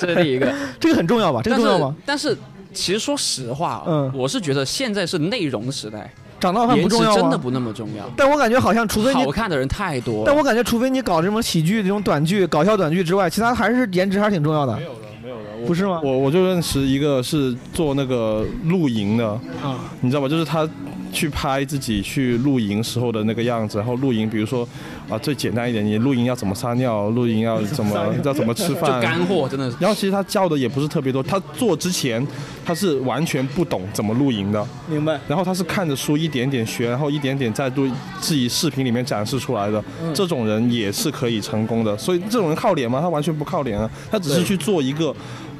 Speaker 2: 这是第一个。
Speaker 1: 这个很重 要吧？这个重要吗？
Speaker 2: 但是但是其实说实话啊，
Speaker 1: 嗯
Speaker 2: 我是觉得现在是内容时代，
Speaker 1: 长得好看不
Speaker 2: 颜值
Speaker 1: 重要吗
Speaker 2: 真的不那么重要。
Speaker 1: 但我感觉好像，除非你
Speaker 2: 好看的人太多了，
Speaker 1: 但我感觉，除非你搞这种喜剧、这种短剧、搞笑短剧之外，其他还是颜值还是挺重要的。没有的，
Speaker 4: 没有的，
Speaker 1: 不是吗？
Speaker 4: 我我就认识一个是做那个露营的，
Speaker 1: 啊
Speaker 4: 你知道吧？就是他去拍自己去露营时候的那个样子，然后露营，比如说啊，最简单一点，你露营要怎么撒尿，露营要怎么要怎么吃饭，
Speaker 2: 就干货真的是。
Speaker 4: 然后其实他教的也不是特别多，他做之前他是完全不懂怎么露营的，
Speaker 1: 明白？
Speaker 4: 然后他是看着书一点点学，然后一点点在对自己视频里面展示出来的，
Speaker 1: 嗯
Speaker 4: 这种人也是可以成功的。所以这种人靠脸吗？他完全不靠脸啊，他只是
Speaker 1: 对
Speaker 4: 去做一个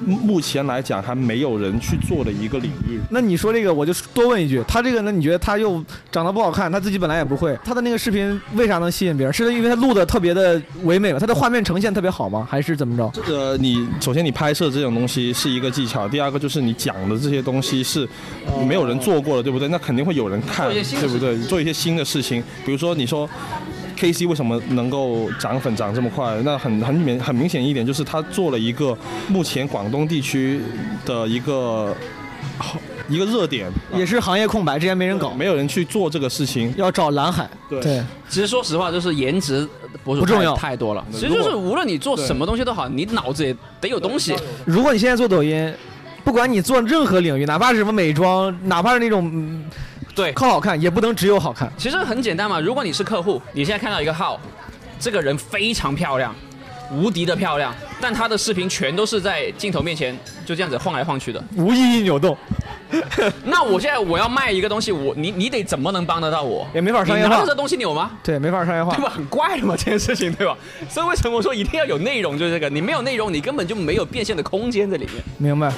Speaker 4: 目前来讲还没有人去做的一个领域。
Speaker 1: 那你说这个，我就多问一句，他这个呢？你觉得他又长得不好看，他自己本来也不会，他的那个视频为啥能吸引别人？是因为他录的特别的唯美吗？他的画面呈现特别好吗？还是怎么着？
Speaker 4: 这个呃你首先你拍摄这种东西是一个技巧，第二个就是你讲的这些东西是没有人做过的，对不对？那肯定会有人看，
Speaker 1: 做一些新的
Speaker 4: 对不对？做一些新的事情，比如说你说 K C 为什么能够涨粉涨这么快？那很很明很明显一点就是他做了一个目前广东地区的一个一个热点，
Speaker 1: 也是行业空白，之前没人
Speaker 4: 搞，没有人去做这个事情，
Speaker 1: 要找蓝海，对，
Speaker 2: 其实说实话，就是颜值博主
Speaker 1: 不重要
Speaker 2: 太太多了。
Speaker 1: 如果
Speaker 2: 其实就是无论你做什么东西都好，你脑子也得有东西。
Speaker 1: 如果你现在做抖音，不管你做任何领域，哪怕是什么美妆，哪怕是那种嗯
Speaker 2: 对
Speaker 1: 靠好看，也不能只有好看。
Speaker 2: 其实很简单嘛，如果你是客户，你现在看到一个号，这个人非常漂亮，无敌的漂亮，但他的视频全都是在镜头面前就这样子晃来晃去的。
Speaker 1: 无意义扭动，
Speaker 2: 那我现在我要卖一个东西，我你你得怎么能帮得到我？
Speaker 1: 也没法商业化啊
Speaker 2: 你拿着这东西扭吗？
Speaker 1: 对，没法商业化
Speaker 2: 对。吧？很怪嘛，这件事情对吧？所以为什么我说一定要有内容，就是这个，你没有内容，你根本就没有变现的空间在里面。
Speaker 1: 明白，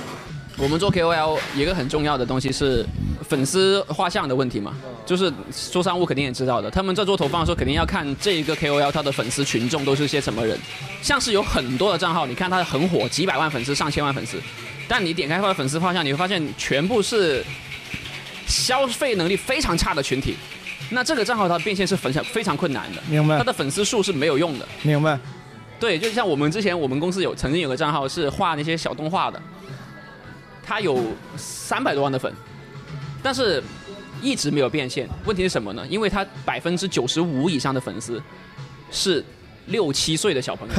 Speaker 2: 我们做 KOL 有一个很重要的东西是粉丝画像的问题嘛，就是做商务肯定也知道的，他们在做投放的时候肯定要看这一个 KOL 他的粉丝群众都是些什么人，像是有很多的账号，你看他很火，几百万粉丝、上千万粉丝，但你点开他的粉丝画像，你会发现全部是消费能力非常差的群体，那这个账号它变现是非常非常困难的，
Speaker 1: 明白
Speaker 2: 它的粉丝数是没有用的，
Speaker 1: 明白。
Speaker 2: 对，就像我们之前我们公司有曾经有个账号是画那些小动画的，他有三百多万的粉，但是一直没有变现。问题是什么呢？因为他百分之九十五以上的粉丝是六七岁的小朋友，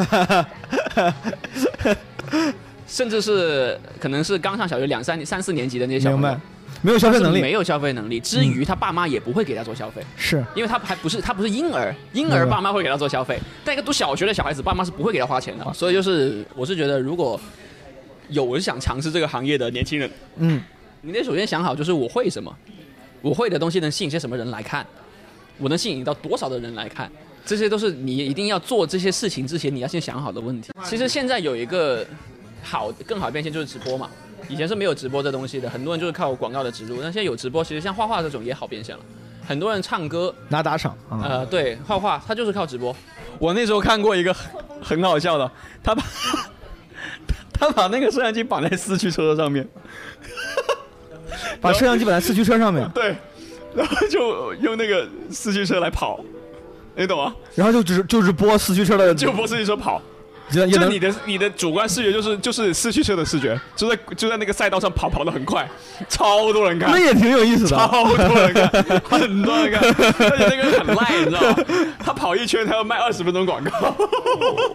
Speaker 2: 甚至是可能是刚上小学两三三四年级的那些小
Speaker 1: 明
Speaker 2: 朋
Speaker 1: 白
Speaker 2: 友。，
Speaker 1: 没有消费能
Speaker 2: 他是
Speaker 1: 力，嗯
Speaker 2: 没有消费能力。之余，他爸妈也不会给他做消费，
Speaker 1: 是
Speaker 2: 因为他还不是他不是婴儿，婴
Speaker 1: 明
Speaker 2: 儿
Speaker 1: 白
Speaker 2: 爸妈会给他做消费，但一个读小学的小孩子，爸妈是不会给他花钱的。所以就是，我是觉得如果有人想尝试这个行业的年轻人，
Speaker 1: 嗯，
Speaker 2: 你得首先想好，就是我会什么，我会的东西能吸引些什么人来看，我能吸引到多少的人来看，这些都是你一定要做这些事情之前你要先想好的问题。其实现在有一个好更好的变现就是直播嘛，以前是没有直播这东西的，很多人就是靠广告的植入，但现在有直播，其实像画画这种也好变现了。很多人唱歌，
Speaker 1: 拿打赏啊。
Speaker 2: 呃，对，画画他就是靠直播。我那时候看过一个很很好笑的，他把 他把那个摄像机绑在四驱车上面，
Speaker 1: 把摄像机摆在四驱车上面，
Speaker 12: 对，然后就用那个四驱车来跑，你懂吗？
Speaker 1: 然后就只就是播四驱车的，
Speaker 12: 就不四驱车跑。
Speaker 1: 也也
Speaker 12: 就
Speaker 1: 能
Speaker 12: 你的你的主观视觉就是就是四驱车的视觉，就在就在那个赛道上跑跑得很快，超多人看，
Speaker 1: 那也啊挺有意思的
Speaker 12: 超多人看，很多人看，而且那个人很赖，你知道吗？他跑一圈他要卖二十分钟广告，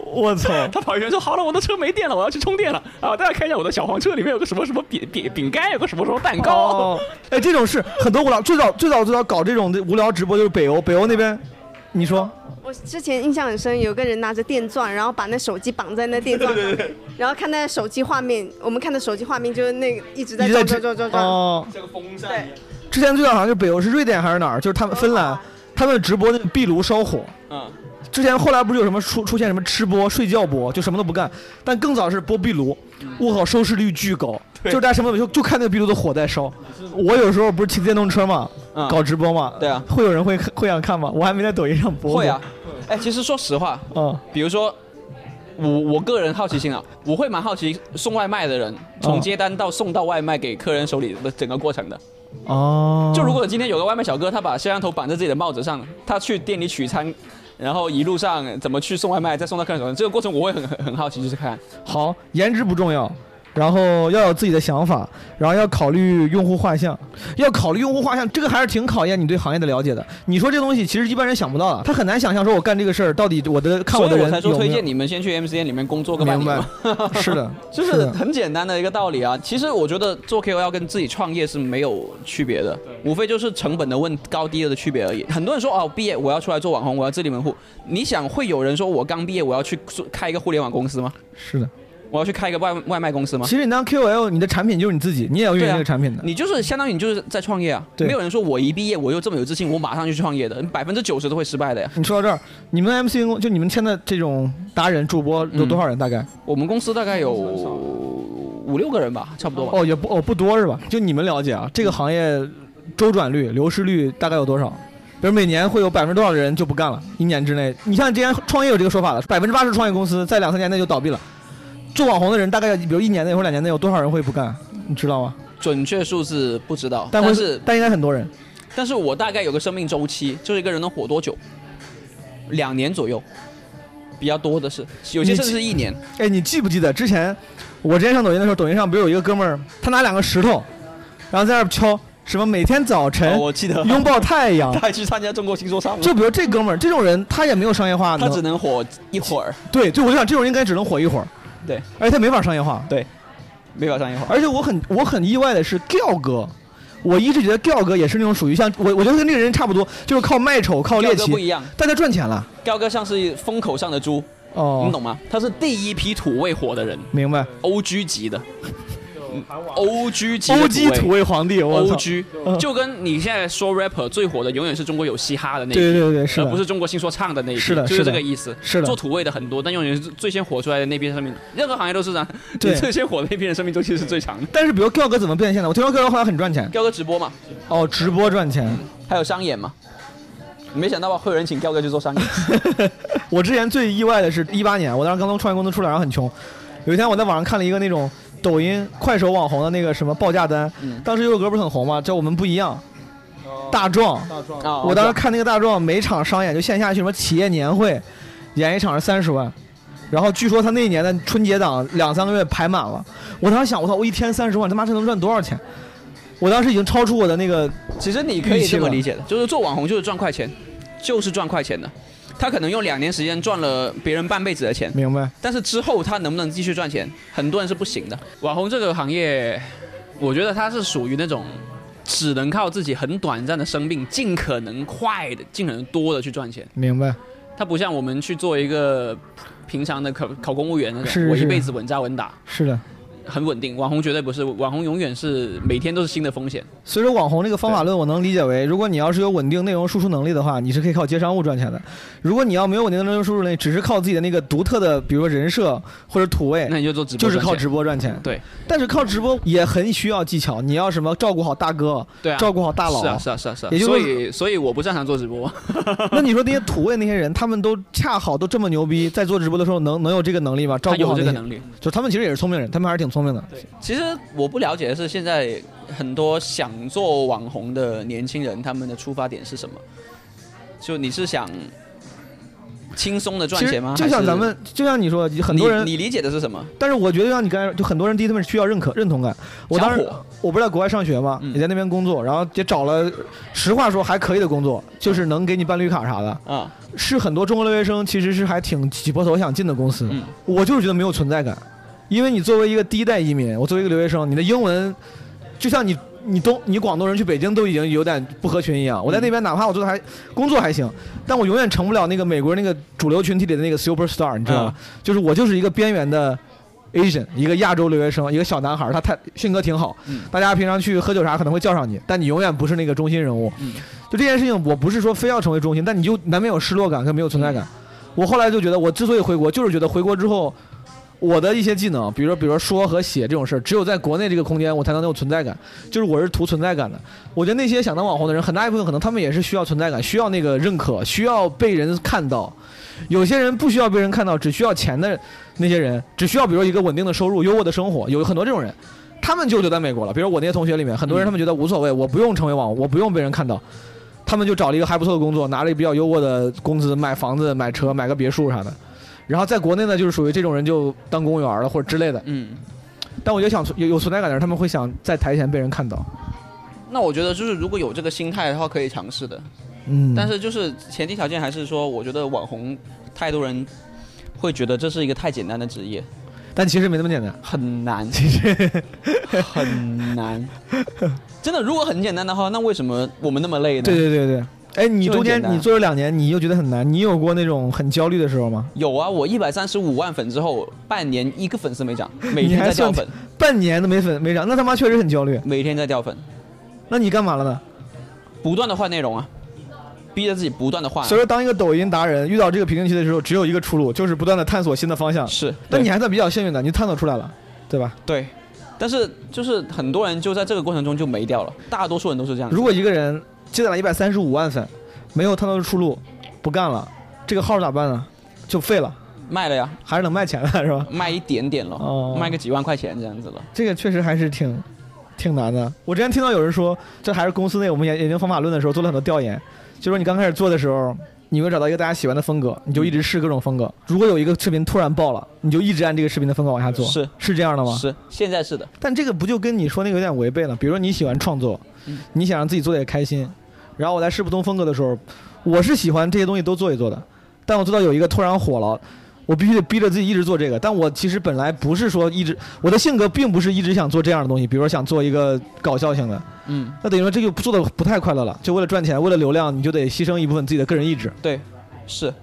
Speaker 1: 我操！
Speaker 12: 他跑一圈说好了，我的车没电了，我要去充电了啊！大家看一下我的小黄车里面有个什么什么饼饼饼干，有个什么什么蛋糕，
Speaker 1: 哦，哎，这种是很多无聊，最早最早最早搞这种的无聊直播就是北欧，北欧那边，你说
Speaker 3: 我之前印象很深，有个人拿着电钻，然后把那手机绑在那电钻上面，然后看那手机画面，我们看的手机画面就是那个一直在
Speaker 1: 一直在
Speaker 3: 转转转转转。
Speaker 1: 哦
Speaker 12: 像个风扇一样。
Speaker 1: 之前最早好像是北欧是瑞典还是哪儿，就是他们芬兰，他们直播那个壁炉烧火。
Speaker 12: 嗯，
Speaker 1: 之前后来不是有什么出出现什么吃播、睡觉播，就什么都不干，但更早是播壁炉，我靠，收视率巨高，
Speaker 2: 嗯对
Speaker 1: 就是大家什么都没有就就看那个壁炉的火在烧。我有时候不是骑电动车嘛，
Speaker 2: 嗯
Speaker 1: 搞直播嘛，
Speaker 2: 对啊
Speaker 1: 会有人会会想看吗？我还没在抖音上播过。
Speaker 2: 会啊，哎，其实说实话，
Speaker 1: 嗯，
Speaker 2: 比如说我我个人好奇心啊，我会蛮好奇送外卖的人从接单到送到外卖给客人手里的整个过程的。
Speaker 1: 哦，
Speaker 2: 就如果今天有个外卖小哥，他把摄像头绑在自己的帽子上，他去店里取餐，然后一路上怎么去送外卖，再送到客人手上，这个过程我会很很很好奇，就是看。
Speaker 1: 好，颜值不重要，然后要有自己的想法，然后要考虑用户画像，要考虑用户画像，这个还是挺考验你对行业的了解的。你说这东西其实一般人想不到啊的，他很难想象说我干这个事儿到底我的看
Speaker 2: 所
Speaker 1: 的
Speaker 2: 以
Speaker 1: 人
Speaker 2: 我才说
Speaker 1: 有没
Speaker 2: 推
Speaker 1: 有
Speaker 2: 荐你们先去 MCN 里面工作个半年嘛。，
Speaker 1: 是的
Speaker 2: 就是很简单的一个道理啊。其实我觉得做 KOL 跟自己创业是没有区别的，无非就是成本的问高低的区别而已。很多人说哦，毕业我要出来做网红，我要自立门户。你想会有人说我刚毕业我要去做开一个互联网公司吗？
Speaker 1: 是的，
Speaker 2: 我要去开一个外外卖公司吗？
Speaker 1: 其实你当 QL，你的产品就是你自己，你也要运
Speaker 2: 对
Speaker 1: 营
Speaker 2: 啊
Speaker 1: 这个产品的。
Speaker 2: 你就是相当于你就是在创业啊。
Speaker 1: 对
Speaker 2: 没有人说我一毕业我就这么有自信，我马上就去创业的，百分之九十都会失败的呀。
Speaker 1: 你说到这儿，你们 MC 工就你们签的这种达人主播
Speaker 2: 嗯
Speaker 1: 有多少人？大概？
Speaker 2: 我们公司大概有五六个人吧，差不多吧。
Speaker 1: 哦，也不哦不多是吧？就你们了解啊，
Speaker 2: 嗯
Speaker 1: 这个行业周转率、流失率大概有多少？比如每年会有百分之多少的人就不干了？一年之内，你像之前创业有这个说法了，百分之八十创业公司在两三年内就倒闭了。做网红的人大概比如一年内或者两年内有多少人会不干？你知道吗？
Speaker 2: 准确数字不知道，
Speaker 1: 但
Speaker 2: 但
Speaker 1: 会
Speaker 2: 是
Speaker 1: 但应该很多人。
Speaker 2: 但是我大概有个生命周期，就是一个人能火多久，两年左右，比较多的是，有些
Speaker 1: 你
Speaker 2: 甚
Speaker 1: 记
Speaker 2: 至是一年。。
Speaker 1: 哎，你记不记得之前我之前上抖音的时候，抖音上不是有一个哥们儿，他拿两个石头，然后在那儿敲什么每天早晨、
Speaker 2: 哦我记得
Speaker 1: 拥抱太阳
Speaker 2: 他，还去参加中国新说唱了，
Speaker 1: 就比如这哥们儿这种人，他也没有商业化能，
Speaker 2: 他只能火一会儿，
Speaker 1: 对，就我就想这种人应该只能火一会儿，
Speaker 2: 对，
Speaker 1: 而且他没法商业化。
Speaker 2: 对，没法上一会儿。
Speaker 1: 而且我很我很意外的是，Giao 哥。我一直觉得 Giao 哥也是那种属于像我，我觉得跟这个人差不多，就是靠卖丑、靠猎
Speaker 2: 彪
Speaker 1: 奇，
Speaker 2: 哥不一样
Speaker 1: 但他赚钱了。
Speaker 2: 高哥像是风口上的猪，
Speaker 1: 哦
Speaker 2: 你懂吗？他是第一批土味火的人
Speaker 1: 明白
Speaker 2: ，O G 级的。O G 级
Speaker 1: 欧基土味皇帝我操
Speaker 2: O G
Speaker 1: 嗯
Speaker 2: 就跟你现在说 rapper 最火的永远是中国有嘻哈的那一批，
Speaker 1: 对对对是的
Speaker 2: 而呃不是中国新说唱的那一批，
Speaker 1: 是的
Speaker 2: 就是
Speaker 1: 是的
Speaker 2: 这个意思，
Speaker 1: 是的
Speaker 2: 做土味的很多，但永远是最先火出来的那批生命，任何行业都是这样，
Speaker 1: 对
Speaker 2: 你最先火的那批人生命周期是最长 的。
Speaker 1: 但是比如 Giao 哥怎么变现的？我听说 Giao 哥后来很赚钱，
Speaker 2: 彪哥直播嘛，
Speaker 1: 哦，直播赚钱。
Speaker 2: 还有商演嘛，没想到吧？会有人请彪哥去做商演，
Speaker 1: 我之前最意外的是一八年，我当时刚从创业公司出来，然后很穷。有一天我在网上看了一个那种抖音、快手网红的那个什么报价单，当时有首歌不是很红吗？叫《我们不一样》，大壮。
Speaker 4: 大壮
Speaker 2: 啊
Speaker 1: 我当时看那个大壮每场商演就线下去什么企业年会，演一场是三十万，然后据说他那一年的春节档两三个月排满了。我当时想，我操，我一天三十万，他妈这能赚多少钱？我当时已经超出我的那个，
Speaker 2: 其实你可以这么理解的， 就是做网红就是赚快钱，就是赚快钱的。他可能用两年时间赚了别人半辈子的钱，
Speaker 1: 明白？
Speaker 2: 但是之后他能不能继续赚钱，很多人是不行的。
Speaker 12: 网红这个行业，我觉得它是属于那种只能靠自己很短暂的生命，尽可能快的、尽可能多的去赚钱。
Speaker 1: 明白？
Speaker 12: 它不像我们去做一个平常的考考公务员那种，
Speaker 1: 是是
Speaker 12: 我一辈子稳扎稳打，
Speaker 1: 是的。
Speaker 12: 很稳定。网红绝对不是，网红永远是每天都是新的风险。
Speaker 1: 随着网红这个方法论，我能理解为，如果你要是有稳定内容输出能力的话，你是可以靠接商务赚钱的；如果你要没有稳定的内容输出能力，只是靠自己的那个独特的，比如说人设或者土味，
Speaker 12: 那你就做直播
Speaker 1: 就是
Speaker 12: 赚钱
Speaker 1: 靠直播赚钱。
Speaker 12: 对，
Speaker 1: 但是靠直播也很需要技巧，你要什么照顾好大哥，
Speaker 12: 对啊，
Speaker 1: 照顾好大佬，
Speaker 12: 是啊，是啊，是啊，是啊。
Speaker 1: 也就是
Speaker 12: 所
Speaker 1: 说
Speaker 12: 以，所以我不擅长做直播。
Speaker 1: 那你说那些土味那些人，他们都恰好都这么牛逼，在做直播的时候能能有这个能力吗？照顾好
Speaker 12: 他有这个
Speaker 1: 那些
Speaker 12: 能力，
Speaker 1: 就他们其实也是聪明人，他们还是挺聪明的。
Speaker 2: 其实我不了解的是，现在很多想做网红的年轻人，他们的出发点是什么？就你是想轻松的赚
Speaker 1: 其实
Speaker 2: 钱吗？
Speaker 1: 就像咱们，就像你说，很多人
Speaker 2: 你你理解的是什么？
Speaker 1: 但是我觉得像你刚才，就很多人第一他们需要认可认同感。我当时
Speaker 2: 想火
Speaker 1: 我不是在国外上学嘛，也在那边工作，然后也找了，实话说还可以的工作，就是能给你办绿卡啥的。
Speaker 2: 啊，
Speaker 1: 是很多中国留学生其实是还挺挤破头想进的公司。我就是觉得没有存在感，因为你作为一个第一代移民，我作为一个留学生，你的英文就像你。你东你广东人去北京都已经有点不合群一样，我在那边哪怕我做的还工作还行，但我永远成不了那个美国那个主流群体里的那个 super star，你知道吗？就是我就是一个边缘的 Asian，一个亚洲留学生，一个小男孩儿，他太性格挺好，大家平常去喝酒啥可能会叫上你，但你永远不是那个中心人物。就这件事情，我不是说非要成为中心，但你就难免有失落感跟没有存在感。我后来就觉得，我之所以回国，就是觉得回国之后，我的一些技能，比如说比如说说和写这种事儿，只有在国内这个空间，我才能有存在感。就是我是图存在感的。我觉得那些想当网红的人，很大一部分可能他们也是需要存在感，需要那个认可，需要被人看到。有些人不需要被人看到，只需要钱的那些人，只需要比如一个稳定的收入、优渥的生活，有很多这种人。他们就留在美国了，比如我那些同学里面，很多人他们觉得无所谓，我不用成为网红，我不用被人看到，他们就找了一个还不错的工作，拿了一个比较优渥的工资，买房子、买车、买个别墅啥的。然后在国内呢，就是属于这种人就当公务员了或者之类的。
Speaker 2: 嗯。
Speaker 1: 但我觉得想存有有存在感的人，他们会想在台前被人看到。
Speaker 2: 那我觉得就是如果有这个心态的话，可以尝试的。
Speaker 1: 嗯
Speaker 2: 但是就是前提条件还是说，我觉得网红太多人会觉得这是一个太简单的职业，
Speaker 1: 但其实没那么简单，
Speaker 2: 很难，
Speaker 1: 其实
Speaker 2: 很难。真的，如果很简单的话，那为什么我们那么累呢？
Speaker 1: 对对对对，哎，你
Speaker 2: 就很
Speaker 1: 中间
Speaker 2: 简单
Speaker 1: 你做了两年，你又觉得很难，你有过那种很焦虑的时候吗？
Speaker 2: 有啊，我一百三十五万粉之后，半年一个粉丝没 涨，每
Speaker 1: 你
Speaker 2: 天
Speaker 1: 还
Speaker 2: 在
Speaker 1: 算
Speaker 2: 掉粉，
Speaker 1: 半年都没粉没涨，那他妈确实很焦虑。
Speaker 2: 每天在掉粉，
Speaker 1: 那你干嘛了呢？
Speaker 2: 不断的换内容啊，逼着自己不断的换啊、
Speaker 1: 所以说，当一个抖音达人遇到这个瓶颈期的时候，只有一个出路，就是不断的探索新的方向。
Speaker 2: 是，
Speaker 1: 那你还算比较幸运的，你探索出来了，对吧？
Speaker 2: 对，但是就是很多人就在这个过程中就没掉了，大多数人都是这样子。
Speaker 1: 如果一个人积攒了一百三十五万粉，没有探索出路，不干了，这个号咋办呢？就废了，
Speaker 2: 卖了呀，
Speaker 1: 还是能卖钱的，是吧？
Speaker 2: 卖一点点了，
Speaker 1: 哦
Speaker 2: 卖个几万块钱这样子了。
Speaker 1: 这个确实还是挺挺难的。我之前听到有人说，这还是公司内我们研研究方法论的时候做了很多调研，就说你刚开始做的时候，你会找到一个大家喜欢的风格，你就一直试各种风格。如果有一个视频突然爆了，你就一直按这个视频的风格往下做，
Speaker 2: 是
Speaker 1: 是这样的吗？
Speaker 2: 是，现在是的，
Speaker 1: 但这个不就跟你说那个有点违背了？比如说你喜欢创作，你想让自己做的也开心，然后我在试不同风格的时候，我是喜欢这些东西都做一做的，但我做到有一个突然火了。我必须得逼着自己一直做这个，但我其实本来不是说一直，我的性格并不是一直想做这样的东西，比如说想做一个搞笑型的，
Speaker 2: 嗯，
Speaker 1: 那等于说这就做的不太快乐了，就为了赚钱，为了流量，你就得牺牲一部分自己的个人意志。
Speaker 2: 对，是，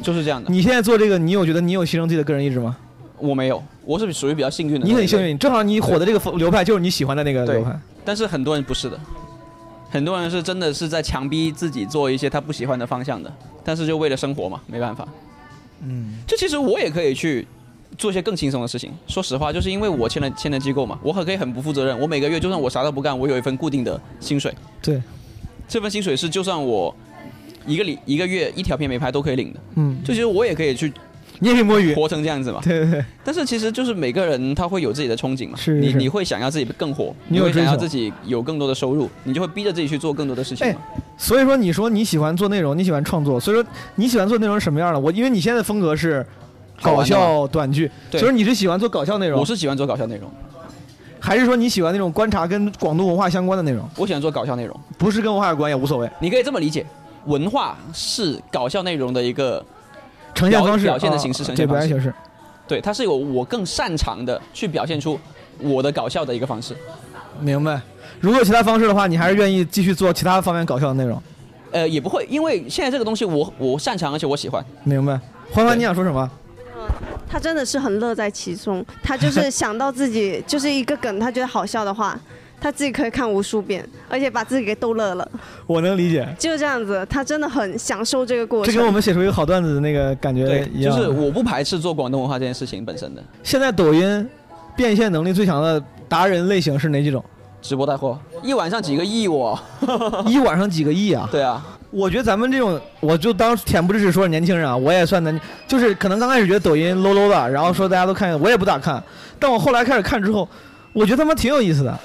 Speaker 2: 就是这样的。
Speaker 1: 你现在做这个，你有觉得你有牺牲自己的个人意志吗？
Speaker 2: 我没有，我是属于比较幸运的。
Speaker 1: 你很幸运，正好你火的这个风流派就是你喜欢的那个
Speaker 2: 对
Speaker 1: 流派。
Speaker 2: 但是很多人不是的，很多人是真的是在强逼自己做一些他不喜欢的方向的，但是就为了生活嘛，没办法。
Speaker 1: 嗯，
Speaker 2: 这其实我也可以去做一些更轻松的事情。说实话，就是因为我签了签了机构嘛，我很可以很不负责任。我每个月就算我啥都不干，我有一份固定的薪水，
Speaker 1: 对，
Speaker 2: 这份薪水是就算我一个里一个月一条片没拍都可以领的。
Speaker 1: 嗯，
Speaker 2: 就其实我也可以去，
Speaker 1: 你也可以摸鱼，
Speaker 2: 活成这样子嘛。
Speaker 1: 对对对，
Speaker 2: 但是其实就是每个人他会有自己的憧憬嘛，
Speaker 1: 是是
Speaker 2: 你
Speaker 1: 是
Speaker 2: 你会想要自己更火，
Speaker 1: 你
Speaker 2: 你
Speaker 1: 有
Speaker 2: 会想要
Speaker 1: 追求
Speaker 2: 自己有更多的收入，你就会逼着自己去做更多的事情
Speaker 1: 哎
Speaker 2: 嘛。，
Speaker 1: 所以说你说你喜欢做内容，你喜欢创作，所以说你喜欢做内容是什么样的？我因为你现在的风格是
Speaker 2: 好
Speaker 1: 搞
Speaker 2: 玩的嘛
Speaker 1: 笑短剧，所
Speaker 2: 对
Speaker 1: 以说你是喜欢做搞笑内容，
Speaker 2: 我是喜欢做搞笑内容，
Speaker 1: 还是说你喜欢那种观察跟广东文化相关的内容？
Speaker 2: 我喜欢做搞笑内容，
Speaker 1: 不是跟文化有关也无所谓，
Speaker 2: 你可以这么理解，文化是搞笑内容的一个
Speaker 1: 呈现
Speaker 2: 表
Speaker 1: 方式、
Speaker 2: 表现的
Speaker 1: 啊
Speaker 2: 形式，呈
Speaker 1: 对
Speaker 2: 现
Speaker 1: 表
Speaker 2: 方
Speaker 1: 现形
Speaker 2: 式，
Speaker 1: 式。
Speaker 2: 对，它是有我更擅长的去表现出我的搞笑的一个方式。
Speaker 1: 明白。如果有其他方式的话，你还是愿意继续做其他方面搞笑的内容。
Speaker 2: 呃，也不会，因为现在这个东西我我擅长，而且我喜欢。
Speaker 1: 明白。欢欢，你想说什么？
Speaker 3: 他真的是很乐在其中，他就是想到自 己就是一个梗，他觉得好笑的话，他自己可以看无数遍，而且把自己给逗乐了，
Speaker 1: 我能理解，
Speaker 3: 就这样子，他真的很享受这个过
Speaker 1: 这
Speaker 3: 程。
Speaker 1: 跟我们写出一个好段子的那个感觉
Speaker 2: 对，
Speaker 1: 一
Speaker 2: 就
Speaker 1: 样。
Speaker 2: 是我不排斥做广东文化这件事情本身的
Speaker 1: 现在抖音变现能力最强的达人类型是哪几种？
Speaker 2: 直播带货，一晚上几个亿我。
Speaker 1: 一晚上几个亿啊？
Speaker 2: 对啊，
Speaker 1: 我觉得咱们这种，我就当恬不知耻说是年轻人啊，我也算的，就是可能刚开始觉得抖音 low low 的，然后说大家都看，我也不咋看，但我后来开始看之后，我觉得他妈挺有意思的，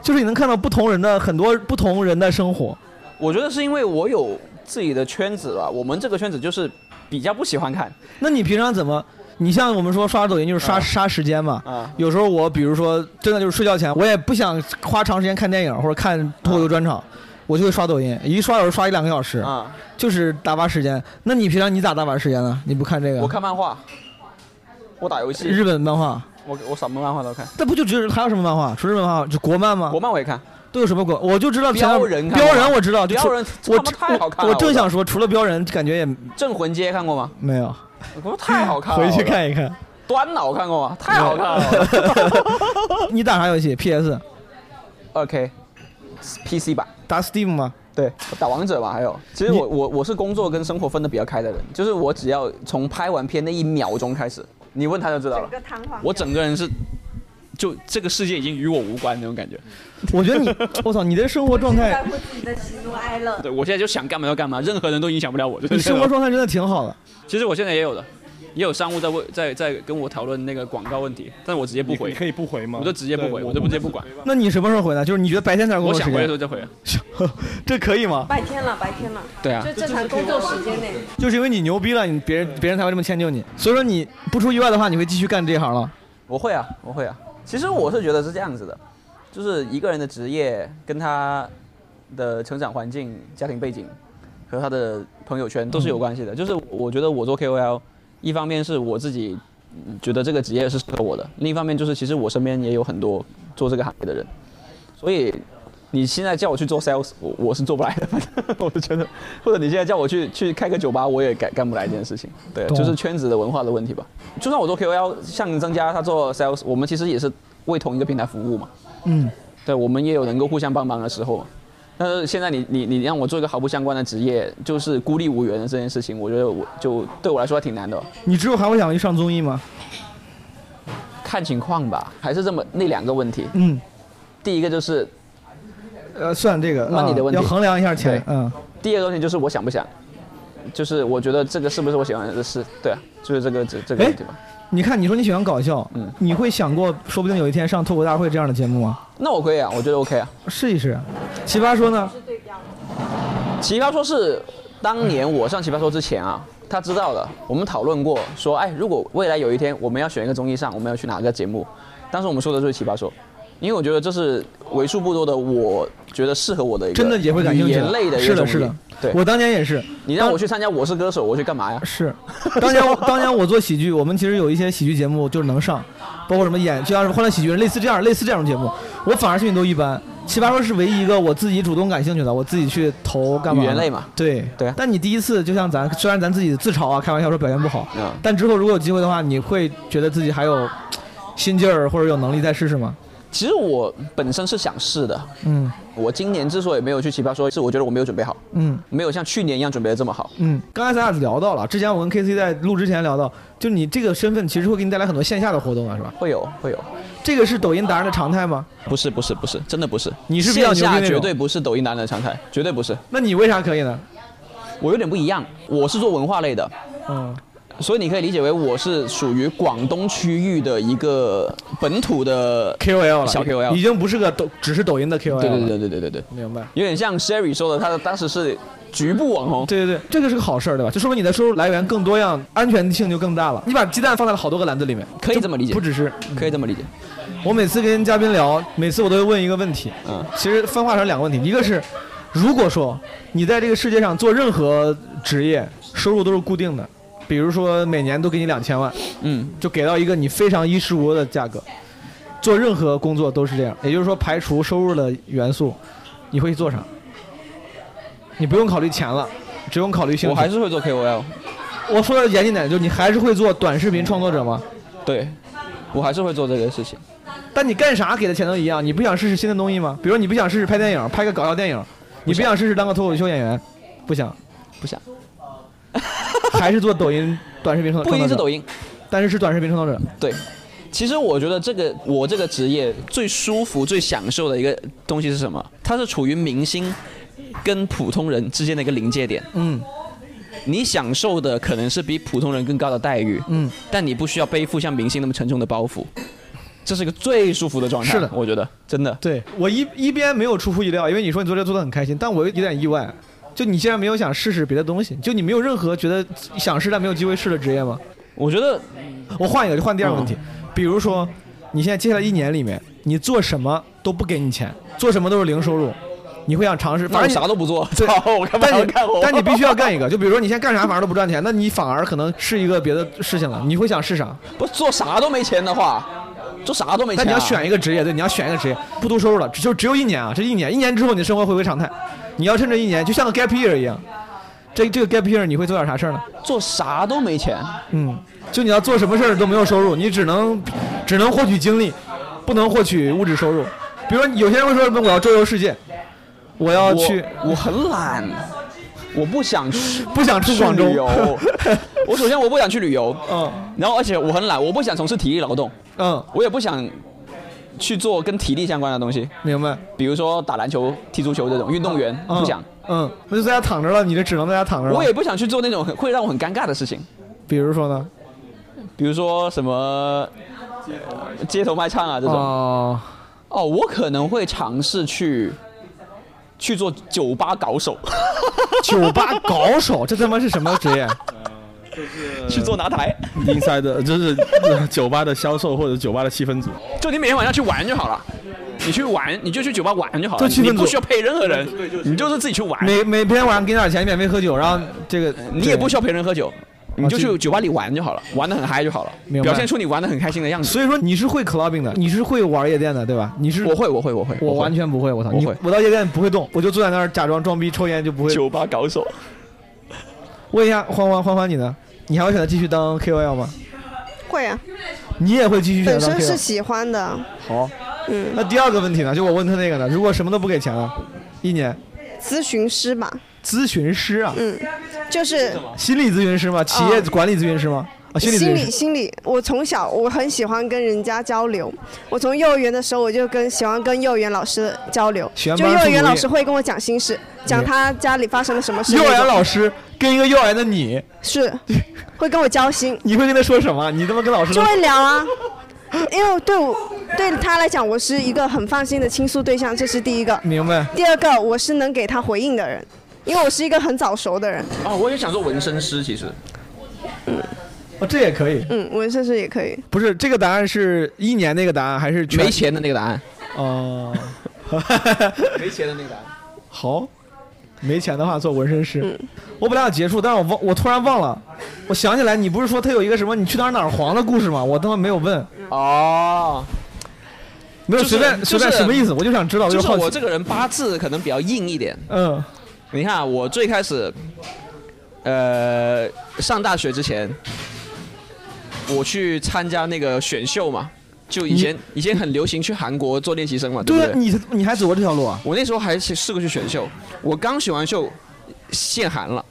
Speaker 1: 就是你能看到不同人的很多不同人的生活，
Speaker 2: 我觉得是因为我有自己的圈子啊吧，我们这个圈子就是比较不喜欢看，
Speaker 1: 那你平常怎么？你像我们说刷抖音
Speaker 2: 啊
Speaker 1: 就是刷、刷时间嘛，有时候我比如说真的就是睡觉前，我也不想花长时间看电影或者看脱口秀专场，我就会刷抖音，一刷有时候刷一两个小时，
Speaker 2: 啊
Speaker 1: 就是打发时间。那你平常你咋打发时间呢？你不看这个？
Speaker 2: 我看漫画，我打游戏，
Speaker 1: 日，本漫画，
Speaker 2: 我我什么漫画都看，
Speaker 1: 那不就只有还有什么漫画？除日本漫画，就国漫吗？
Speaker 2: 国漫我也看，
Speaker 1: 都有什么国？我就知道前
Speaker 2: 标人看
Speaker 1: 标
Speaker 2: 过
Speaker 1: 人我知道，就除
Speaker 2: 标人
Speaker 1: 我
Speaker 2: 他妈太好看
Speaker 1: 我
Speaker 2: 了
Speaker 1: 我正
Speaker 2: 我
Speaker 1: 想说，除了标人，感觉也
Speaker 2: 镇魂街看过吗？
Speaker 1: 没有。
Speaker 2: 我太好看了，
Speaker 1: 回去看一看。
Speaker 2: 端脑看过吗？太好看了
Speaker 1: 你打啥游戏？PS、
Speaker 2: ，OK。PC 版
Speaker 1: 打 Steam 吗？
Speaker 2: 对，我打王者嘛，还有，其实我我我是工作跟生活分得比较开的人，就是我只要从拍完片那一秒钟开始，你问他就知道了，我整个人是，就这个世界已经与我无关那种感觉。
Speaker 1: 我觉得你，我操，你的生活状态，
Speaker 3: 自己的喜怒哀乐
Speaker 2: 对我现在就想干嘛就干嘛，任何人都影响不了我。就
Speaker 1: 你
Speaker 2: 是这
Speaker 1: 生
Speaker 2: 样
Speaker 1: 活状态真的挺好的。
Speaker 12: 其实我现在也有的，也有商务在问，在在跟我讨论那个广告问题，但我直接不回。
Speaker 4: 你可以不回吗？
Speaker 12: 我就直接不回，我就不直接不管。
Speaker 1: 那你什么时候回呢？就是你觉得白天才是 工
Speaker 12: 我
Speaker 1: 作时
Speaker 12: 想回的时
Speaker 1: 间，
Speaker 12: 候再回啊。
Speaker 1: 这可以吗？
Speaker 3: 白天了，白天了，
Speaker 1: 对啊就
Speaker 3: 正常工作时间内。
Speaker 1: 就是因为你牛逼了，你别
Speaker 2: 嗯
Speaker 1: 人别人才会这么迁就你。所以说你不出意外的话，你会继续干这一行了。
Speaker 2: 我会啊，我会啊。其实我是觉得是这样子的，就是一个人的职业跟他的成长环境、家庭背景和他的朋友圈都是有关系的。就是我觉得我做 KOL，一方面是我自己嗯觉得这个职业是适合我的，另一方面就是其实我身边也有很多做这个行业的人，所以你现在叫我去做 sales，我我是做不来的，反 正我就觉得，或者你现在叫我去去开个酒吧，我也干干不来这件事情。对，
Speaker 16: 懂
Speaker 2: 就是圈子的文化的问题吧。就算我做 KOL，像增加他做 sales，我们其实也是为同一个平台服务嘛。
Speaker 16: 嗯，
Speaker 2: 对，我们也有能够互相帮忙的时候。但是现在你你你让我做一个毫不相关的职业，就是孤立无援的这件事情，我觉得我就对我来说还挺难的。
Speaker 1: 你之后还会想去上综艺吗？
Speaker 2: 看情况吧，还是这么那两个问题。
Speaker 1: 嗯，
Speaker 2: 第一个就是
Speaker 1: 呃，算这个，
Speaker 2: 那你的
Speaker 1: 啊
Speaker 2: 问题
Speaker 1: 要衡量一下钱
Speaker 2: 对，
Speaker 1: 嗯，
Speaker 2: 第二个问题就是我想不想，就是我觉得这个是不是我喜欢的事，对啊，就是这个这这个问题吧。
Speaker 1: 你看，你说你喜欢搞笑，
Speaker 2: 嗯
Speaker 1: 你会想过说不定有一天上脱口大会这样的节目吗？
Speaker 2: 那我可以啊，我觉得 OK 啊。
Speaker 1: 试一试。奇葩说呢？
Speaker 2: 奇葩说是当年我上奇葩说之前啊，他知道了，我们讨论过说，哎，如果未来有一天我们要选一个综艺上，我们要去哪个节目？当时我们说的就是奇葩说，因为我觉得这是为数不多的我觉得适合我的一个
Speaker 1: 真的也会感兴
Speaker 2: 语
Speaker 1: 趣
Speaker 2: 言类的一
Speaker 1: 是
Speaker 2: 个
Speaker 1: 的，
Speaker 2: 综艺。
Speaker 1: 是的。
Speaker 2: 对，
Speaker 1: 我当年也是。
Speaker 2: 你让我去参加《我是歌手》，我去干嘛呀？
Speaker 1: 是，当年我当年我做喜剧，我们其实有一些喜剧节目就是能上，包括什么演，就像是《欢乐喜剧人》类似这样类似这种节目，我反而兴趣都一般。奇葩说是唯一一个我自己主动感兴趣的，我自己去投干嘛？
Speaker 2: 语言类嘛
Speaker 1: 对
Speaker 2: 对啊
Speaker 1: 但你第一次，就像咱虽然咱自己自嘲啊，开玩笑说表现不好，
Speaker 2: 嗯
Speaker 1: 但之后如果有机会的话，你会觉得自己还有心劲儿或者有能力再试试吗？
Speaker 2: 其实我本身是想试的，
Speaker 1: 嗯
Speaker 2: 我今年之所以没有去奇葩说，是我觉得我没有准备好，
Speaker 1: 嗯。
Speaker 2: 没有像去年一样准备的这么好。
Speaker 1: 嗯，刚才咱俩聊到了，之前我跟 K C 在录之前聊到，就你这个身份其实会给你带来很多线下的活动啊，是吧？
Speaker 2: 会有，会有。
Speaker 1: 这个是抖音达人的常态吗？
Speaker 2: 不是不是不是，真的不是。
Speaker 1: 你是比较牛逼
Speaker 2: 线下
Speaker 1: 那种
Speaker 2: 绝对不是抖音男的常态，绝对不是。
Speaker 1: 那你为啥可以呢？
Speaker 2: 我有点不一样，我是做文化类的，
Speaker 1: 嗯，
Speaker 2: 所以你可以理解为我是属于广东区域的一个本土的
Speaker 1: KOL 了
Speaker 2: 小 KOL，
Speaker 1: 已经不是个抖，只是抖音的 KOL 了。
Speaker 2: 对对对对对对对，
Speaker 1: 明白。
Speaker 2: 有点像 Sherry 说的，他当时是局部网红。
Speaker 1: 对对对，这个是个好事儿，对吧？就说明你的收入来源更多样，安全性就更大了。你把鸡蛋放在了好多个篮子里面，
Speaker 2: 可以这么理解
Speaker 1: 不只是。
Speaker 2: 可以这么理解。
Speaker 1: 我每次跟嘉宾聊，每次我都会问一个问题，
Speaker 2: 嗯，
Speaker 1: 其实分化成两个问题，一个是，如果说你在这个世界上做任何职业，收入都是固定的，比如说每年都给你两千万，
Speaker 2: 嗯，
Speaker 1: 就给到一个你非常衣食无忧的价格，做任何工作都是这样，也就是说排除收入的元素，你会做啥？你不用考虑钱了，只用考虑兴趣。
Speaker 2: 我还是会做 KOL，
Speaker 1: 我说的严谨点，就是你还是会做短视频创作者吗？
Speaker 2: 对，我还是会做这个事情。
Speaker 1: 但你干啥给的钱都一样，你不想试试新的东西吗？比如你不想试试拍电影，拍个搞笑电影，你不想试试当个脱口秀演员，不想，
Speaker 2: 不想，
Speaker 1: 还是做抖音短视频创
Speaker 2: 不一定是抖
Speaker 1: 音，
Speaker 2: 音，
Speaker 1: 但是是短视频创作者。
Speaker 2: 对，其实我觉得这个我这个职业最舒服、最享受的一个东西是什么？它是处于明星跟普通人之间的一个临界点。
Speaker 1: 嗯
Speaker 2: 你享受的可能是比普通人更高的待遇，
Speaker 1: 嗯，
Speaker 2: 但你不需要背负像明星那么沉重的包袱，这是一个最舒服的状态。
Speaker 1: 是的
Speaker 2: 我觉得真的。
Speaker 1: 对我一一边没有出乎意料，因为你说你做这个做的很开心，但我有点意外。就你竟然没有想试试别的东西，就你没有任何觉得想试但没有机会试的职业吗？
Speaker 2: 我觉得，
Speaker 1: 我换一个，就换第二个问题，
Speaker 2: 嗯
Speaker 1: 比如说，你现在接下来一年里面，你做什么都不给你钱，做什么都是零收入，你会想尝试，
Speaker 2: 那
Speaker 1: 反
Speaker 2: 我
Speaker 1: 正你
Speaker 2: 啥都不做，
Speaker 1: 对
Speaker 2: 我干嘛
Speaker 1: 但
Speaker 2: 要
Speaker 1: 你
Speaker 2: 干活？
Speaker 1: 但你必须要干一个，就比如说你现在干啥反正都不赚钱，那你反而可能是一个别的事情了。你会想是啥？
Speaker 2: 不做啥都没钱的话，做啥都没钱、
Speaker 1: 但
Speaker 2: 啊。
Speaker 1: 你要选一个职业，对，你要选一个职业，不读收入了，只就只有一年啊，这一年，一年之后你的生活回归常态，你要趁这一年，就像个 gap year 一样。这这个 gap year 你会做点啥事儿呢？
Speaker 2: 做啥都没钱，
Speaker 1: 嗯，就你要做什么事儿都没有收入，你只能只能获取精力，不能获取物质收入。比如说有些人会说什么我要周游世界，我要去，
Speaker 2: 我很懒，我不 想去，
Speaker 1: 不想出广州
Speaker 2: 去旅游。 我首先我不想去旅游，
Speaker 1: 嗯，
Speaker 2: 然后而且我很懒，我不想从事体力劳动，
Speaker 1: 嗯，
Speaker 2: 我也不想去做跟体力相关的东西，
Speaker 1: 明白？
Speaker 2: 比如说打篮球、踢足球这种运动员，
Speaker 1: 嗯
Speaker 2: 不想。
Speaker 1: 嗯，那就在家躺着了，你就只能在家躺着了。
Speaker 2: 我也不想去做那种很会让我很尴尬的事情，
Speaker 1: 比如说呢？
Speaker 2: 比如说什么街头卖唱啊这种。
Speaker 1: 哦，
Speaker 2: 哦，我可能会尝试去去做酒吧搞手，
Speaker 1: 酒吧搞手，这他妈是什么职业？
Speaker 2: 去做拿台，
Speaker 4: inside 的，就是呃酒吧的销售或者酒吧的气氛组。
Speaker 12: 就你每天晚上去玩就好了，你去玩，你就去酒吧玩就好
Speaker 1: 做
Speaker 12: 了，
Speaker 1: 气氛
Speaker 12: 你不
Speaker 1: 组
Speaker 12: 需要陪任何人，你就是自己去玩，
Speaker 1: 哎每每天晚上给你点钱，你免费喝酒，然后这个
Speaker 2: 你也不需要陪人喝酒，你就去酒吧里玩就好了，玩的很嗨就好了，
Speaker 1: 哦明白
Speaker 2: 表现出你玩的很开心的样子。
Speaker 1: 所以说你是会 clubbing 的，你是会玩夜店的，对吧？你是
Speaker 2: 我会，我会，我会，
Speaker 1: 我完全不会，我操！你
Speaker 2: 我会
Speaker 1: 我到夜店不会动，我就坐在那儿假装装逼抽烟就不会。
Speaker 2: 酒吧搞手。
Speaker 1: 问一下欢欢欢欢你呢？你还会选择继续当 KOL 吗？
Speaker 3: 会啊，
Speaker 1: 你也会继续选
Speaker 3: 本
Speaker 1: 择当
Speaker 3: 身
Speaker 1: KOL？
Speaker 3: 是喜欢的，
Speaker 1: 好。
Speaker 3: 嗯
Speaker 1: 那第二个问题呢？就我问他那个呢，如果什么都不给钱了，一年
Speaker 3: 咨询师吧，
Speaker 1: 咨询师啊，
Speaker 3: 嗯，就是
Speaker 1: 心理咨询师吗？企业管理咨询师吗？啊，心理咨
Speaker 3: 哦心
Speaker 1: 询
Speaker 3: 理
Speaker 1: 师。
Speaker 3: 心理，我从小我很喜欢跟人家交流。我从幼儿园的时候我就跟喜欢跟幼儿园老师交流，
Speaker 1: 喜
Speaker 3: 就
Speaker 1: 欢
Speaker 3: 幼
Speaker 1: 帮
Speaker 3: 儿园
Speaker 1: 助
Speaker 3: 老
Speaker 1: 你
Speaker 3: 师会跟我讲心事，讲他家里发生了什么事那
Speaker 1: 幼
Speaker 3: 种。
Speaker 1: 儿园老师跟一个幼儿园的你，
Speaker 3: 是会跟我交心，
Speaker 1: 你会跟他说什么？你他妈跟老师
Speaker 3: 就
Speaker 1: 说
Speaker 3: 会聊啊。因为对我对他来讲，我是一个很放心的倾诉对象，这是第一个。
Speaker 1: 明白？
Speaker 3: 第二个，我是能给他回应的人，因为我是一个很早熟的人。
Speaker 2: 啊，我也想做纹身师，其实。
Speaker 1: 哦，这也可以。
Speaker 3: 嗯，纹身师也可以。
Speaker 1: 不是这个答案是一年那个答案，还是
Speaker 2: 没钱的那个答案？
Speaker 1: 哦，
Speaker 2: 没钱的那个答案。
Speaker 1: 好，没钱的话做纹身师。嗯我本来要结束，但是我忘，我突然忘了，我想起来，你不是说他有一个什么你去哪儿哪儿黄的故事吗？我他妈没有问，
Speaker 2: 哦，
Speaker 1: 没有
Speaker 2: 就
Speaker 1: 随
Speaker 2: 是
Speaker 1: 便随
Speaker 2: 就是
Speaker 1: 便什么意思，我就想知道，
Speaker 2: 就
Speaker 1: 好
Speaker 2: 是我
Speaker 1: 奇。
Speaker 2: 这个人八字可能比较硬一点。
Speaker 1: 嗯，
Speaker 2: 你看啊我最开始，呃，上大学之前，我去参加那个选秀嘛，就以前以前很流行去韩国做练习生嘛，对
Speaker 1: 嗯对
Speaker 2: 不
Speaker 1: 啊
Speaker 2: 对？，
Speaker 1: 你你还走过这条路啊？
Speaker 2: 我那时候还试试过去选秀，我刚选完秀，限韩了。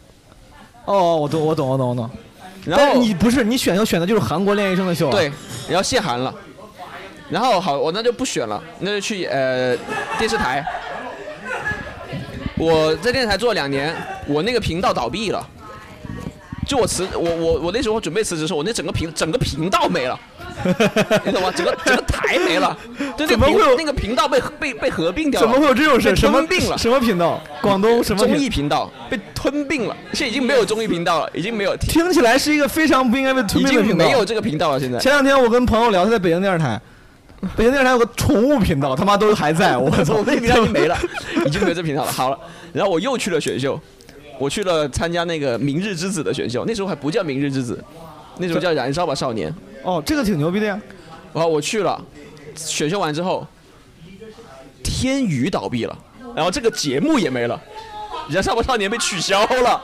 Speaker 1: 哦，我懂，我懂，我懂，我懂。
Speaker 2: 然后
Speaker 1: 但是你不是你选秀选的就是韩国练习生的秀、啊，
Speaker 2: 对，，然后限韩了，然后好，我那就不选了，那就去呃电视台。我在电视台做了两年，我那个频道倒闭了，就我辞我我我那时候准备辞职的时候，我那整个频整个频道没了，你懂吗？整个整个台没了，就那
Speaker 1: 怎
Speaker 2: 个
Speaker 1: 么
Speaker 2: 频
Speaker 1: 会有
Speaker 2: 那个频道被被被合并掉了，
Speaker 1: 怎么会有这种事？
Speaker 2: 被
Speaker 1: 什么
Speaker 2: 吞并了？
Speaker 1: 什么频道？广东什么
Speaker 2: 综艺频道被吞并了，现在已经没有综艺频道了，已经没有，
Speaker 1: 听起来是一个非常不应该被吞
Speaker 2: 已
Speaker 1: 并的
Speaker 2: 经
Speaker 1: 频道。
Speaker 2: 没有这个频道了。现在
Speaker 1: 前两天我跟朋友聊，他在北京电视 台，北京电视台有个宠物频道，他妈都还在，我操，
Speaker 2: 哎 我那频道已经没了， 已经没有这频道了。好了，然后我又去了选秀，我去了参加那个《明日之子》的选秀，那时候还不叫《明日之子》，那时候叫《燃烧吧少年》。
Speaker 1: 哦，这个挺牛逼的呀。
Speaker 2: 然后我去了，选秀完之后，天娱倒闭了，然后这个节目也没了，《燃烧吧少年》被取消了。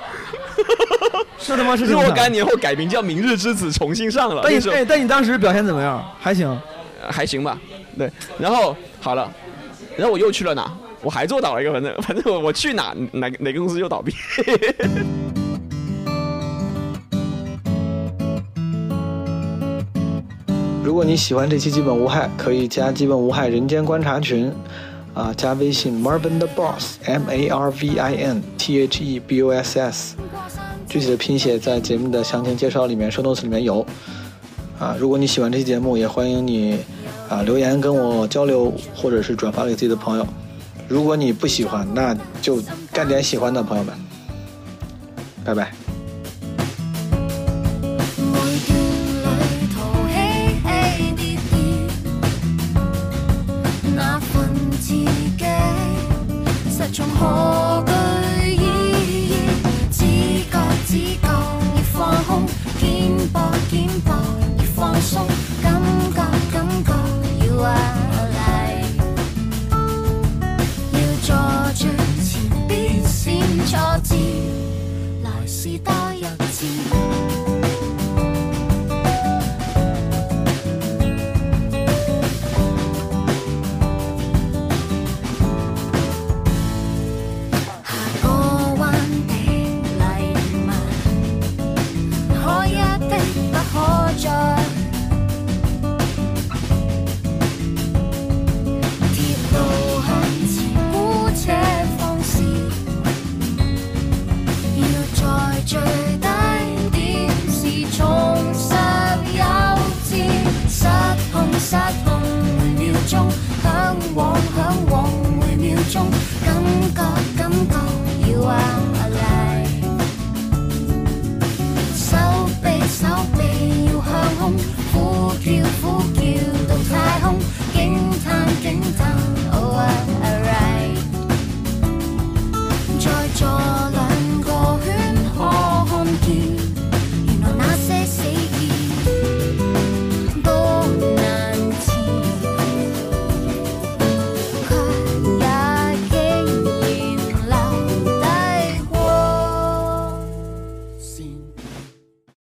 Speaker 1: 这他妈是
Speaker 2: 若
Speaker 1: 精彩
Speaker 2: 干年后改名叫《明日之子》，重新上了。
Speaker 1: 但
Speaker 2: 那时
Speaker 1: 你
Speaker 2: 候
Speaker 1: 哎，但你当时表现怎么样？还行。
Speaker 2: 呃还行吧，对。然后好了，然后我又去了哪？我还做倒了一个，反正反正我我去哪哪哪个公司又倒闭。
Speaker 5: 如果你喜欢这期基本无害，可以加基本无害人间观察群，啊，加微信 Marvin the Boss M A R V I N T H E B O S S，具体的拼写在节目的详情介绍里面、show notes 里面有。啊，如果你喜欢这期节目，也欢迎你啊留言跟我交流，或者是转发给自己的朋友。如果你不喜欢，那就干点喜欢的，朋友们，拜拜。
Speaker 16: 淘氣氣跌跌，那份自己實從何懼意義？只覺只覺要放空，肩膊肩膊要放鬆，感覺感覺要嚟，要坐住前邊先挫折，來試多一次。個彎的泥紋，可一的不可再。鐵路向前，姑且放肆，要在最低點是重拾幼稚，失控失控每秒鐘，向往向往每秒鐘。